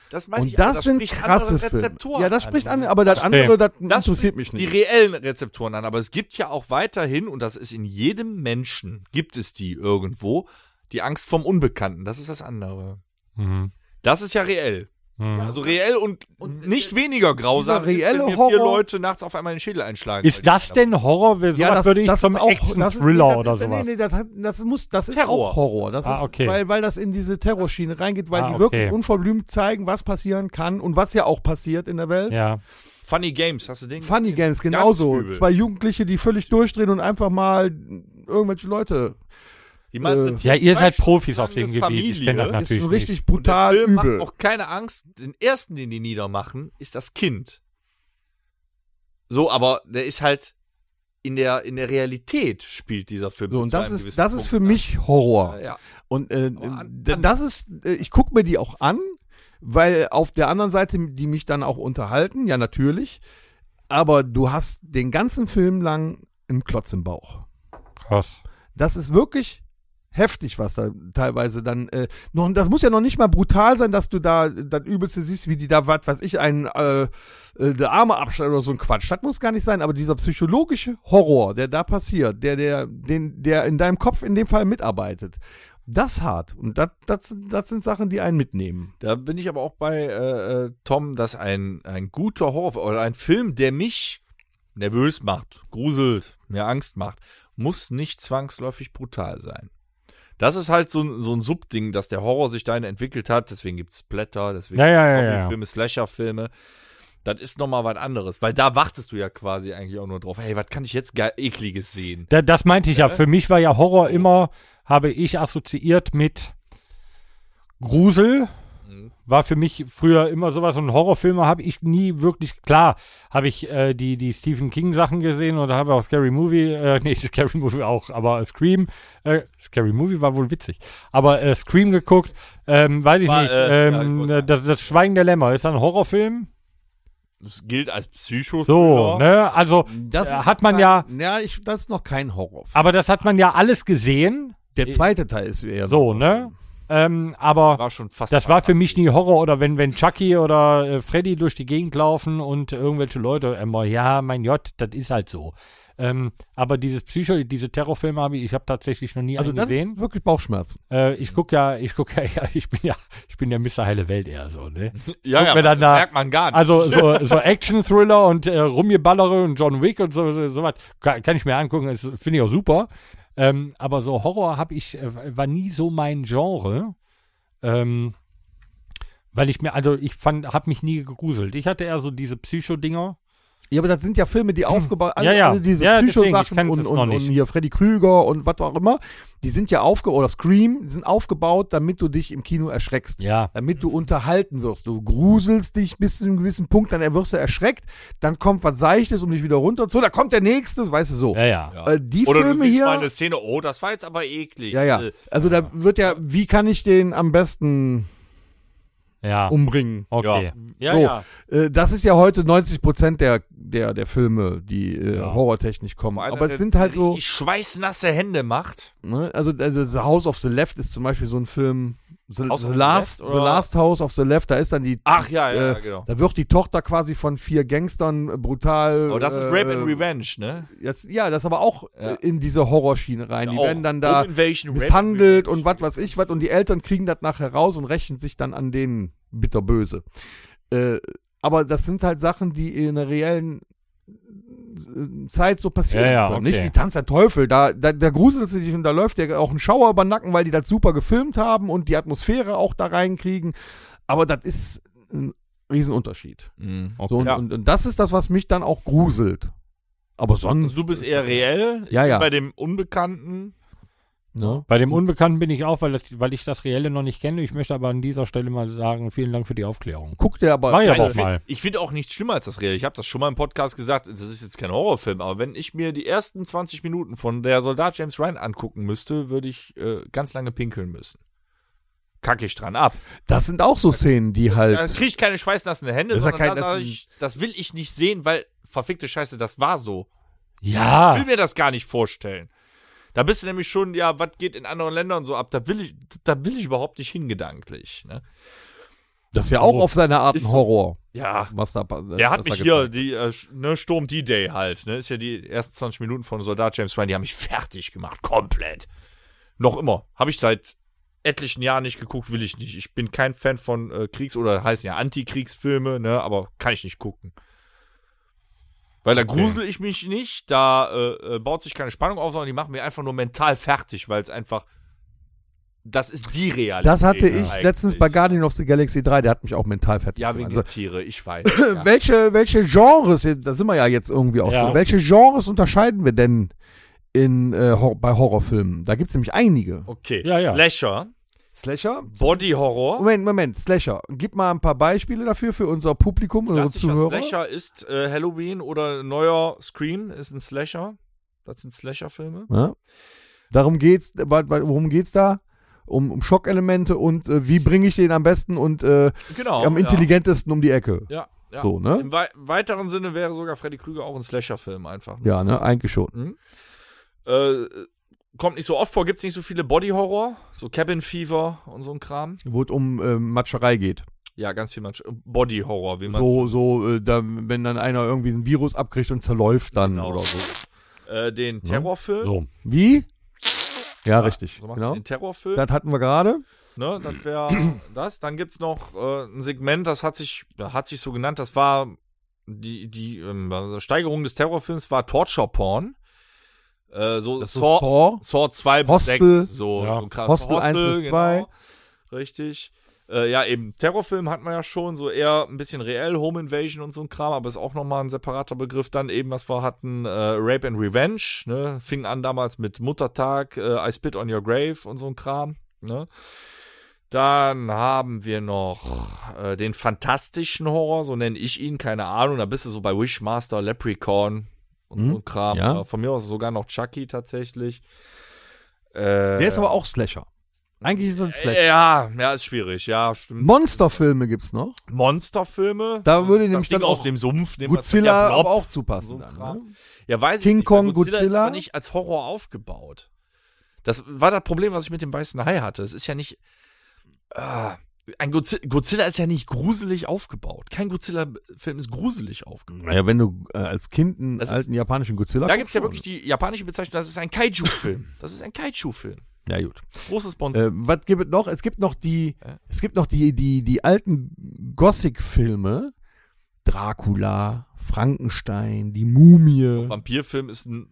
Speaker 5: Das meine
Speaker 4: Und
Speaker 5: ich, aber
Speaker 4: das, sind
Speaker 5: spricht
Speaker 4: krasse
Speaker 5: andere
Speaker 4: Filme.
Speaker 5: Rezeptoren
Speaker 4: Ja, das spricht an,
Speaker 5: ne?
Speaker 4: aber das
Speaker 2: Das
Speaker 4: andere, das,
Speaker 5: Das
Speaker 4: interessiert mich
Speaker 5: spricht
Speaker 4: nicht.
Speaker 5: Die reellen Rezeptoren an, aber es gibt ja auch weiterhin, und das ist in jedem Menschen, gibt es die irgendwo, die Angst vom Unbekannten. Das ist das andere.
Speaker 2: Mhm.
Speaker 5: Das ist ja reell.
Speaker 2: Mhm.
Speaker 5: Also reell und,
Speaker 4: Und, äh,
Speaker 5: nicht weniger grausam, ist,
Speaker 4: reelle
Speaker 5: wenn mir
Speaker 4: Horror-
Speaker 5: vier Leute nachts auf einmal den Schädel einschlagen. weil die
Speaker 2: Ist das
Speaker 5: knapp-
Speaker 2: denn Horror? Sowas
Speaker 4: Ja, das,
Speaker 2: würde ich
Speaker 4: das
Speaker 2: zum
Speaker 4: ist auch das ist-
Speaker 2: Action-Thriller
Speaker 4: nee, das-
Speaker 2: oder
Speaker 4: nee,
Speaker 2: sowas.
Speaker 4: Nee, das, hat, das muss, das ist
Speaker 5: Terror.
Speaker 4: auch Horror. Das
Speaker 2: Ah,
Speaker 4: ist,
Speaker 2: okay.
Speaker 4: weil, weil das in diese Terrorschiene reingeht, weil
Speaker 2: Ah,
Speaker 4: die wirklich
Speaker 2: okay.
Speaker 4: unverblümt zeigen, was passieren kann und was ja auch passiert in der Welt.
Speaker 2: ja.
Speaker 5: Funny Games, hast du den?
Speaker 4: Funny Games, genauso.
Speaker 5: übel.
Speaker 4: Zwei Jugendliche, die völlig durchdrehen und einfach mal irgendwelche Leute
Speaker 5: Die
Speaker 4: äh,
Speaker 2: ja, ihr seid
Speaker 5: Beispiel
Speaker 2: Profis auf
Speaker 5: eine
Speaker 2: dem Gebiet. Ich kenne das
Speaker 5: Familie
Speaker 4: ist
Speaker 2: natürlich
Speaker 4: so
Speaker 2: nicht.
Speaker 4: richtig
Speaker 5: Und der
Speaker 4: brutal
Speaker 5: Film
Speaker 4: übel.
Speaker 5: Macht auch keine Angst. Den ersten, den die niedermachen, ist das Kind. So, aber der ist halt in der, in der Realität spielt dieser Film.
Speaker 4: So,
Speaker 5: bis
Speaker 4: und
Speaker 5: zu
Speaker 4: das
Speaker 5: einem
Speaker 4: ist-
Speaker 5: gewissen
Speaker 4: das ist
Speaker 5: Punkt
Speaker 4: für
Speaker 5: an.
Speaker 4: mich Horror.
Speaker 5: Ja,
Speaker 4: Und äh,
Speaker 5: Aber an-
Speaker 4: d- das ist, äh, ich gucke mir die auch an, weil auf der anderen Seite die mich dann auch unterhalten, ja natürlich. Aber du hast den ganzen Film lang einen Klotz im Bauch.
Speaker 2: Krass.
Speaker 4: Das ist wirklich heftig, was da teilweise dann. Äh, noch, das muss ja noch nicht mal brutal sein, dass du da äh, das Übelste siehst, wie die da, was weiß ich, einen äh, äh, die Arme abschneiden oder so ein Quatsch. Das muss gar nicht sein, aber dieser psychologische Horror, der da passiert, der, der, den, der in deinem Kopf in dem Fall mitarbeitet. Das hart. Und das, das, das sind Sachen, die einen mitnehmen.
Speaker 5: Da bin ich aber auch bei äh, äh, Tom, dass ein, ein guter Horror oder ein Film, der mich nervös macht, gruselt, mir Angst macht, muss nicht zwangsläufig brutal sein. Das ist halt so, ein- so ein Subding, dass der Horror sich dahin entwickelt hat. Deswegen gibt es Blätter, deswegen
Speaker 2: Ja, ja,
Speaker 5: gibt's
Speaker 2: ja, ja.
Speaker 5: Hobbyfilme, Slasher-Filme. Das ist nochmal was anderes, weil da wartest du ja quasi eigentlich auch nur drauf. Hey, was kann ich jetzt ge- ekliges sehen?
Speaker 2: Da, das meinte ich ja. Für mich war ja Horror immer, habe ich assoziiert mit Grusel.
Speaker 5: Mhm.
Speaker 2: War für mich früher immer sowas und Horrorfilme habe ich nie wirklich, klar, habe ich äh, die, die Stephen King Sachen gesehen oder habe auch Scary Movie, äh, nee, Scary Movie auch, aber Scream, äh, Scary Movie war wohl witzig, aber äh, Scream geguckt, ähm, weiß ich
Speaker 5: War,
Speaker 2: nicht,
Speaker 5: äh, ja, ich
Speaker 2: ähm,
Speaker 5: muss sagen.
Speaker 2: das, das Schweigen der Lämmer, ist das ein Horrorfilm?
Speaker 5: Das gilt als psycho
Speaker 2: So, ne, also
Speaker 4: Das
Speaker 2: äh, hat man ja, Ah,
Speaker 4: Ja, ich, das ist noch kein Horror.
Speaker 2: aber das hat man ja alles gesehen,
Speaker 4: Der zweite Teil ist eher
Speaker 2: So, ne? Ähm, aber
Speaker 5: War schon fast.
Speaker 2: das war für mich nie Horror oder wenn, wenn Chucky oder äh, Freddy durch die Gegend laufen und irgendwelche Leute immer, ja, mein Gott, das ist halt so. Ähm, aber dieses Psycho, diese Terrorfilme habe ich, ich habe tatsächlich noch nie
Speaker 4: Also,
Speaker 2: einen
Speaker 4: das
Speaker 2: gesehen.
Speaker 4: ist wirklich Bauchschmerzen.
Speaker 2: Äh, ich guck ja, ich guck ja, ja, ich bin ja, ich bin ja Mr. Heile Welt eher so, ne?
Speaker 5: ja,
Speaker 2: guck
Speaker 5: ja,
Speaker 2: mir dann da-
Speaker 5: merkt man gar nicht.
Speaker 2: Also so, so Action-Thriller und äh, Rumgeballere und John Wick und so, so, so was kann, kann ich mir angucken, das finde ich auch super. Ähm, aber so Horror habe ich, äh, war nie so mein Genre. Ähm, weil ich mir, also ich fand, habe mich nie gegruselt. Ich hatte eher so diese Psycho-Dinger.
Speaker 4: Ja, aber das sind ja Filme, die aufgebaut,
Speaker 2: Hm. Ja, ja.
Speaker 4: alle diese
Speaker 2: Ja, deswegen, ich
Speaker 4: Psycho-Sachen
Speaker 2: kannte
Speaker 4: und,
Speaker 2: es
Speaker 4: und,
Speaker 2: noch
Speaker 4: und
Speaker 2: nicht.
Speaker 4: hier Freddy Krüger und was auch immer, die sind ja aufgebaut, oder Scream, die sind aufgebaut, damit du dich im Kino erschreckst.
Speaker 2: Ja.
Speaker 4: Damit du unterhalten wirst. Du gruselst dich bis zu einem gewissen Punkt, dann wirst du erschreckt, dann kommt was Seichtes, um dich wieder runter zu, da kommt der Nächste, weißt du so.
Speaker 2: Ja, ja.
Speaker 5: Ja.
Speaker 4: Äh, die
Speaker 5: Oder du
Speaker 4: Filme
Speaker 5: siehst
Speaker 4: hier-
Speaker 5: mal eine Szene, oh, das war jetzt aber eklig.
Speaker 4: Ja, ja.
Speaker 5: Äh,
Speaker 4: Also da wird ja, wie kann ich den am besten
Speaker 2: Ja.
Speaker 4: umbringen?
Speaker 2: Okay.
Speaker 5: Ja,
Speaker 4: So.
Speaker 5: ja.
Speaker 4: Äh, das ist ja heute 90 Prozent der, der, der Filme, die äh,
Speaker 2: Ja.
Speaker 4: horrortechnisch kommen.
Speaker 5: Einer,
Speaker 4: Aber
Speaker 5: der
Speaker 4: es sind halt so.
Speaker 5: richtig schweißnasse Hände macht.
Speaker 4: Ne? Also, also The House of the Left ist zum Beispiel so ein Film, The,
Speaker 5: House
Speaker 4: the,
Speaker 5: on the
Speaker 4: last,
Speaker 5: Left,
Speaker 4: the
Speaker 5: oder? Ah.
Speaker 4: Last House of the Left, da ist dann die.
Speaker 5: Ach ja, ja,
Speaker 4: äh,
Speaker 5: genau.
Speaker 4: Da wird die Tochter quasi von vier Gangstern äh, brutal.
Speaker 5: Aber Oh, das ist
Speaker 4: äh,
Speaker 5: Rape and
Speaker 4: äh,
Speaker 5: Revenge, ne?
Speaker 4: Das, ja, das aber auch
Speaker 5: Ja.
Speaker 4: äh, in diese Horrorschiene rein. die
Speaker 5: Auch
Speaker 4: werden dann da
Speaker 5: Home Invasion, Rape and
Speaker 4: misshandelt und
Speaker 5: Revenge.
Speaker 4: was weiß ich was. Und die Eltern kriegen das nachher raus und rächen sich dann an denen bitterböse. Äh, aber das sind halt Sachen, die in der reellen äh, Zeit so passieren.
Speaker 2: Ja, ja,
Speaker 4: können.
Speaker 2: okay.
Speaker 4: Nicht wie Tanz der Teufel. Da, da, da gruselt sie dich und da läuft dir auch ein Schauer über den Nacken, weil die das super gefilmt haben und die Atmosphäre auch da reinkriegen. Aber das ist ein Riesenunterschied.
Speaker 5: Mhm.
Speaker 4: So, und,
Speaker 5: Ja.
Speaker 4: und, und das ist das, was mich dann auch gruselt. Aber sonst.
Speaker 5: Du bist eher reell. Ich
Speaker 4: Ja,
Speaker 5: bin
Speaker 4: ja.
Speaker 5: Bei dem Unbekannten.
Speaker 4: Ne?
Speaker 2: Bei dem Unbekannten bin ich auch, weil, das, weil ich das Reelle noch nicht kenne. Ich möchte aber an dieser Stelle mal sagen, vielen Dank für die Aufklärung.
Speaker 4: Guck dir aber.
Speaker 2: Mach ich
Speaker 5: Nein,
Speaker 2: aber auch
Speaker 5: ich find-
Speaker 2: mal.
Speaker 5: Ich finde auch nichts schlimmer als das Real. Ich habe das schon mal im Podcast gesagt, das ist jetzt kein Horrorfilm, aber wenn ich mir die ersten 20 Minuten von der Soldat James Ryan angucken müsste, würde ich äh, ganz lange pinkeln müssen. Kacke ich dran ab.
Speaker 4: Das sind auch so Szenen, die
Speaker 5: Da
Speaker 4: halt.
Speaker 5: kriege ich keine schweißnassen Hände,
Speaker 4: Das ist ja
Speaker 5: sondern
Speaker 4: kein-
Speaker 5: da
Speaker 4: das
Speaker 5: sag
Speaker 4: ist ein-
Speaker 5: ich, das will ich nicht sehen, weil verfickte Scheiße, das war so. Ich will
Speaker 4: Ah.
Speaker 2: Ja,
Speaker 5: mir das gar nicht vorstellen. Da bist du nämlich schon, ja, was geht in anderen Ländern so ab? Da will ich, da will ich überhaupt nicht hingedanklich. Ne?
Speaker 4: Das ist ja auch auf seine Art
Speaker 5: Ist
Speaker 4: ein
Speaker 5: so-
Speaker 4: Horror.
Speaker 5: Ja,
Speaker 4: Was da pa- was
Speaker 5: Der hat
Speaker 4: da gezeigt
Speaker 5: mich hier, die, äh, ne, Sturm D-Day halt, ne, ist ja die ersten 20 Minuten von Soldat James Ryan, die haben mich fertig gemacht, komplett. Noch immer. Habe ich seit etlichen Jahren nicht geguckt, will ich nicht. Ich bin kein Fan von äh, Kriegs- oder heißen ja Antikriegsfilme, ne, aber kann ich nicht gucken. Weil da grusel ich mich nicht, da äh, äh, baut sich keine Spannung auf, sondern die machen mir einfach nur mental fertig, weil es einfach, das ist die Realität.
Speaker 4: Das hatte ich
Speaker 5: eigentlich. ne?
Speaker 4: letztens bei Guardian of the Galaxy 3, der hat mich auch mental fertig
Speaker 5: Ja, wegen
Speaker 4: gemacht.
Speaker 5: der
Speaker 4: Also,
Speaker 5: Tiere, ich weiß. ja.
Speaker 4: welche, welche Genres, da sind wir ja jetzt irgendwie auch
Speaker 2: Ja.
Speaker 4: schon, welche Genres unterscheiden wir denn in, äh, Hor bei Horrorfilmen? Da gibt es nämlich einige.
Speaker 5: Okay,
Speaker 2: Ja, ja.
Speaker 5: Slasher,
Speaker 4: Slasher?
Speaker 5: Body Horror.
Speaker 4: Moment, Moment, Slasher. Gib mal ein paar Beispiele dafür für unser Publikum, unsere
Speaker 5: Klassischer
Speaker 4: Zuhörer.
Speaker 5: Slasher ist äh, Halloween oder neuer Scream ist ein Slasher. Das sind Slasher-Filme.
Speaker 4: Ja. Ne? Darum geht's, wa- wa- worum geht's da? Um, um Schockelemente und äh, wie bringe ich den am besten und äh,
Speaker 5: Genau.
Speaker 4: am intelligentesten um die Ecke.
Speaker 5: Ja, ja.
Speaker 4: So, ne?
Speaker 5: Im wei weiteren Sinne wäre sogar Freddy Krüger auch ein Slasher-Film einfach. ne?
Speaker 4: Ja, ne? Eigentlich schon.
Speaker 5: Äh, kommt nicht so oft vor, gibt es nicht so viele Body-Horror, so Cabin Fever und so ein Kram.
Speaker 4: Wo es um äh, Matscherei geht.
Speaker 5: Ja, ganz viel Mensch- Body-Horror, wie man.
Speaker 4: So, so äh, da, wenn dann einer irgendwie ein Virus abkriegt und zerläuft dann
Speaker 5: Genau.
Speaker 4: oder so.
Speaker 5: Äh, den Terrorfilm.
Speaker 2: so.
Speaker 4: Wie? Ja, richtig.
Speaker 5: So macht man
Speaker 4: genau.
Speaker 5: Den Terrorfilm.
Speaker 4: Das hatten wir gerade.
Speaker 5: Ne, das wäre das. Dann gibt es noch äh, ein Segment, das hat sich, ja, hat sich so genannt, das war die, die ähm, also Steigerung des Terrorfilms war Torture Porn. Äh, so
Speaker 4: Das ist
Speaker 5: Saw,
Speaker 4: Saw.
Speaker 5: Saw 2 bis
Speaker 4: Hostel.
Speaker 5: 6. So,
Speaker 2: Ja.
Speaker 5: so krass.
Speaker 4: Hostel 1 bis 2.
Speaker 5: genau. Richtig. Äh, ja, eben Terrorfilm hat man ja schon, so eher ein bisschen reell, Home Invasion und so ein Kram, aber ist auch nochmal ein separater Begriff. Dann eben, was wir hatten, äh, Rape and Revenge, ne? Fing an damals mit Muttertag, äh, I Spit on Your Grave und so ein Kram, ne? Dann haben wir noch äh, den fantastischen Horror, so nenne ich ihn, keine Ahnung. Da bist du so bei Wishmaster, Leprechaun und
Speaker 4: Hm,
Speaker 5: so ein Kram.
Speaker 4: ja.
Speaker 5: Äh, Von mir aus sogar noch Chucky tatsächlich. Äh,
Speaker 4: Der ist aber auch Slasher. Eigentlich ist er ein Slasher.
Speaker 5: ja, ja, ist schwierig, ja, stimmt.
Speaker 4: Monsterfilme gibt's noch.
Speaker 5: Monsterfilme.
Speaker 4: Da würde
Speaker 5: Das
Speaker 4: nämlich
Speaker 5: Ding
Speaker 4: dann auch
Speaker 5: auf dem Sumpf, dem
Speaker 4: Godzilla
Speaker 5: was-
Speaker 4: aber
Speaker 5: Blob.
Speaker 4: auch zupassen.
Speaker 5: So ein
Speaker 4: dann,
Speaker 5: Kram.
Speaker 4: ne?
Speaker 5: Ja, weiß
Speaker 4: King
Speaker 5: ich nicht.
Speaker 4: Kong,
Speaker 5: ist
Speaker 4: Godzilla.
Speaker 5: aber nicht als Horror aufgebaut. Das war das Problem, was ich mit dem weißen Hai hatte. Es ist ja nicht äh, ein Godzilla, Godzilla ist ja nicht gruselig aufgebaut. Kein Godzilla Film ist gruselig aufgebaut.
Speaker 4: Naja, wenn du äh, als Kind einen
Speaker 5: Das ist-
Speaker 4: alten japanischen Godzilla.
Speaker 5: Da gibt es ja
Speaker 4: guckst,
Speaker 5: wirklich die japanische Bezeichnung, das ist ein Kaiju Film. Das ist ein Kaiju Film.
Speaker 4: schon. Ja, gut.
Speaker 5: Großes Monster.
Speaker 4: Äh, was gibt es noch? Es gibt noch die,
Speaker 5: Ja.
Speaker 4: es gibt noch die, die, die alten Gothic-Filme. Dracula, Frankenstein, die Mumie.
Speaker 5: Vampirfilm ist ein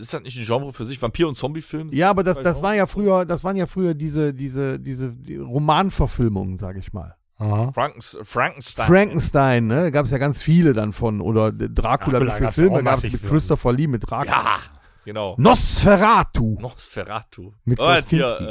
Speaker 5: ist das nicht ein Genre für sich? Vampir- und Zombie-Film?
Speaker 4: Ja, aber das,
Speaker 5: Weil
Speaker 4: das
Speaker 5: halt auch
Speaker 4: war ja
Speaker 5: so-
Speaker 4: früher, das waren ja früher diese, diese, diese die Romanverfilmungen, sage ich mal.
Speaker 2: Aha.
Speaker 5: Frankens, Frankenstein.
Speaker 4: Frankenstein, ne? Gab es ja ganz viele dann von. Oder Dracula,
Speaker 2: Dracula
Speaker 4: wie viele
Speaker 2: gab's auch
Speaker 4: Filme gab es
Speaker 2: massig
Speaker 4: mit
Speaker 2: viele.
Speaker 4: Christopher Lee, mit Dracula.
Speaker 5: ja, genau.
Speaker 4: Nosferatu.
Speaker 5: Nosferatu.
Speaker 4: Mit
Speaker 5: Oh,
Speaker 4: Klaus
Speaker 5: jetzt hier,
Speaker 4: Kinski.
Speaker 5: äh,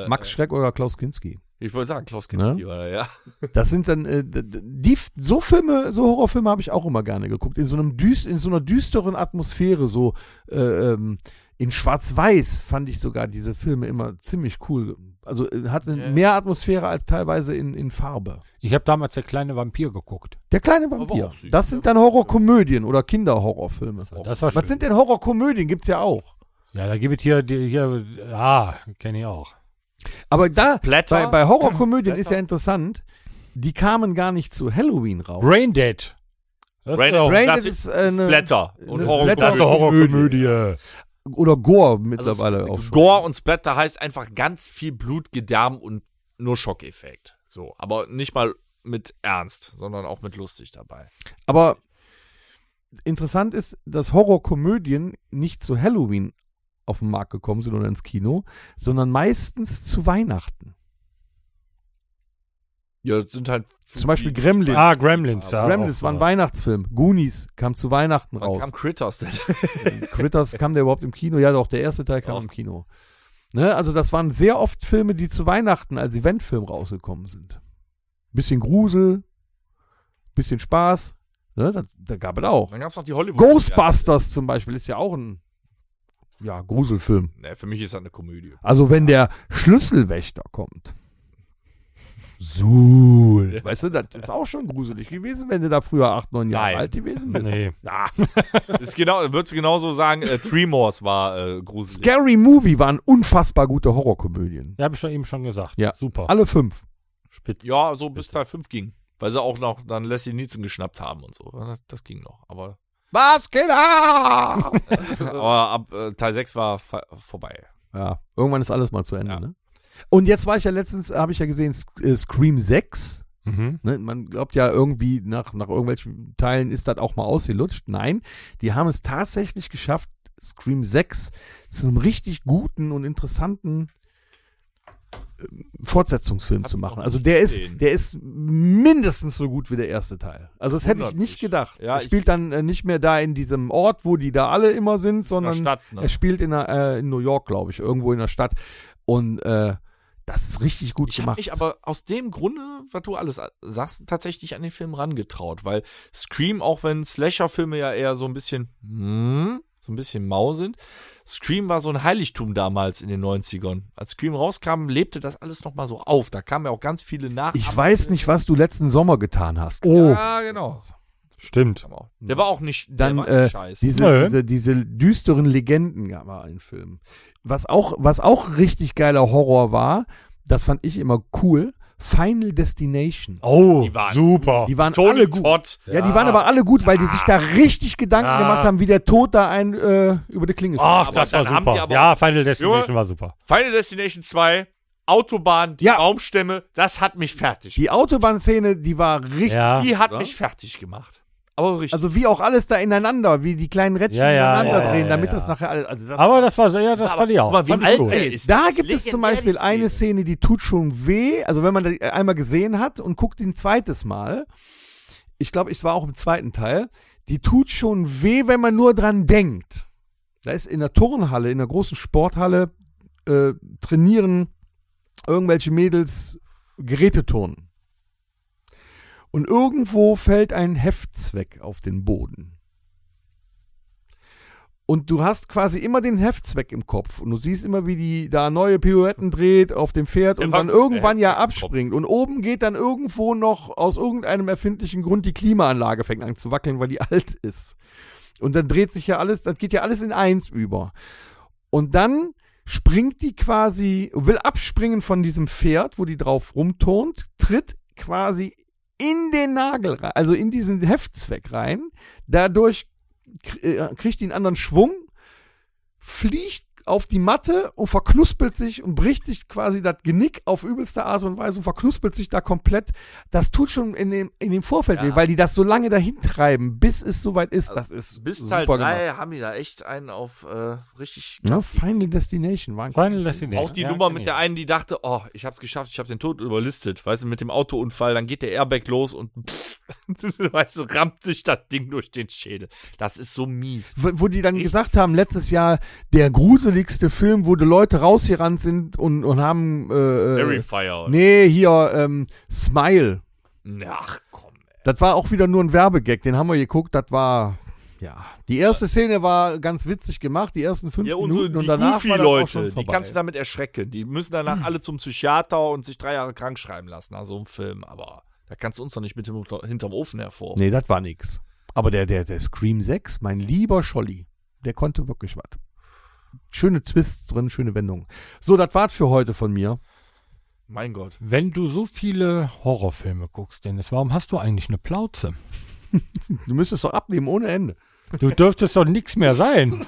Speaker 5: äh, äh,
Speaker 4: Max Ne? Schreck oder Klaus Kinski.
Speaker 5: Ich wollte sagen, Klaus Kinski war da, ja.
Speaker 4: Das sind dann äh, d- d- die F- so Filme, so Horrorfilme habe ich auch immer gerne geguckt. In so einem düst, in so einer düsteren Atmosphäre, so äh, ähm, in Schwarz-Weiß fand ich sogar diese Filme immer ziemlich cool. Also äh, hatte
Speaker 5: Ja.
Speaker 4: mehr Atmosphäre als teilweise in, in Farbe.
Speaker 2: Ich habe damals der kleine Vampir geguckt.
Speaker 4: Der kleine
Speaker 5: Aber
Speaker 4: Vampir.
Speaker 5: auch süß, ne?
Speaker 4: Das sind dann Horrorkomödien oder Kinderhorrorfilme.
Speaker 5: Oh,
Speaker 2: Das war schön.
Speaker 4: Was sind denn Horrorkomödien? Gibt's ja auch.
Speaker 2: Ja, da gibt es hier, die, hier, ah, kenne ich auch.
Speaker 4: Aber da, bei,
Speaker 5: Splatter?
Speaker 4: bei Horrorkomödien ist
Speaker 5: Splatter?
Speaker 4: ja interessant, die kamen gar nicht zu Halloween raus.
Speaker 2: Braindead. Das
Speaker 5: Brain-
Speaker 2: doch-
Speaker 4: Brain-
Speaker 5: Klassik-
Speaker 4: ist äh, eine-
Speaker 5: Splatter
Speaker 4: eine
Speaker 5: und
Speaker 2: das
Speaker 5: Horror.
Speaker 2: ist eine
Speaker 4: Horrorkomödie.
Speaker 2: Horrorkomödie.
Speaker 4: Oder Gore
Speaker 5: Also
Speaker 4: mittlerweile auch schon.
Speaker 5: Gore und Splatter heißt einfach ganz viel Blut, Gedärm und nur Schockeffekt. So, aber nicht mal mit Ernst, sondern auch mit lustig dabei.
Speaker 4: Aber interessant ist, dass Horrorkomödien nicht zu Halloween auf den Markt gekommen sind oder ins Kino, sondern meistens zu Weihnachten.
Speaker 5: Ja, das sind halt.
Speaker 4: Zum Beispiel Gremlins.
Speaker 2: Ah, Gremlins. Da
Speaker 4: Gremlins
Speaker 2: auch
Speaker 4: war ein
Speaker 2: so.
Speaker 4: Weihnachtsfilm. Goonies kam zu Weihnachten
Speaker 5: Wann
Speaker 4: raus.
Speaker 5: kam Critters denn?
Speaker 4: Critters kam der überhaupt im Kino? Ja, doch, der erste Teil kam
Speaker 5: Doch.
Speaker 4: im Kino. Ne? Also, das waren sehr oft Filme, die zu Weihnachten als Eventfilm rausgekommen sind. Bisschen Grusel, bisschen Spaß. Ne? Da, da gab es auch.
Speaker 5: Dann gab es noch die Hollywood.
Speaker 4: Ghostbusters zum Beispiel ist ja auch ein ja, Gruselfilm.
Speaker 5: Ne, für mich ist das eine Komödie.
Speaker 4: Also, wenn der Schlüsselwächter kommt. Suhl. Weißt du, das ist auch schon gruselig gewesen, wenn du da früher acht, neun Jahre
Speaker 5: Nein.
Speaker 4: alt gewesen bist.
Speaker 2: Nee.
Speaker 4: Ah,
Speaker 5: Ist genau, würdest du genauso sagen, äh, Tremors war äh, gruselig.
Speaker 4: Scary Movie waren unfassbar gute Horrorkomödien.
Speaker 2: Ja, habe ich doch eben schon gesagt.
Speaker 4: Ja.
Speaker 2: Super.
Speaker 4: Alle fünf.
Speaker 2: Spitz.
Speaker 5: ja, so bis Teil 5 ging. Weil sie auch noch dann Leslie Nielsen geschnappt haben und so. Das, das ging noch. Aber,
Speaker 4: Was geht ab?
Speaker 5: aber ab äh, Teil 6 war fe- vorbei.
Speaker 4: ja, irgendwann ist alles mal zu Ende,
Speaker 5: Ja.
Speaker 4: ne? Und jetzt war ich ja letztens, habe ich ja gesehen, Sc- äh, Scream 6.
Speaker 2: Mhm.
Speaker 4: Ne? Man glaubt ja irgendwie, nach, nach irgendwelchen Teilen ist das auch mal ausgelutscht. Nein, die haben es tatsächlich geschafft, Scream 6 zu einem richtig guten und interessanten ähm, Fortsetzungsfilm
Speaker 5: Hab
Speaker 4: zu
Speaker 5: ich noch
Speaker 4: machen. Also
Speaker 5: nicht
Speaker 4: der ist,
Speaker 5: gesehen.
Speaker 4: der ist mindestens so gut wie der erste Teil. Also das hätte ich
Speaker 5: Wundert
Speaker 4: nicht
Speaker 5: mich.
Speaker 4: gedacht.
Speaker 5: Ja,
Speaker 4: er
Speaker 5: ich-
Speaker 4: spielt dann äh, nicht mehr da in diesem Ort, wo die da alle immer sind, sondern
Speaker 5: In der Stadt, ne?
Speaker 4: er spielt in, der, äh, in New York, glaube ich, irgendwo in der Stadt. Und äh, das ist richtig gut
Speaker 5: Ich habe
Speaker 4: gemacht.
Speaker 5: mich aber aus dem Grunde, was du alles a- sagst, tatsächlich an den Film rangetraut, weil Scream, auch wenn Slasher-Filme ja eher so ein bisschen, hm, so ein bisschen mau sind, Scream war so ein Heiligtum damals in den 90ern. Als Scream rauskam, lebte das alles nochmal so auf. Da kamen ja auch ganz viele nach.
Speaker 4: ich weiß nicht, was du letzten Sommer getan hast.
Speaker 2: Oh,
Speaker 5: Ja, genau.
Speaker 2: stimmt.
Speaker 5: Kam auch. Der war auch nicht, der
Speaker 4: Dann
Speaker 5: war
Speaker 4: äh,
Speaker 5: nicht scheiße.
Speaker 4: diese,
Speaker 2: Nö.
Speaker 4: diese, diese düsteren Legenden gab mal einen Film. Was auch, was auch richtig geiler Horror war, das fand ich immer cool, Final Destination.
Speaker 2: Oh,
Speaker 5: Die waren-
Speaker 2: super.
Speaker 4: Die waren
Speaker 5: Tony
Speaker 4: alle gut.
Speaker 5: Todd.
Speaker 4: Ja, die waren aber alle gut, weil die sich da richtig Gedanken
Speaker 2: Ja.
Speaker 4: gemacht haben, wie der Tod da einen äh, über die Klinge schlägt.
Speaker 2: Ach,
Speaker 5: Aber
Speaker 2: das war
Speaker 5: dann haben die
Speaker 2: super.
Speaker 5: aber-
Speaker 2: Ja, Final Destination
Speaker 5: Junge.
Speaker 2: war super.
Speaker 5: Final Destination 2, Autobahn, die
Speaker 4: Ja.
Speaker 5: Baumstämme, das hat mich fertig
Speaker 4: Die Autobahnszene, die war richtig.
Speaker 2: Ja.
Speaker 5: Die hat
Speaker 4: oder?
Speaker 5: mich fertig gemacht. Aber richtig.
Speaker 4: Also wie auch alles da ineinander, wie die kleinen Rädchen
Speaker 2: Ja, ja,
Speaker 4: ineinander
Speaker 2: ja, ja,
Speaker 4: drehen,
Speaker 2: ja,
Speaker 4: damit
Speaker 2: ja.
Speaker 4: das nachher alles. Also das
Speaker 2: Aber das war, ja, das fand ich auch.
Speaker 5: guck mal, wie
Speaker 2: fand
Speaker 5: alt
Speaker 2: ich gut.
Speaker 5: er
Speaker 4: Ey,
Speaker 5: ist.
Speaker 4: da
Speaker 5: Das ist
Speaker 4: gibt es zum
Speaker 5: legendär, die
Speaker 4: Beispiel eine Szene, die tut schon weh. Also wenn man die einmal gesehen hat und guckt ein zweites Mal, ich glaube, ich war auch im zweiten Teil, die tut schon weh, wenn man nur dran denkt. Da ist in der Turnhalle, in der großen Sporthalle, äh, trainieren irgendwelche Mädels Geräteturnen. Und irgendwo fällt ein Heftzweck auf den Boden. Und du hast quasi immer den Heftzweck im Kopf. Und du siehst immer, wie die da neue Pirouetten dreht auf dem Pferd und
Speaker 5: Der
Speaker 4: dann
Speaker 5: war-
Speaker 4: irgendwann
Speaker 5: der
Speaker 4: ja
Speaker 5: Heftzweck im Kopf.
Speaker 4: abspringt. Und oben geht dann irgendwo noch aus irgendeinem erfindlichen Grund die Klimaanlage fängt an zu wackeln, weil die alt ist. Und dann dreht sich ja alles, das geht ja alles in eins über. Und dann springt die quasi, will abspringen von diesem Pferd, wo die drauf rumturnt, tritt quasi in den Nagel rein, also in diesen Heftzweck rein. Dadurch krie- äh, kriegt die einen anderen Schwung, fliegt auf die Matte und verknuspelt sich und bricht sich quasi das Genick auf übelste Art und Weise und verknuspelt sich da komplett. Das tut schon in dem, in dem Vorfeld
Speaker 5: Ja.
Speaker 4: weh, weil die das so lange dahin treiben, bis es soweit ist. Das ist
Speaker 5: Bis
Speaker 4: super
Speaker 5: Teil
Speaker 4: gemacht.
Speaker 5: 3 halt haben die da echt einen auf äh, richtig.
Speaker 4: Ne? Final Destination war ein
Speaker 2: Final Destination.
Speaker 5: Auch die
Speaker 2: Ja,
Speaker 5: Nummer
Speaker 2: kenn
Speaker 5: mit
Speaker 2: ich.
Speaker 5: der einen, die dachte, oh, ich hab's geschafft, ich hab den Tod überlistet. Weißt du, mit dem Autounfall, dann geht der Airbag los und pff, weißt du, rammt sich das Ding durch den Schädel. Das ist so mies.
Speaker 4: wo, wo die dann gesagt haben, letztes Jahr der gruseligste Film, wo die Leute rausgerannt sind und, und haben äh, äh,
Speaker 5: Verifier.
Speaker 4: Nee, hier ähm, Smile.
Speaker 5: Ach komm. ey.
Speaker 4: Das war auch wieder nur ein Werbegag, den haben wir geguckt, das war ja, die erste Szene war ganz witzig gemacht, die ersten fünf
Speaker 5: Ja, unsere
Speaker 4: Minuten
Speaker 5: die
Speaker 4: und danach war das auch schon
Speaker 5: Goofy-Leute, die
Speaker 4: vorbei.
Speaker 5: kannst du damit erschrecken. Die müssen danach alle zum Psychiater und sich drei Jahre krank schreiben lassen, also im Film. Aber da kannst du uns doch nicht mit dem, hinterm Ofen hervor.
Speaker 4: nee, das war nix. Aber der der der Scream 6, mein lieber Scholli, der konnte wirklich was. Schöne Twists drin, schöne Wendungen. So, das war's für heute von mir.
Speaker 5: Mein Gott.
Speaker 2: Wenn du so viele Horrorfilme guckst, Dennis, warum hast du eigentlich eine Plauze?
Speaker 4: Du müsstest doch abnehmen ohne Ende.
Speaker 2: Du dürftest doch nichts mehr sein.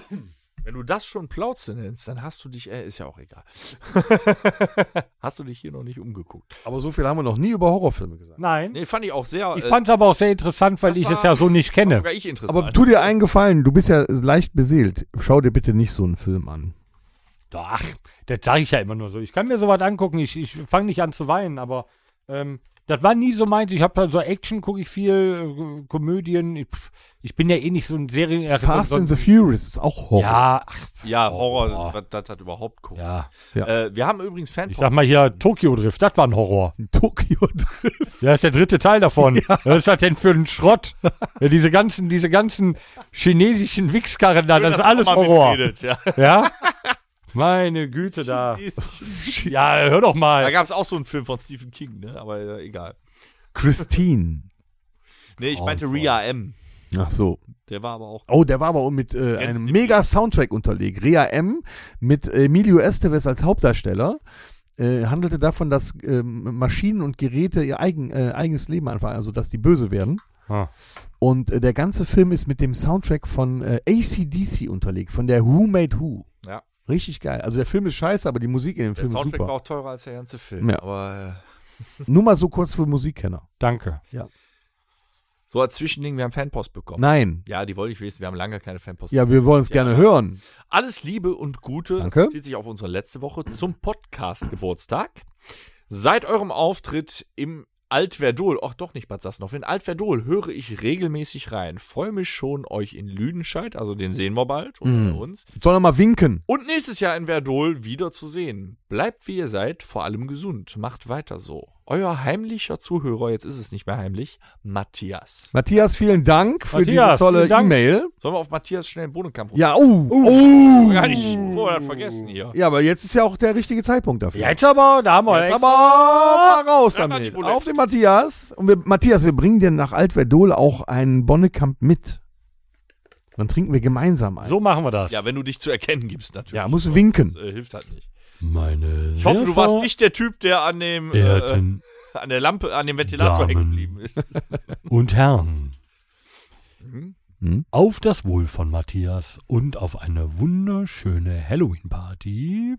Speaker 5: Wenn du das schon Plauze nennst, dann hast du dich, äh, ist ja auch egal. hast du dich hier noch nicht umgeguckt?
Speaker 4: Aber so viel haben wir noch nie über Horrorfilme gesagt.
Speaker 2: Nein.
Speaker 5: Nee, fand ich auch sehr.
Speaker 2: Ich
Speaker 5: äh,
Speaker 2: fand es aber auch sehr interessant, weil
Speaker 5: das
Speaker 2: ich es
Speaker 5: war-
Speaker 2: ja so nicht
Speaker 5: fand
Speaker 2: kenne.
Speaker 5: sogar ich interessant.
Speaker 4: Aber tu dir einen Gefallen, du bist ja leicht beseelt. Schau dir bitte nicht so einen Film an.
Speaker 2: Ach, das sage ich ja immer nur so. Ich kann mir sowas angucken. Ich, ich fange nicht an zu weinen, aber ähm, das war nie so meins. Ich habe halt so Action, gucke ich viel, äh, Komödien. Ich, pff, ich bin ja eh nicht so ein Serien. äh,
Speaker 4: Fast
Speaker 2: so,
Speaker 4: and the Furious ist auch Horror.
Speaker 2: Ja, ach,
Speaker 5: ja, Horror,
Speaker 2: Horror.
Speaker 5: das- das hat überhaupt Kurs.
Speaker 2: ja.
Speaker 5: Äh, wir haben übrigens Fan.
Speaker 2: Ich sag mal hier, Tokyo Drift, das war ein Horror.
Speaker 4: Tokio drin.
Speaker 2: Das ist der dritte Teil davon. Was ist das denn für ein Schrott? Ja, diese ganzen, diese ganzen chinesischen Wichskarren da, das ist alles Horror.
Speaker 5: Ja.
Speaker 2: Ja? Meine Güte da. Ja, hör doch
Speaker 5: Da
Speaker 2: mal.
Speaker 5: gab es auch so einen Film von Stephen King, ne? Aber äh, egal.
Speaker 4: Christine.
Speaker 5: Nee, ich meinte
Speaker 2: Grauenvoll.
Speaker 5: Ria M.
Speaker 4: Ach so.
Speaker 5: Der war aber auch.
Speaker 4: Oh, der war aber mit äh, einem
Speaker 5: nicht.
Speaker 4: mega Soundtrack unterlegt. Rea M. mit äh, Emilio Estevez als Hauptdarsteller äh, handelte davon, dass ähm, Maschinen und Geräte ihr eigen, äh, eigenes Leben anfangen, also dass die böse werden.
Speaker 2: Ah.
Speaker 4: Und äh, der ganze Film ist mit dem Soundtrack von äh, ACDC unterlegt, von der Who Made Who.
Speaker 5: Ja.
Speaker 4: Richtig geil. Also der Film ist scheiße, aber die Musik in dem
Speaker 5: Der
Speaker 4: Film ist
Speaker 5: Soundtrack war
Speaker 4: super.
Speaker 5: auch teurer als der ganze Film.
Speaker 4: Ja.
Speaker 5: Aber äh,
Speaker 4: Nur mal so kurz für Musikkenner.
Speaker 2: Danke.
Speaker 5: so als Zwischending, wir haben Fanpost bekommen.
Speaker 4: Nein.
Speaker 5: Ja, die wollte ich wissen. Wir haben lange keine Fanpost
Speaker 4: Ja, wir wollen es gerne hören.
Speaker 5: Alles Liebe und Gute.
Speaker 4: Danke.
Speaker 5: Das bezieht sich auf unsere letzte Woche zum Podcast-Geburtstag. Seit eurem Auftritt im Altverdol, ach doch nicht Bad Sassenhoff, in Altverdol höre ich regelmäßig rein. Freue mich schon, euch in Lüdenscheid, also den sehen wir bald oder
Speaker 4: Mhm.
Speaker 5: bei uns,
Speaker 4: Soll er mal winken?
Speaker 5: und nächstes Jahr in Verdol wieder zu sehen. Bleibt wie ihr seid, vor allem gesund. Macht weiter so. Euer heimlicher Zuhörer, jetzt ist es nicht mehr heimlich, Matthias.
Speaker 4: Matthias, vielen Dank für diese
Speaker 2: Matthias,
Speaker 4: tolle
Speaker 2: vielen Dank.
Speaker 4: E-Mail.
Speaker 5: Sollen wir auf Matthias schnell einen Bohnenkampf
Speaker 4: Ja, oh.
Speaker 5: Uh.
Speaker 4: oh.
Speaker 5: Gar nicht vorher vergessen hier.
Speaker 4: Ja, aber jetzt ist ja auch der richtige Zeitpunkt dafür.
Speaker 2: Jetzt aber, da haben wir
Speaker 4: Jetzt
Speaker 2: echt-
Speaker 4: aber mal raus
Speaker 5: Ran an die
Speaker 4: damit.
Speaker 5: Bulette.
Speaker 4: Auf den Matthias. Und wir, Matthias, wir bringen dir nach Altverdol auch einen Bonnekamp mit. Dann trinken wir gemeinsam einen.
Speaker 2: So machen wir das.
Speaker 5: Ja, wenn du dich zu erkennen gibst, natürlich.
Speaker 4: ja, muss winken.
Speaker 5: Das äh, hilft halt nicht.
Speaker 2: Meine
Speaker 5: Ich hoffe, du warst nicht der Typ, der an dem äh,
Speaker 2: Erden
Speaker 5: an der Lampe, an dem Ventilator
Speaker 2: Damen.
Speaker 5: hängen geblieben ist.
Speaker 2: und Herren,
Speaker 5: Mhm.
Speaker 4: Hm?
Speaker 2: auf das Wohl von Matthias und auf eine wunderschöne Halloween-Party,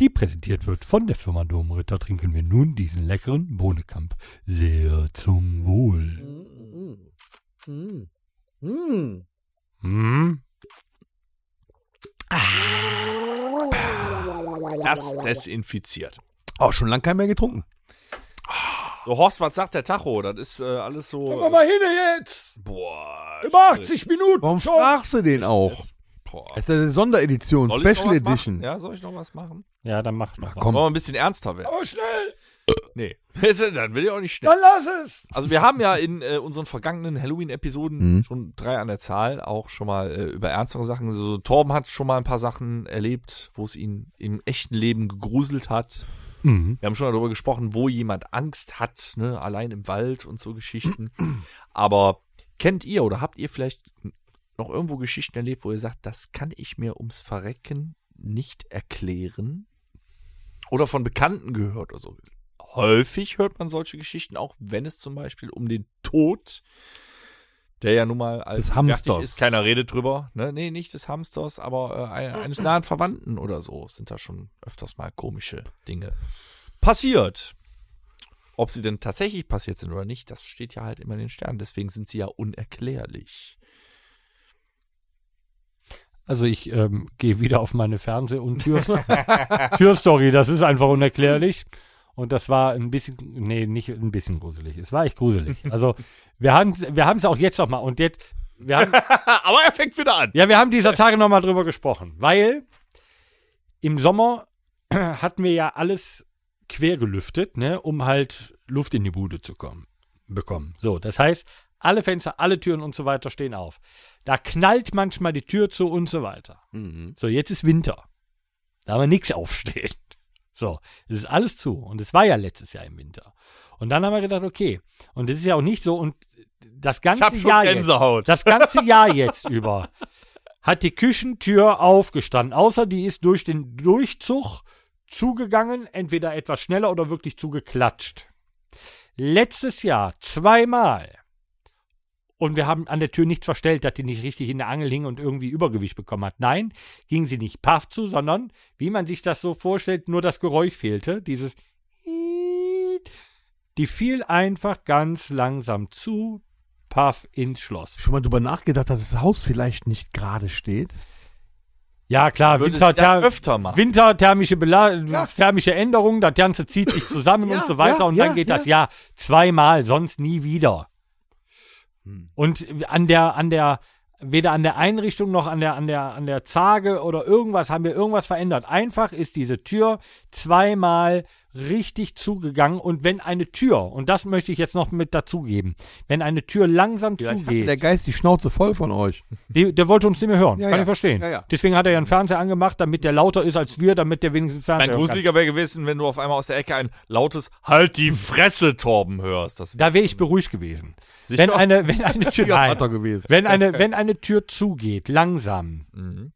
Speaker 2: die präsentiert wird von der Firma Domritter, trinken wir nun diesen leckeren Bohnenkamp. Sehr zum
Speaker 6: Mhm.
Speaker 2: Wohl. Hm?
Speaker 5: Das desinfiziert.
Speaker 4: Oh, schon lange kein mehr getrunken.
Speaker 5: So, Horst, was sagt der Tacho? Das ist äh, alles
Speaker 6: Komm mal,
Speaker 5: so.
Speaker 6: mal hin jetzt.
Speaker 5: Boah.
Speaker 6: Über 80 Minuten.
Speaker 4: Warum
Speaker 6: schon.
Speaker 4: fragst du den auch?
Speaker 5: Boah.
Speaker 4: Das ist eine Sonderedition,
Speaker 5: Soll ich noch
Speaker 4: Special
Speaker 5: was
Speaker 4: Edition.
Speaker 5: Machen? Ja, soll ich noch was machen?
Speaker 2: Ja, dann mach mal.
Speaker 4: Komm,
Speaker 5: Wollen wir ein bisschen ernster werden?
Speaker 6: Aber Oh, schnell.
Speaker 5: Nee. Dann will ich auch nicht schnell.
Speaker 6: Dann lass es.
Speaker 5: Also wir haben ja in äh, unseren vergangenen Halloween-Episoden schon drei an der Zahl auch schon mal äh, über ernstere Sachen. So, Torben hat schon mal ein paar Sachen erlebt, wo es ihn im echten Leben gegruselt hat.
Speaker 2: Mhm.
Speaker 5: Wir haben schon darüber gesprochen, wo jemand Angst hat, ne, allein im Wald und so Geschichten. Aber kennt ihr oder habt ihr vielleicht noch irgendwo Geschichten erlebt, wo ihr sagt, das kann ich mir ums Verrecken nicht erklären? Oder von Bekannten gehört oder so. Häufig hört man solche Geschichten auch, wenn es zum Beispiel um den Tod, der ja nun mal als
Speaker 4: Des
Speaker 5: gewerklich
Speaker 4: Hamsters.
Speaker 5: ist, keiner redet drüber. Ne? Nee, nicht des Hamsters, aber äh, ein- eines nahen Verwandten oder so sind da schon öfters mal komische Dinge passiert. Ob sie denn tatsächlich passiert sind oder nicht, das steht ja halt immer in den Sternen. Deswegen sind sie ja unerklärlich.
Speaker 2: Also ich ähm, gehe wieder auf meine Fernseh- und Tür Türstory. Das ist einfach unerklärlich. Und das war ein bisschen, nee, nicht ein bisschen gruselig. Es war echt gruselig. Also wir haben wir haben es auch jetzt noch mal. Und jetzt, wir haben,
Speaker 5: Aber er fängt wieder an.
Speaker 2: ja, wir haben dieser Tage noch mal drüber gesprochen, weil im Sommer hatten wir ja alles quer gelüftet, ne, um halt Luft in die Bude zu kommen, bekommen. So, das heißt, alle Fenster, alle Türen und so weiter stehen auf. Da knallt manchmal die Tür zu und so weiter.
Speaker 5: Mhm.
Speaker 2: So, jetzt ist Winter. Da haben wir nichts aufstehen. So, es ist alles zu. Und es war ja letztes Jahr im Winter. Und dann haben wir gedacht, okay, und das ist ja auch nicht so. Und das ganze
Speaker 5: Ich hab schon
Speaker 2: Jahr
Speaker 5: Gänsehaut.
Speaker 2: jetzt, das ganze Jahr jetzt über, hat die Küchentür aufgestanden. Außer die ist durch den Durchzug zugegangen, entweder etwas schneller oder wirklich zugeklatscht. Letztes Jahr zweimal. Und wir haben an der Tür nicht verstellt, dass die nicht richtig in der Angel hing und irgendwie Übergewicht bekommen hat. Nein, ging sie nicht paff zu, sondern, wie man sich das so vorstellt, nur das Geräusch fehlte. Dieses. Die fiel einfach ganz langsam zu, paff ins Schloss.
Speaker 4: Schon mal drüber nachgedacht, dass das Haus vielleicht nicht gerade steht?
Speaker 2: Ja, klar,
Speaker 3: Würdest du das
Speaker 2: Winterther
Speaker 3: öfter machen?
Speaker 2: Winter, thermische, Bela
Speaker 4: Ja.
Speaker 2: thermische Änderung, das Ganze zieht sich zusammen
Speaker 4: Ja,
Speaker 2: und so weiter
Speaker 4: ja,
Speaker 2: und dann
Speaker 4: ja,
Speaker 2: geht
Speaker 4: ja.
Speaker 2: das Jahr zweimal, sonst nie wieder.
Speaker 4: Hm.
Speaker 2: Und an der, an der, weder an der Einrichtung noch an der, an der, an der Zage oder irgendwas haben wir irgendwas verändert. Einfach ist diese Tür zweimal richtig zugegangen und wenn eine Tür, und das möchte ich jetzt noch mit dazugeben, wenn eine Tür langsam zugeht,
Speaker 4: Der Geist die Schnauze voll von euch.
Speaker 2: die, der wollte uns nicht mehr hören.
Speaker 4: Ja,
Speaker 2: kann
Speaker 4: ja.
Speaker 2: ich verstehen.
Speaker 4: Ja, ja.
Speaker 2: Deswegen hat er ja einen Fernseher angemacht, damit der lauter ist als wir, damit der wenigstens Fernseher
Speaker 3: Mein
Speaker 2: hören kann.
Speaker 3: gruseliger wäre gewesen, wenn du auf einmal aus der Ecke ein lautes Halt die Fresse, Torben, hörst. Das
Speaker 2: Da wäre ich beruhigt gewesen.
Speaker 3: Sicher?
Speaker 2: Wenn eine, wenn eine Tür,
Speaker 4: Ja,
Speaker 2: nein,
Speaker 4: Vater gewesen.
Speaker 2: wenn eine, wenn eine Tür zugeht, langsam,
Speaker 3: Mhm.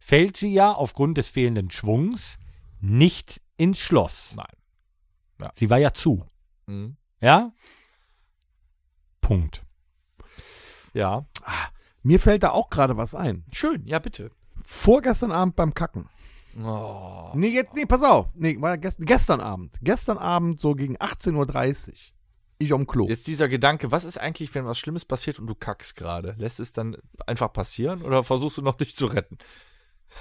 Speaker 2: fällt sie ja aufgrund des fehlenden Schwungs nicht ins Schloss.
Speaker 3: Nein. Ja.
Speaker 2: Sie war ja zu.
Speaker 3: Mhm.
Speaker 2: Ja? Punkt.
Speaker 3: Ja.
Speaker 4: Mir fällt da auch gerade was ein.
Speaker 3: Schön, ja, bitte.
Speaker 4: Vorgestern Abend beim Kacken.
Speaker 3: Oh.
Speaker 4: Nee, jetzt, nee, pass auf. Nee, war gestern, gestern Abend. Gestern Abend so gegen 18.30 Uhr. Ich am Klo.
Speaker 3: Jetzt dieser Gedanke, was ist eigentlich, wenn was Schlimmes passiert und du kackst gerade? Lässt es dann einfach passieren oder versuchst du noch dich zu retten?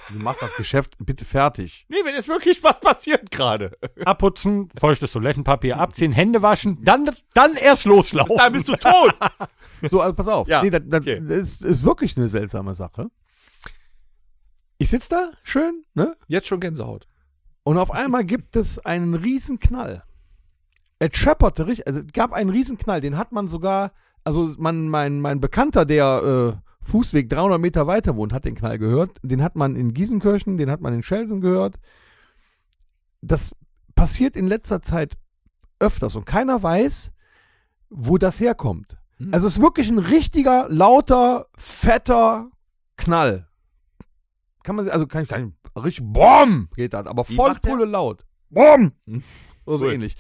Speaker 4: Du machst das Geschäft bitte fertig.
Speaker 3: Nee, wenn jetzt wirklich was passiert gerade.
Speaker 2: Abputzen, feuchtes Toilettenpapier abziehen, Hände waschen, dann, dann erst loslaufen.
Speaker 3: Dann bist du tot.
Speaker 4: So, also pass auf.
Speaker 3: Ja,
Speaker 4: nee, das, das,
Speaker 3: okay.
Speaker 4: das ist, ist wirklich eine seltsame Sache. Ich sitze da, schön, ne?
Speaker 3: Jetzt schon Gänsehaut.
Speaker 4: Und auf einmal gibt es einen riesen Knall. Es schepperte richtig, also es gab einen riesen Knall, den hat man sogar, also man, mein, mein Bekannter, der äh, Fußweg 300 Meter weiter wohnt, hat den Knall gehört. Den hat man in Giesenkirchen, den hat man in Schelsen gehört. Das passiert in letzter Zeit öfters und keiner weiß, wo das herkommt.
Speaker 3: Mhm.
Speaker 4: Also es ist wirklich ein richtiger, lauter, fetter Knall. Kann man, also kann ich, kann ich richtig, BOM! geht das, aber
Speaker 3: Wie
Speaker 4: voll
Speaker 3: macht der?
Speaker 4: Pulle laut. BOM!
Speaker 3: Mhm.
Speaker 4: Oder so
Speaker 3: Cool.
Speaker 4: ähnlich.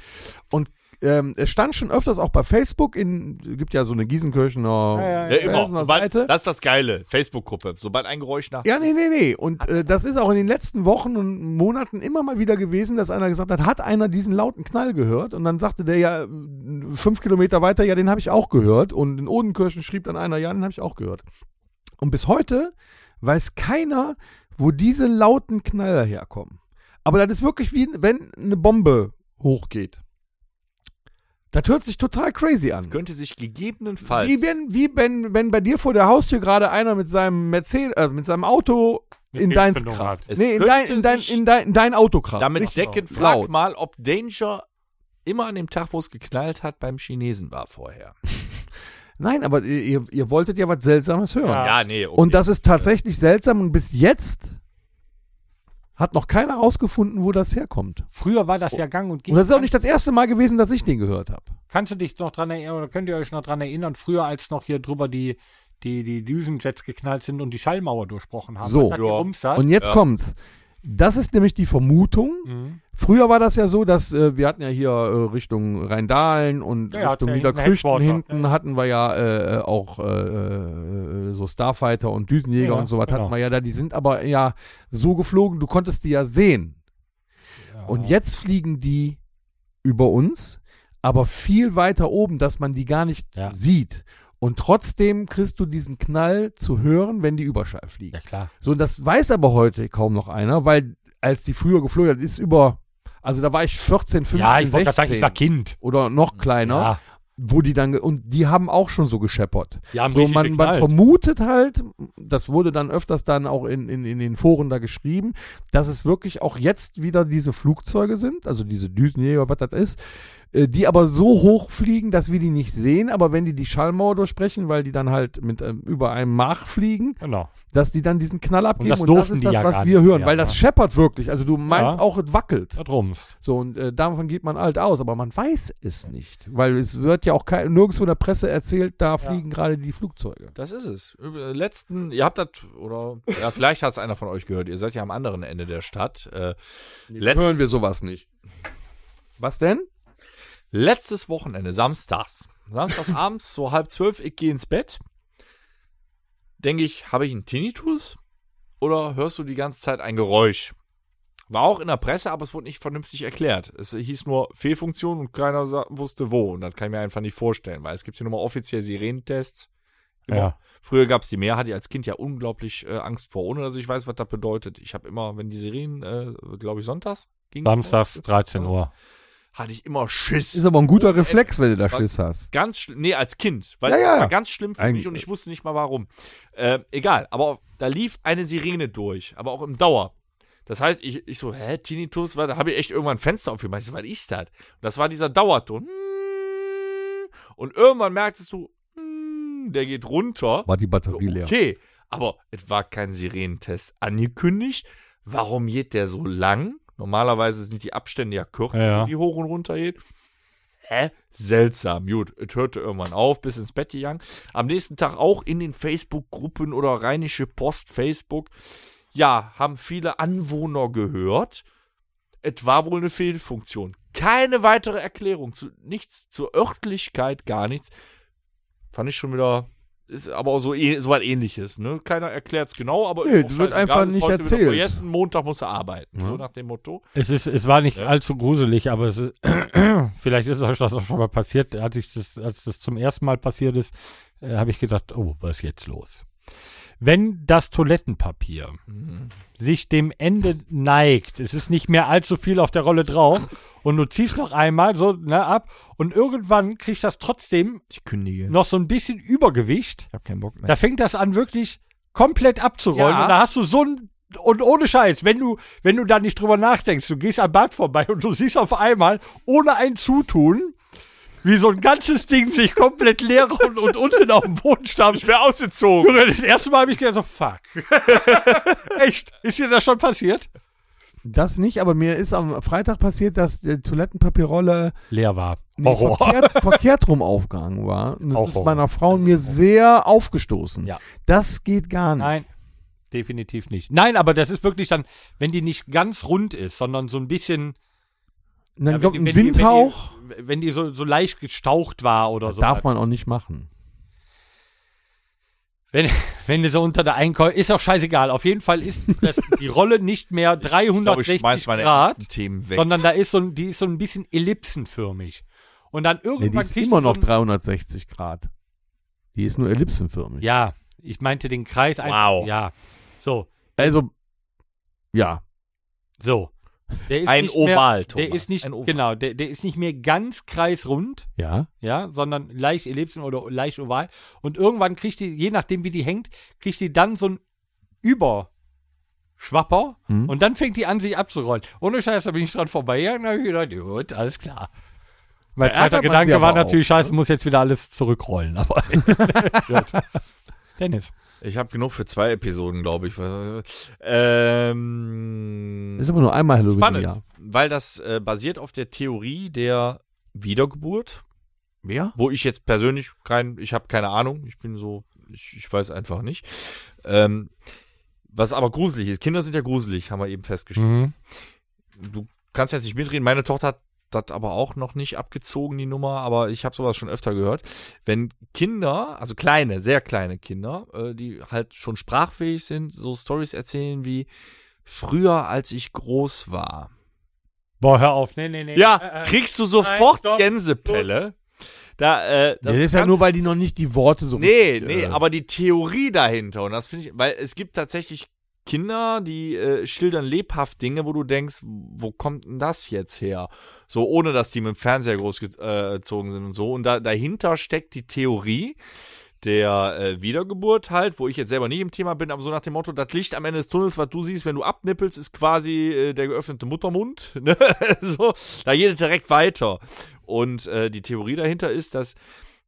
Speaker 4: Und ähm, es stand schon öfters auch bei Facebook, in, gibt ja so eine Giesenkirchener
Speaker 2: Ja, ja, ja.
Speaker 3: Ja, immer.
Speaker 4: Felsener
Speaker 3: Sobald,
Speaker 4: Seite.
Speaker 3: das ist das Geile. Facebook-Gruppe. Sobald ein Geräusch nach.
Speaker 4: Ja, nee, nee, nee. Und äh, das ist auch in den letzten Wochen und Monaten immer mal wieder gewesen, dass einer gesagt hat, hat einer diesen lauten Knall gehört? Und dann sagte der ja äh, fünf Kilometer weiter, ja, den habe ich auch gehört. Und in Odenkirchen schrieb dann einer, ja, den habe ich auch gehört. Und bis heute weiß keiner, wo diese lauten Knaller herkommen. Aber das ist wirklich wie, wenn eine Bombe hochgeht. Das hört sich total crazy an.
Speaker 3: Das könnte sich gegebenenfalls.
Speaker 4: Wie wenn, wie wenn, wenn bei dir vor der Haustür gerade einer mit seinem Mercedes, äh, mit seinem Auto
Speaker 2: Mit
Speaker 4: in
Speaker 2: dem
Speaker 4: deins
Speaker 2: Pendant
Speaker 4: kracht.
Speaker 3: Es
Speaker 4: Nee, in
Speaker 3: könnte
Speaker 4: dein, in dein,
Speaker 3: sich
Speaker 4: in dein, in dein Auto kracht.
Speaker 3: Damit
Speaker 4: Richtig.
Speaker 3: decken, frag
Speaker 4: Laut.
Speaker 3: mal, ob Danger immer an dem Tag, wo es geknallt hat, beim Chinesen war vorher.
Speaker 4: Nein, aber ihr, ihr- ihr wolltet ja was Seltsames hören.
Speaker 2: Ja.
Speaker 3: nee.
Speaker 5: um
Speaker 3: okay.
Speaker 4: Und das ist tatsächlich seltsam und bis jetzt hat noch keiner rausgefunden, wo das herkommt.
Speaker 2: Früher war das ja gang und
Speaker 4: Oh. Und
Speaker 2: gäbe.
Speaker 4: das ist auch nicht das erste Mal gewesen, dass ich den gehört habe.
Speaker 2: Kannst du dich noch dran erinnern, oder könnt ihr euch noch dran erinnern, früher als noch hier drüber die, die, die Düsenjets geknallt sind und die Schallmauer durchbrochen haben?
Speaker 4: So.
Speaker 2: hat
Speaker 3: Ja.
Speaker 2: gerumst halt? hat?
Speaker 4: Und jetzt
Speaker 3: Ja.
Speaker 4: kommt's. Das ist nämlich die Vermutung,
Speaker 2: Mhm.
Speaker 4: Früher war das ja so, dass äh, wir hatten ja hier äh, Richtung Rheindahlen und
Speaker 2: Ja, ja,
Speaker 4: Richtung
Speaker 2: hat ja
Speaker 4: Niederkrüchten
Speaker 2: hinten
Speaker 4: hinten
Speaker 2: Headquarter.
Speaker 4: hatten wir ja äh, äh, auch äh, äh, so Starfighter und Düsenjäger
Speaker 2: Ja,
Speaker 4: und sowas
Speaker 2: genau.
Speaker 4: hatten wir ja da. Die sind aber ja so geflogen, du konntest die ja sehen.
Speaker 2: Ja.
Speaker 4: Und jetzt fliegen die über uns, aber viel weiter oben, dass man die gar nicht
Speaker 2: Ja.
Speaker 4: sieht. Und trotzdem kriegst du diesen Knall zu hören, wenn die Überschall fliegen.
Speaker 2: Ja, klar.
Speaker 4: So, und das weiß aber heute kaum noch einer, weil als die früher geflogen hat, ist über, also da war ich 14, 15,
Speaker 2: ja, ich wollte
Speaker 4: 16
Speaker 2: gerade sagen, ich war Kind.
Speaker 4: oder noch kleiner,
Speaker 2: Ja,
Speaker 4: wo die dann, ge- und die haben auch schon so gescheppert.
Speaker 2: die haben
Speaker 4: So,
Speaker 2: richtig
Speaker 4: man, man
Speaker 2: geknallt.
Speaker 4: vermutet halt, das wurde dann öfters dann auch in, in, in den Foren da geschrieben, dass es wirklich auch jetzt wieder diese Flugzeuge sind, also diese Düsenjäger, was das ist, äh, die aber so hoch fliegen, dass wir die nicht sehen, aber wenn die die Schallmauer durchbrechen, weil die dann halt mit ähm, über einem Mach fliegen,
Speaker 2: Genau.
Speaker 4: dass die dann diesen Knall abgeben
Speaker 2: das durften
Speaker 4: ist
Speaker 2: die
Speaker 4: das,
Speaker 2: ja
Speaker 4: was
Speaker 2: gar
Speaker 4: wir
Speaker 2: nicht,
Speaker 4: hören,
Speaker 2: ja,
Speaker 4: weil das
Speaker 2: ja.
Speaker 4: scheppert wirklich. Also du meinst
Speaker 2: Ja.
Speaker 4: auch, es wackelt.
Speaker 2: Da drumst.
Speaker 4: So, und äh, davon geht man alt aus, aber man weiß es nicht, weil es wird ja auch kein, nirgendwo in der Presse erzählt, da fliegen gerade die Flugzeuge.
Speaker 5: Das ist es. Über- äh, Letzten, ihr habt das, oder ja, vielleicht hat es einer von euch gehört, ihr seid ja am anderen Ende der Stadt. Äh, letztes,
Speaker 4: sowas nicht. Was denn?
Speaker 5: letztes Wochenende, samstags. Samstags abends, so halb zwölf, ich gehe ins Bett. Denke ich, habe ich einen Tinnitus? Oder hörst du die ganze Zeit ein Geräusch? War auch in der Presse, aber es wurde nicht vernünftig erklärt. Es hieß nur Fehlfunktion und keiner sa- wusste wo. Und das kann ich mir einfach nicht vorstellen, weil es gibt hier nur mal offiziell Sirenentests.
Speaker 4: Genau.
Speaker 5: Immer.
Speaker 2: Ja.
Speaker 5: Früher gab es die mehr, hatte ich als Kind ja unglaublich äh, Angst vor, ohne dass ich weiß, was das bedeutet. Ich habe immer, wenn die Serien, äh, glaube ich, sonntags ging,
Speaker 2: Samstags 13 Uhr.
Speaker 5: hatte ich immer Schiss.
Speaker 4: Ist aber ein guter
Speaker 2: Äh,
Speaker 5: Oh,
Speaker 4: Reflex, wenn du da
Speaker 5: war-
Speaker 4: Schiss hast.
Speaker 5: Ganz schlimm, nee, als Kind. Weil
Speaker 4: Ja,
Speaker 5: das
Speaker 4: ja.
Speaker 5: war ganz schlimm für
Speaker 4: Ein-
Speaker 5: mich und ich wusste nicht mal warum. Äh, egal, aber auf- da lief eine Sirene durch, aber auch im Dauer. Das heißt, ich, ich so, hä, Tinnitus, war- da habe ich echt irgendwann ein Fenster aufgemacht. Ich so, was ist das? Und das war dieser Dauerton. Und irgendwann merktest du, hm, der geht runter.
Speaker 4: War die
Speaker 5: So,
Speaker 4: Batterie leer.
Speaker 5: okay, aber es war kein Sirenentest angekündigt. Warum geht der so lang? Normalerweise sind die Abstände ja kürzer,
Speaker 2: Ja, ja.
Speaker 5: wenn die hoch und runter geht. Hä? Seltsam. Gut, es hörte irgendwann auf, bis ins Bett gegangen. Am nächsten Tag auch in den Facebook-Gruppen oder Rheinische Post, Facebook. Ja, haben viele Anwohner gehört. Es war wohl eine Fehlfunktion. Keine weitere Erklärung, zu, nichts zur Örtlichkeit, gar nichts. Fand ich schon wieder ist aber auch so, eh- so was ähnliches, ne? Keiner erklärt es genau, aber
Speaker 4: Nee,
Speaker 5: auch
Speaker 4: das wird
Speaker 5: scheißegal,
Speaker 4: einfach
Speaker 5: ist
Speaker 4: nicht
Speaker 5: heute wieder
Speaker 4: erzählt.
Speaker 5: Vergessen, Montag muss er arbeiten, so
Speaker 4: Ja.
Speaker 5: nach dem Motto.
Speaker 2: Es, ist, es war nicht
Speaker 5: Ja.
Speaker 2: allzu gruselig, aber es ist, vielleicht ist euch das auch schon mal passiert. Als, ich das, als das zum ersten Mal passiert ist, äh, habe ich gedacht, oh, was ist jetzt los? Wenn das Toilettenpapier sich dem Ende neigt, es ist nicht mehr allzu viel auf der Rolle drauf und du ziehst noch einmal so ne, ab und irgendwann kriegt das trotzdem
Speaker 5: Ich kündige.
Speaker 2: noch so ein bisschen Übergewicht.
Speaker 5: Ich hab keinen Bock
Speaker 2: Da fängt das an, wirklich komplett abzurollen.
Speaker 4: Ja.
Speaker 2: Und da hast du so ein. Und ohne Scheiß, wenn du, wenn du da nicht drüber nachdenkst, du gehst am Bad vorbei und du siehst auf einmal, ohne ein Zutun, wie so ein ganzes Ding sich komplett leer und, und unten auf dem Boden stampft.
Speaker 5: Ich wäre ausgezogen.
Speaker 2: Junge, Das erste Mal habe ich gedacht, so fuck. Echt? Ist dir das schon passiert?
Speaker 4: Das nicht, aber mir ist am Freitag passiert, dass die Toilettenpapierrolle
Speaker 2: Leer war.
Speaker 4: nee,
Speaker 2: Oh.
Speaker 4: verkehrt, verkehrt rum aufgehangen war. Und das
Speaker 2: Auch
Speaker 4: ist
Speaker 2: Horror.
Speaker 4: meiner Frau und mir sehr aufgestoßen.
Speaker 2: Oh. Ja.
Speaker 4: Das geht gar nicht.
Speaker 2: Nein, definitiv nicht. Nein, aber das ist wirklich dann, wenn die nicht ganz rund ist, sondern so ein bisschen.
Speaker 4: Und dann
Speaker 2: Ja,
Speaker 4: kommt
Speaker 2: die-
Speaker 4: ein
Speaker 2: die-
Speaker 4: Windhauch.
Speaker 2: Wenn die, wenn die so, so leicht gestaucht war oder so.
Speaker 4: Darf man auch nicht machen.
Speaker 2: Wenn, wenn du so unter der Einkäufe, ist auch scheißegal. Auf jeden Fall ist das, die Rolle nicht mehr
Speaker 5: Ich glaube, ich
Speaker 2: 360
Speaker 5: schmeiß meine
Speaker 2: Grad,
Speaker 5: ersten Themen weg.
Speaker 2: sondern da ist so, ein- die ist so ein bisschen ellipsenförmig. Und dann
Speaker 4: Nee, die
Speaker 2: irgendwann
Speaker 4: ist
Speaker 2: kriegst
Speaker 4: immer
Speaker 2: du
Speaker 4: noch
Speaker 2: so ein-
Speaker 4: 360 Grad. Die ist nur ellipsenförmig.
Speaker 2: Ja, ich meinte den Kreis
Speaker 5: Wow.
Speaker 2: Ja. So,
Speaker 4: Also, ja.
Speaker 2: so. Der ist
Speaker 5: Ein
Speaker 2: nicht mehr-
Speaker 5: Oval,
Speaker 2: Der
Speaker 5: Thomas.
Speaker 2: ist nicht,
Speaker 5: Ein Oval.
Speaker 2: genau, der, der ist nicht mehr ganz kreisrund,
Speaker 4: Ja.
Speaker 2: ja, sondern leicht ellipsen oder leicht oval. Und irgendwann kriegt die, je nachdem wie die hängt, kriegt die dann so ein Überschwapper
Speaker 4: Hm.
Speaker 2: und dann fängt die an, sich abzurollen. Ohne Scheiß, da bin ich dran vorbeigegangen, da habe ich gedacht, gut, alles klar. Mein
Speaker 4: Da ärgert
Speaker 2: zweiter
Speaker 4: man sie
Speaker 2: Gedanke
Speaker 4: aber
Speaker 2: war
Speaker 4: auch, ne?
Speaker 2: natürlich, Scheiße, muss jetzt wieder alles zurückrollen, aber. Gut. Dennis.
Speaker 5: Ich habe genug für zwei Episoden, glaube ich. Ähm,
Speaker 4: Ist aber nur einmal Halloween.
Speaker 5: spannend,
Speaker 4: Ja.
Speaker 5: weil das äh, basiert auf der Theorie der Wiedergeburt,
Speaker 4: Wer?
Speaker 5: wo ich jetzt persönlich kein, ich habe keine Ahnung, ich bin so, ich, ich weiß einfach nicht. Ähm, was aber gruselig ist, Kinder sind ja gruselig, haben wir eben festgestellt.
Speaker 2: Mhm.
Speaker 5: Du kannst jetzt nicht mitreden, meine Tochter hat das aber auch noch nicht abgezogen, die Nummer, aber ich habe sowas schon öfter gehört. Wenn Kinder, also kleine, sehr kleine Kinder, äh, die halt schon sprachfähig sind, so Stories erzählen wie früher, als ich groß war.
Speaker 2: Boah, hör auf. Nee, nee, nee.
Speaker 5: Ja, kriegst du sofort
Speaker 2: Äh, stopp,
Speaker 5: Gänsepelle. Da, äh,
Speaker 4: Das, ist ja
Speaker 5: kann-
Speaker 4: nur, weil die noch nicht die Worte so
Speaker 5: Nee,
Speaker 4: richtig,
Speaker 5: nee,
Speaker 4: äh,
Speaker 5: aber die Theorie dahinter, und das finde ich, weil es gibt tatsächlich Kinder, die äh, schildern lebhaft Dinge, wo du denkst, wo kommt denn das jetzt her? So, ohne dass die mit dem Fernseher großgezogen sind und so. Und da, dahinter steckt die Theorie der äh, Wiedergeburt halt, wo ich jetzt selber nicht im Thema bin, aber so nach dem Motto, das Licht am Ende des Tunnels, was du siehst, wenn du abnippelst, ist quasi äh, der geöffnete Muttermund. Ne? so, da geht es direkt weiter. Und äh, die Theorie dahinter ist, dass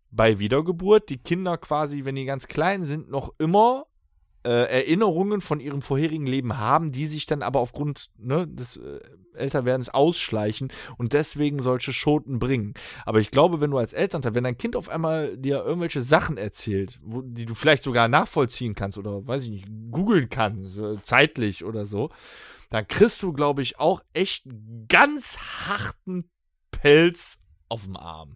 Speaker 5: bei Wiedergeburt die Kinder quasi, wenn die ganz klein sind, noch immer äh, Erinnerungen von ihrem vorherigen Leben haben, die sich dann aber aufgrund ne, des äh, Älterwerdens ausschleichen und deswegen solche Schoten bringen. Aber ich glaube, wenn du als Elternteil, wenn dein Kind auf einmal dir irgendwelche Sachen erzählt, wo, die du vielleicht sogar nachvollziehen kannst oder weiß ich nicht, googeln kannst, äh, zeitlich oder so, dann kriegst du, glaube ich, auch echt einen ganz harten Pelz auf dem Arm.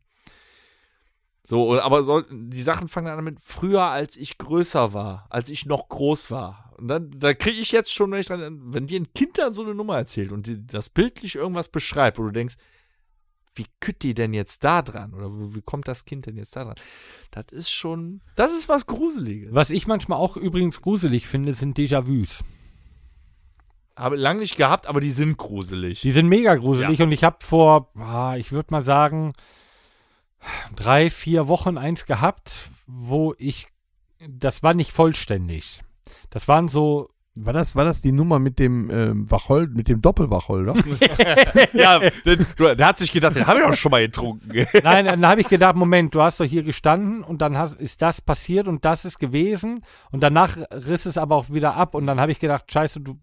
Speaker 5: So, und- aber soll, die Sachen fangen dann an mit früher, als ich größer war, als ich noch groß war. Und dann, da kriege ich jetzt schon, wenn, ich dran, wenn dir ein Kind dann so eine Nummer erzählt und dir das bildlich irgendwas beschreibt, wo du denkst, wie kütt die denn jetzt da dran? Oder wo- wie kommt das Kind denn jetzt da dran? Das ist schon, das ist was Gruseliges.
Speaker 2: Was ich manchmal auch übrigens gruselig finde, sind Déjà-vus.
Speaker 5: Habe lange nicht gehabt, aber die sind gruselig.
Speaker 2: Die sind mega gruselig und ich habe vor, ah, ich würde mal sagen, drei, vier Wochen eins gehabt, wo ich, das war nicht vollständig. Das waren so,
Speaker 4: War das, war das die Nummer mit dem ähm, Wachold, mit dem Doppelwacholder?
Speaker 5: ja, der, der hat sich gedacht, den habe ich doch schon mal getrunken.
Speaker 2: nein, dann habe ich gedacht, Moment, du hast doch hier gestanden und dann hast, ist das passiert und das ist gewesen und danach riss es aber auch wieder ab und dann habe ich gedacht, scheiße, du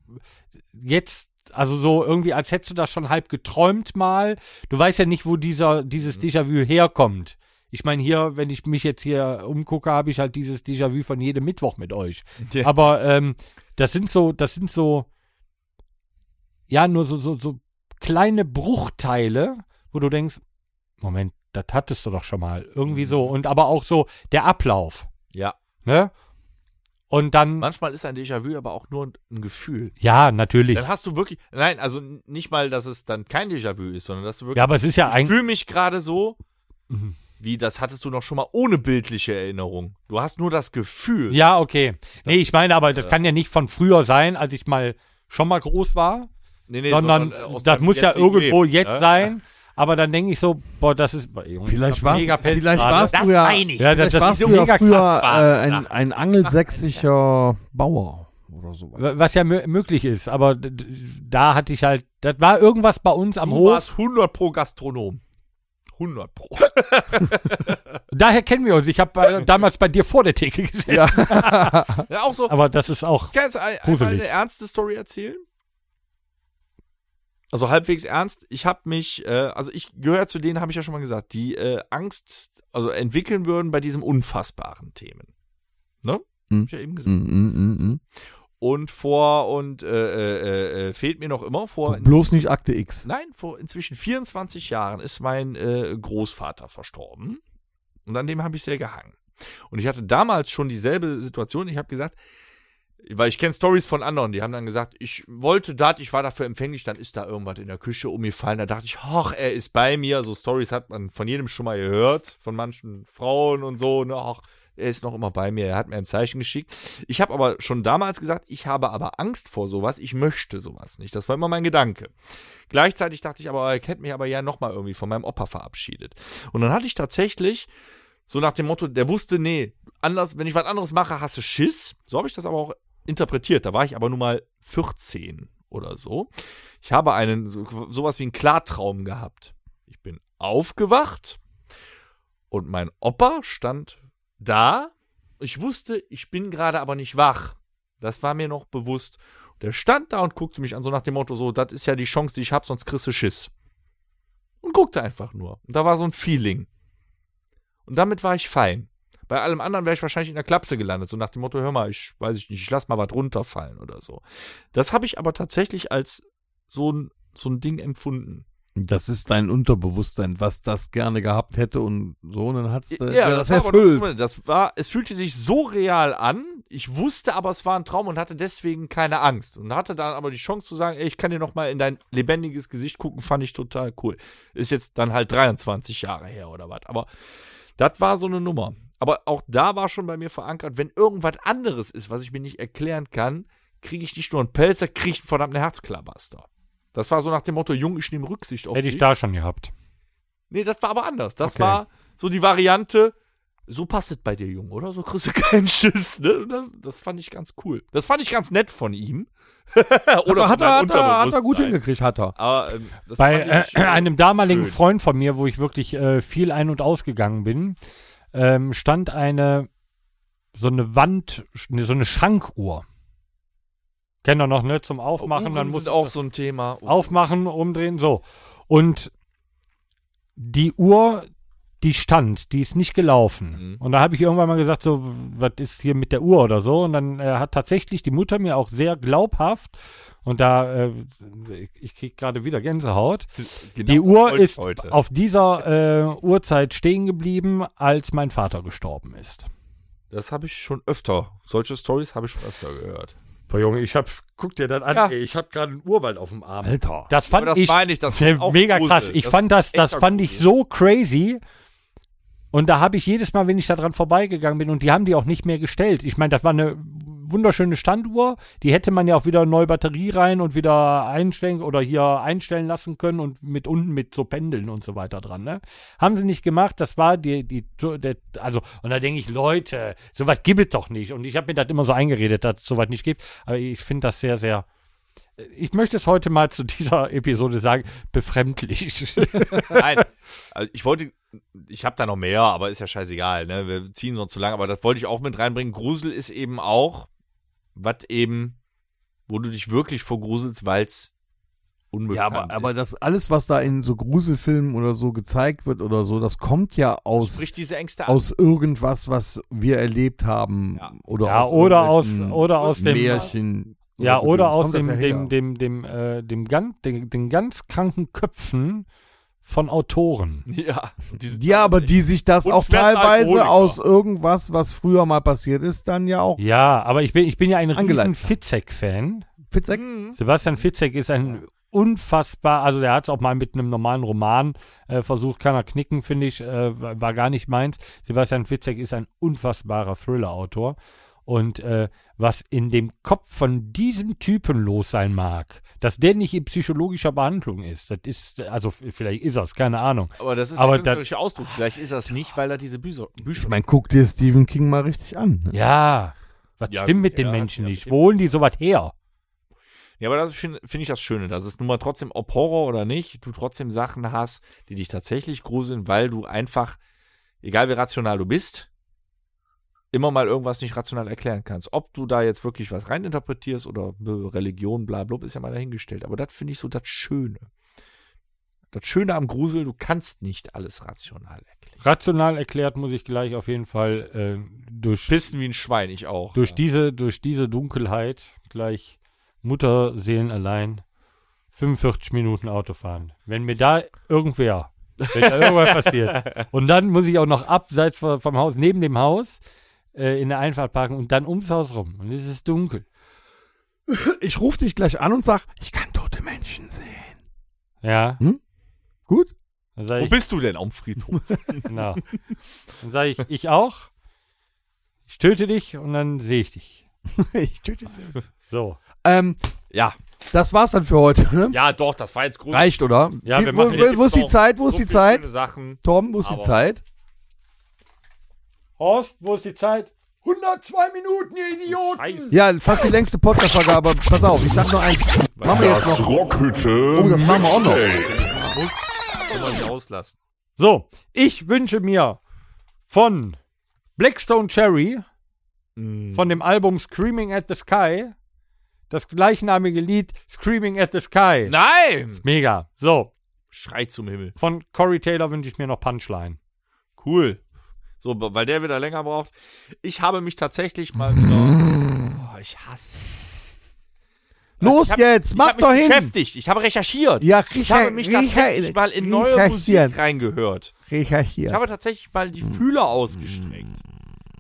Speaker 2: jetzt, also so irgendwie, als hättest du das schon halb geträumt mal. Du weißt ja nicht, wo dieser,
Speaker 5: Mhm.
Speaker 2: dieses Déjà-vu herkommt. Ich meine, hier, wenn ich mich jetzt hier umgucke, habe ich halt dieses Déjà-vu von jedem Mittwoch mit euch.
Speaker 5: Ja.
Speaker 2: Aber ähm, das sind so, das sind so, ja, nur so, so, so kleine Bruchteile, wo du denkst, Moment, das hattest du doch schon mal. Irgendwie so. Und aber auch so der Ablauf.
Speaker 5: Mhm. ja.
Speaker 2: Ne? Und dann,
Speaker 5: Manchmal ist ein Déjà-vu aber auch nur ein Gefühl.
Speaker 2: ja, natürlich.
Speaker 5: Dann hast du wirklich, nein, also nicht mal, dass es dann kein Déjà-vu ist, sondern dass du wirklich,
Speaker 2: Ja, aber es ist ja
Speaker 5: ich
Speaker 2: eigentlich.
Speaker 5: fühle mich gerade so,
Speaker 2: Mhm.
Speaker 5: wie das hattest du noch schon mal ohne bildliche Erinnerung. Du hast nur das Gefühl. äh,
Speaker 2: Ja, okay. Nee, ich meine aber, das kann ja nicht von früher sein, als ich mal schon mal groß war,
Speaker 5: Nee, nee,
Speaker 2: sondern
Speaker 5: aus
Speaker 2: das
Speaker 5: deinem
Speaker 2: muss ja
Speaker 5: jetzigen
Speaker 2: irgendwo
Speaker 5: Leben,
Speaker 2: jetzt
Speaker 5: ne?
Speaker 2: sein. Aber dann denke ich so, boah, das ist. boah, Junge, ich
Speaker 4: Vielleicht
Speaker 2: hab
Speaker 4: war's-
Speaker 2: mega Pelz
Speaker 4: vielleicht
Speaker 2: gerade.
Speaker 4: warst du ja,
Speaker 5: meine ich.
Speaker 2: Ja, das,
Speaker 4: vielleicht
Speaker 2: das ist
Speaker 4: warst
Speaker 2: so
Speaker 4: du ja
Speaker 2: mega
Speaker 4: früher
Speaker 2: krass.
Speaker 4: äh, ein, ein angelsächsischer Bauer oder sowas.
Speaker 2: Was ja mö- möglich ist, aber d- d- da hatte ich halt, das war irgendwas bei uns am
Speaker 5: Du
Speaker 2: Hof.
Speaker 5: warst 100 pro Gastronom. 100 pro.
Speaker 2: Daher kennen wir uns. Ich habe äh, damals bei dir vor der Theke gesessen.
Speaker 5: Ja, auch so,
Speaker 2: Aber das ist auch.
Speaker 5: Kannst du ein, einmal
Speaker 2: Gruselig.
Speaker 5: eine ernste Story erzählen? Also halbwegs ernst. Ich habe mich, äh, also ich gehöre zu denen, habe ich ja schon mal gesagt, die äh, Angst, also entwickeln würden bei diesem unfassbaren Themen. Ne?
Speaker 4: Mhm.
Speaker 5: Hab ich ja eben gesagt.
Speaker 4: Mm, mm, mm, mm.
Speaker 5: Und vor und äh, äh, äh, fehlt mir noch immer vor.
Speaker 4: Bloß nicht Akte X.
Speaker 5: Nein, vor inzwischen 24 Jahren ist mein äh, Großvater verstorben. Und an dem habe ich sehr gehangen. Und ich hatte damals schon dieselbe Situation. Ich habe gesagt, weil ich kenne Stories von anderen, die haben dann gesagt, ich wollte das, ich war dafür empfänglich, dann ist da irgendwas in der Küche umgefallen. Da dachte ich, ach, er ist bei mir. So Stories hat man von jedem schon mal gehört, von manchen Frauen und so. Ne? Ach, er ist noch immer bei mir, er hat mir ein Zeichen geschickt. Ich habe aber schon damals gesagt, ich habe aber Angst vor sowas, ich möchte sowas nicht. Das war immer mein Gedanke. Gleichzeitig dachte ich aber, er kennt mich aber ja nochmal irgendwie von meinem Opa verabschiedet. Und dann hatte ich tatsächlich so nach dem Motto, der wusste, nee, anders, wenn ich was anderes mache, hasse Schiss. So habe ich das aber auch interpretiert. Da war ich aber nur mal 14 oder so. Ich habe einen, so, sowas wie einen Klartraum gehabt. Ich bin aufgewacht und mein Opa stand da. Ich wusste, ich bin gerade aber nicht wach. Das war mir noch bewusst. Der stand da und guckte mich an, so nach dem Motto, so, das ist ja die Chance, die ich habe, sonst kriegst du Schiss. Und guckte einfach nur. Und da war so ein Feeling. Und damit war ich fein. Bei allem anderen wäre ich wahrscheinlich in der Klapse gelandet, so nach dem Motto, hör mal, ich weiß ich nicht, ich lass mal was runterfallen oder so. Das habe ich aber tatsächlich als so ein, so ein Ding empfunden.
Speaker 4: Das ist dein Unterbewusstsein, was das gerne gehabt hätte und so, und dann hat's äh, das
Speaker 5: war aber
Speaker 4: erfüllt.
Speaker 5: nur- das war, es fühlte sich so real an. Ich wusste aber, es war ein Traum und hatte deswegen keine Angst. Und hatte dann aber die Chance zu sagen, ey, ich kann dir noch mal in dein lebendiges Gesicht gucken, fand ich total cool. Ist jetzt dann halt 23 Jahre her oder was. Aber das war so eine Nummer. Aber auch da war schon bei mir verankert, wenn irgendwas anderes ist, was ich mir nicht erklären kann, kriege ich nicht nur einen Pelzer, kriege ich verdammt einen Herzklabaster. Das war so nach dem Motto, Jung, ich nehme Rücksicht auf
Speaker 2: Hätte
Speaker 5: dich.
Speaker 2: ich da schon gehabt.
Speaker 5: Nee, das war aber anders. Das
Speaker 2: Okay.
Speaker 5: war so die Variante, so passt es bei dir, Junge, oder? So kriegst du keinen Schiss, ne? Und Das, das fand ich ganz cool. Das fand ich ganz nett von ihm. oder
Speaker 4: Aber hat,
Speaker 5: von
Speaker 4: er,
Speaker 5: meinem
Speaker 4: hat, er, hat er gut
Speaker 5: Unterbewusstsein.
Speaker 4: hingekriegt, hat er.
Speaker 5: Aber ähm, das
Speaker 2: Bei
Speaker 5: fand ich,
Speaker 2: äh, einem damaligen
Speaker 5: schön.
Speaker 2: Freund von mir, wo ich wirklich äh, viel ein- und ausgegangen bin, ähm, stand eine so eine Wand, ne, so eine Schrankuhr. Kennt ihr noch, ne? Zum Aufmachen,
Speaker 5: Uhren
Speaker 2: dann
Speaker 5: Oh, sind
Speaker 2: muss
Speaker 5: auch so ein Thema.
Speaker 2: aufmachen, umdrehen, so. Und die Uhr, die stand, die ist nicht gelaufen.
Speaker 5: Mhm.
Speaker 2: Und da habe ich irgendwann mal gesagt, so, was ist hier mit der Uhr oder so? Und dann äh, hat tatsächlich die Mutter mir auch sehr glaubhaft, und da, äh, ich kriege gerade wieder Gänsehaut,
Speaker 5: Genau
Speaker 2: die Uhr
Speaker 5: heute-
Speaker 2: ist
Speaker 5: heute.
Speaker 2: auf dieser äh, Uhrzeit stehen geblieben, als mein Vater gestorben ist.
Speaker 5: Das habe ich schon öfter. Solche Stories habe ich schon öfter gehört.
Speaker 2: Boah, Junge, ich hab, guck dir das an,
Speaker 5: Ja.
Speaker 2: ey, ich hab gerade einen Urwald auf dem Arm.
Speaker 4: Alter.
Speaker 2: Das fand
Speaker 5: Aber das
Speaker 2: ich,
Speaker 5: meine ich, das ist auch
Speaker 2: mega
Speaker 5: Grusel.
Speaker 2: krass. Ich
Speaker 5: Das
Speaker 2: fand
Speaker 5: ist
Speaker 2: das, das
Speaker 5: echter
Speaker 2: fand ich
Speaker 5: Grusel.
Speaker 2: so crazy. Und da habe ich jedes Mal, wenn ich da dran vorbeigegangen bin, und die haben die auch nicht mehr gestellt. Ich meine, das war eine wunderschöne Standuhr. Die hätte man ja auch wieder neue Batterie rein und wieder einstellen oder hier einstellen lassen können und mit unten mit so Pendeln und so weiter dran. Ne? Haben sie nicht gemacht. Das war die, die, der, also, und da denke ich, Leute, sowas gibt es doch nicht. Und ich habe mir das immer so eingeredet, dass es sowas nicht gibt. Aber ich finde das sehr, sehr, ich möchte es heute mal zu dieser Episode sagen, befremdlich.
Speaker 5: Nein, also ich wollte, ich habe da noch mehr, aber ist ja scheißegal, ne? Wir ziehen sonst zu lange, aber das wollte ich auch mit reinbringen. Grusel ist eben auch, was eben, wo du dich wirklich vor gruselst, weil es
Speaker 4: Ja,
Speaker 5: unbekannt
Speaker 4: aber, aber
Speaker 5: ist.
Speaker 4: das alles, was da in so Gruselfilmen oder so gezeigt wird oder so, das kommt ja aus,
Speaker 5: Sprich diese Ängste an.
Speaker 4: aus irgendwas, was wir erlebt haben.
Speaker 5: Ja.
Speaker 4: Oder,
Speaker 2: ja,
Speaker 4: aus
Speaker 2: oder aus,
Speaker 4: irgendwelchen
Speaker 2: oder aus dem,
Speaker 4: Märchen.
Speaker 2: ja,
Speaker 4: Gedöns.
Speaker 2: oder aus
Speaker 4: Kommt das
Speaker 2: dem,
Speaker 4: ja her.
Speaker 2: dem, dem, dem, äh, dem, gan den, den ganz kranken Köpfen von Autoren.
Speaker 5: Ja, diese
Speaker 4: Ja, aber die sich das
Speaker 5: Und
Speaker 4: auch
Speaker 5: Schwester
Speaker 4: teilweise
Speaker 5: Alkoholiker.
Speaker 4: aus irgendwas, was früher mal passiert ist, dann ja auch.
Speaker 2: Ja, aber ich bin, ich bin ja ein riesen
Speaker 4: Angeleitet.
Speaker 2: Fitzek-Fan.
Speaker 4: Fitzek?
Speaker 5: Mhm.
Speaker 2: Sebastian Fitzek ist ein unfassbar, also der hat es auch mal mit einem normalen Roman äh, versucht, kann er knicken, finde ich, äh, war war gar nicht meins. Sebastian Fitzek ist ein unfassbarer Thriller-Autor. Und äh, was in dem Kopf von diesem Typen los sein mag, dass der nicht in psychologischer Behandlung ist, das ist, also f- vielleicht ist er's, keine Ahnung.
Speaker 5: Aber das ist
Speaker 2: Aber
Speaker 5: der künstlerische Ausdruck. Vielleicht ist das nicht, weil er diese Bücher.
Speaker 4: Ich meine, guck dir Stephen King mal richtig an. Ne?
Speaker 2: Ja, was
Speaker 5: Ja,
Speaker 2: stimmt mit
Speaker 5: ja,
Speaker 2: den Menschen
Speaker 5: ja,
Speaker 2: nicht?
Speaker 5: stimmt.
Speaker 2: Wo holen die sowas her?
Speaker 5: Ja, aber das finde find ich das Schöne, dass es nun mal trotzdem, ob Horror oder nicht, du trotzdem Sachen hast, die dich tatsächlich gruseln, weil du einfach, egal wie rational du bist, immer mal irgendwas nicht rational erklären kannst. Ob du da jetzt wirklich was reininterpretierst oder b- Religion, bla, bla, ist ja mal dahingestellt. Aber das finde ich so das Schöne. Das Schöne am Grusel, du kannst nicht alles rational erklären.
Speaker 2: Rational erklärt muss ich gleich auf jeden Fall äh, durch
Speaker 5: Pissen wie ein Schwein, ich auch.
Speaker 2: Durch
Speaker 5: ja.
Speaker 2: diese, durch diese Dunkelheit gleich Mutterseelen allein 45 Minuten Autofahren. Wenn mir da irgendwer, wenn da irgendwas passiert. Und dann muss ich auch noch abseits vo- vom Haus, neben dem Haus, äh, in der Einfahrt parken und dann ums Haus rum. Und es ist dunkel.
Speaker 4: Ich rufe dich gleich an und sag, ich kann tote Menschen sehen.
Speaker 2: Ja.
Speaker 4: Hm? Gut.
Speaker 2: Dann sage
Speaker 5: Wo
Speaker 2: ich,
Speaker 5: bist du denn am Friedhof?
Speaker 2: genau. Dann sage ich, ich auch. Ich töte dich und dann sehe ich dich.
Speaker 4: ich töte dich.
Speaker 2: So.
Speaker 4: Ähm,
Speaker 5: ja.
Speaker 4: das war's dann für heute. Ne?
Speaker 5: Ja, doch, das war jetzt gruselig.
Speaker 4: Reicht, oder?
Speaker 2: Ja,
Speaker 4: Wie-
Speaker 2: wir
Speaker 4: wo,
Speaker 2: machen jetzt
Speaker 4: wo, wo ist die
Speaker 5: noch
Speaker 4: Zeit? Wo ist
Speaker 5: so
Speaker 4: die
Speaker 5: viele
Speaker 4: Zeit?
Speaker 5: schöne Sachen.
Speaker 4: Torben, wo ist
Speaker 5: Aber-
Speaker 4: die Zeit?
Speaker 2: Horst, wo ist die Zeit?
Speaker 7: 102 Minuten, ihr Idioten!
Speaker 5: Scheiße.
Speaker 4: Ja, fast die längste Podcast-Folge, aber pass auf, ich sag nur eins. Machen wir jetzt
Speaker 8: Das
Speaker 4: noch.
Speaker 8: Rockhütte.
Speaker 4: Oh, das machen wir auch noch.
Speaker 8: Mixtape.
Speaker 5: Muss man nicht auslassen.
Speaker 2: So, ich wünsche mir von Blackstone Cherry, von dem Album Screaming at the Sky, das gleichnamige Lied Screaming at the Sky.
Speaker 5: Nein!
Speaker 2: Mega. So,
Speaker 5: Schreit zum Himmel.
Speaker 2: von Corey Taylor wünsche ich mir noch Punchline.
Speaker 5: Cool. So, b- weil der wieder länger braucht. Ich habe mich tatsächlich mal wieder. Oh, ich hasse.
Speaker 4: Los
Speaker 5: Ich hab-
Speaker 4: jetzt,
Speaker 5: ich
Speaker 4: mach
Speaker 5: hab mich
Speaker 4: doch hin.
Speaker 5: beschäftigt. Ich habe recherchiert.
Speaker 4: Ja,
Speaker 5: ich habe mich tatsächlich mal in neue Musik reingehört. Ich
Speaker 4: recherchiert.
Speaker 5: habe tatsächlich mal die Fühler ausgestreckt.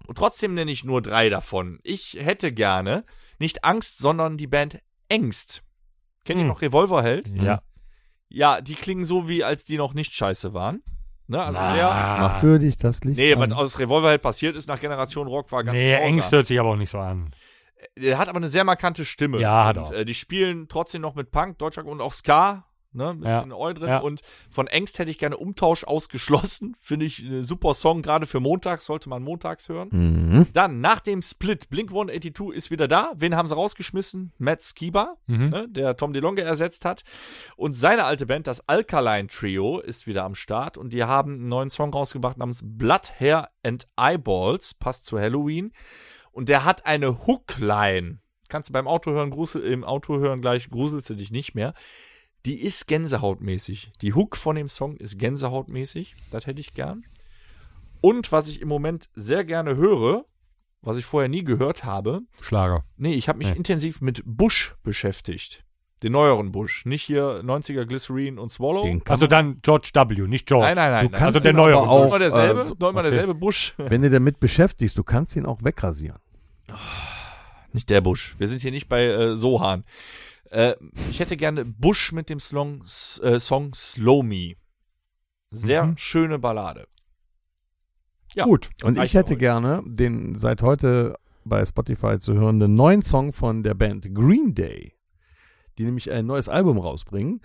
Speaker 5: Und trotzdem nenne ich nur drei davon. Ich hätte gerne nicht Angst, sondern die Band Ängst. Kennt ihr
Speaker 2: Hm.
Speaker 5: noch Revolverheld?
Speaker 2: Ja.
Speaker 5: Ja, die klingen so, wie als die noch nicht scheiße waren. Ne, also sehr.
Speaker 4: Mach für dich das Licht.
Speaker 5: Nee, was
Speaker 4: an.
Speaker 5: aus Revolverheld passiert ist nach Generation Rock war ganz
Speaker 2: Nee,
Speaker 5: grausam.
Speaker 2: Angst hört sich aber auch nicht so an.
Speaker 5: Der äh, hat aber eine sehr markante Stimme.
Speaker 2: Ja, hat
Speaker 5: und,
Speaker 2: er.
Speaker 5: äh, Die spielen trotzdem noch mit Punk, Deutschrock und auch Ska. ne? Mit
Speaker 2: Ja.
Speaker 5: den Eu drin.
Speaker 2: Ja.
Speaker 5: Und von Ängst hätte ich gerne Umtausch ausgeschlossen. Finde ich ein super Song, gerade für montags, sollte man montags hören.
Speaker 4: Mhm.
Speaker 5: Dann, nach dem Split, Blink 182 ist wieder da. Wen haben sie rausgeschmissen? Matt Skiba,
Speaker 2: Mhm.
Speaker 5: ne, der Tom DeLonge ersetzt hat. Und seine alte Band, das Alkaline Trio, ist wieder am Start. Und die haben einen neuen Song rausgebracht namens Blood, Hair and Eyeballs. Passt zu Halloween. Und der hat eine Hookline. Kannst du beim Auto hören, grusel, im Auto hören gleich, gruselst du dich nicht mehr. Die ist gänsehautmäßig. Die Hook von dem Song ist gänsehautmäßig. Das hätte ich gern. Und was ich im Moment sehr gerne höre, was ich vorher nie gehört habe,
Speaker 2: Schlager.
Speaker 5: nee, ich habe mich
Speaker 2: Nee.
Speaker 5: intensiv mit Bush beschäftigt. Den neueren Bush. Nicht hier 90er Glycerin und Swallow.
Speaker 4: Den
Speaker 2: Also dann George W., nicht George.
Speaker 5: nein, nein, nein.
Speaker 4: Du
Speaker 5: nein.
Speaker 4: kannst
Speaker 2: Also der
Speaker 4: ihn
Speaker 2: neuere
Speaker 4: aber
Speaker 2: Bush.
Speaker 4: auch,
Speaker 5: Neunmal derselbe,
Speaker 4: äh,
Speaker 5: neunmal
Speaker 2: okay.
Speaker 5: derselbe Bush.
Speaker 4: wenn du damit beschäftigst, du kannst ihn auch wegrasieren.
Speaker 5: Nicht der Busch. Wir sind hier nicht bei äh, Sohan. Äh, ich hätte gerne Busch mit dem Slong, S- äh, Song Slow Me. Sehr
Speaker 2: Mhm.
Speaker 5: schöne Ballade. Ja,
Speaker 4: Gut.
Speaker 5: das
Speaker 4: Und
Speaker 5: reicht
Speaker 4: ich hätte
Speaker 5: mir heute.
Speaker 4: gerne den seit heute bei Spotify zu hörenden neuen Song von der Band Green Day, die nämlich ein neues Album rausbringen.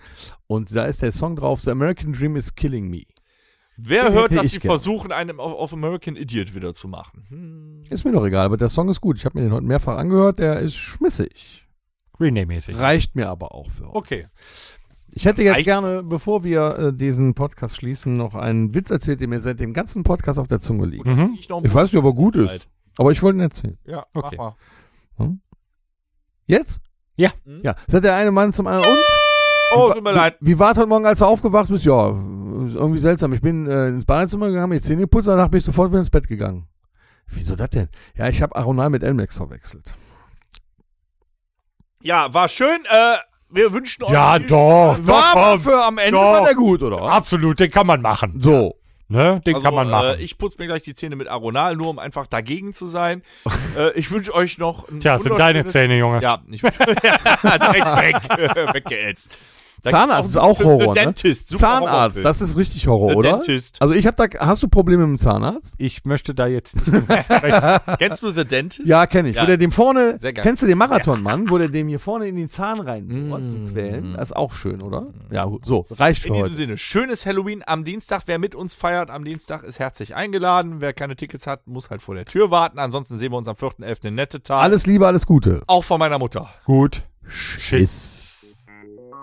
Speaker 4: Und da ist der Song drauf, The American Dream is Killing Me.
Speaker 5: Wer
Speaker 4: Den
Speaker 5: hört,
Speaker 4: hätte
Speaker 5: dass
Speaker 4: ich
Speaker 5: die
Speaker 4: gerne.
Speaker 5: versuchen, einen auf, auf American Idiot wieder zu machen? Hm.
Speaker 4: Ist mir doch egal, aber der Song ist gut. Ich habe mir den heute mehrfach angehört, der ist schmissig.
Speaker 2: Green Day-mäßig.
Speaker 4: Reicht mir aber auch für heute.
Speaker 2: Okay.
Speaker 4: Ich hätte jetzt
Speaker 5: Reicht-
Speaker 4: gerne, bevor wir äh, diesen Podcast schließen, noch einen Witz erzählt, der mir seit dem ganzen Podcast auf der Zunge liegt.
Speaker 2: Mhm.
Speaker 5: Ich, noch ein
Speaker 4: Ich weiß nicht, ob er gut
Speaker 5: bisschen
Speaker 4: ist, aber ich wollte ihn erzählen.
Speaker 5: Ja,
Speaker 2: Okay.
Speaker 5: mach mal.
Speaker 4: Jetzt?
Speaker 2: Ja.
Speaker 5: Mhm.
Speaker 4: Ja. Sagt der eine Mann zum anderen und?
Speaker 5: Oh,
Speaker 4: Wie-
Speaker 5: tut mir leid.
Speaker 4: Wie, wie war es heute Morgen, als du aufgewacht bist? Ja, ist irgendwie seltsam. Ich bin äh, ins Badezimmer gegangen, hab mir die Zähne geputzt, danach bin ich sofort wieder ins Bett gegangen. Wieso das denn? Ja, ich habe Aronal mit Elmex verwechselt.
Speaker 5: Ja, war schön. Äh, wir wünschen euch.
Speaker 2: Ja,
Speaker 5: viel
Speaker 2: doch.
Speaker 4: War aber
Speaker 2: doch,
Speaker 4: für am Ende
Speaker 2: doch.
Speaker 4: war der gut, oder?
Speaker 2: Absolut, den kann man machen.
Speaker 4: So.
Speaker 2: Ne? Den
Speaker 5: Also,
Speaker 2: kann man machen.
Speaker 5: Äh, ich putze mir gleich die Zähne mit Aronal, nur um einfach dagegen zu sein. äh, ich wünsche euch noch ein
Speaker 2: Tja, sind deine
Speaker 5: wunderschönes-
Speaker 2: Zähne, Junge.
Speaker 5: Ja, ich wünsch- ja, direkt weg, weggeätzt. Da
Speaker 4: Zahnarzt
Speaker 5: gibt's
Speaker 4: ist auch
Speaker 5: The-
Speaker 4: Horror,
Speaker 5: The
Speaker 4: ne?
Speaker 5: Dentist, super
Speaker 4: Zahnarzt,
Speaker 5: Horrorfilm.
Speaker 4: das ist richtig Horror,
Speaker 5: The
Speaker 4: oder?
Speaker 5: Dentist.
Speaker 4: Also ich habe da, hast du Probleme mit dem Zahnarzt?
Speaker 2: Ich möchte da jetzt nicht drüber sprechen.
Speaker 5: Kennst du The Dentist?
Speaker 4: Ja, kenne ich.
Speaker 5: Ja.
Speaker 4: Wo der dem vorne,
Speaker 5: Sehr geil.
Speaker 4: kennst du den Marathonmann, wo der dem hier vorne in den Zahn reinbohrt, zum
Speaker 5: Mm.
Speaker 4: Quellen? Das ist auch schön, oder? Ja, so, reicht
Speaker 5: In
Speaker 4: für
Speaker 5: diesem
Speaker 4: heute.
Speaker 5: Sinne, schönes Halloween am Dienstag. Wer mit uns feiert am Dienstag, ist herzlich eingeladen. Wer keine Tickets hat, muss halt vor der Tür warten. Ansonsten sehen wir uns am 4.11. in Nettetal.
Speaker 4: Alles Liebe, alles Gute.
Speaker 5: Auch von meiner Mutter.
Speaker 2: Gut. Schiss.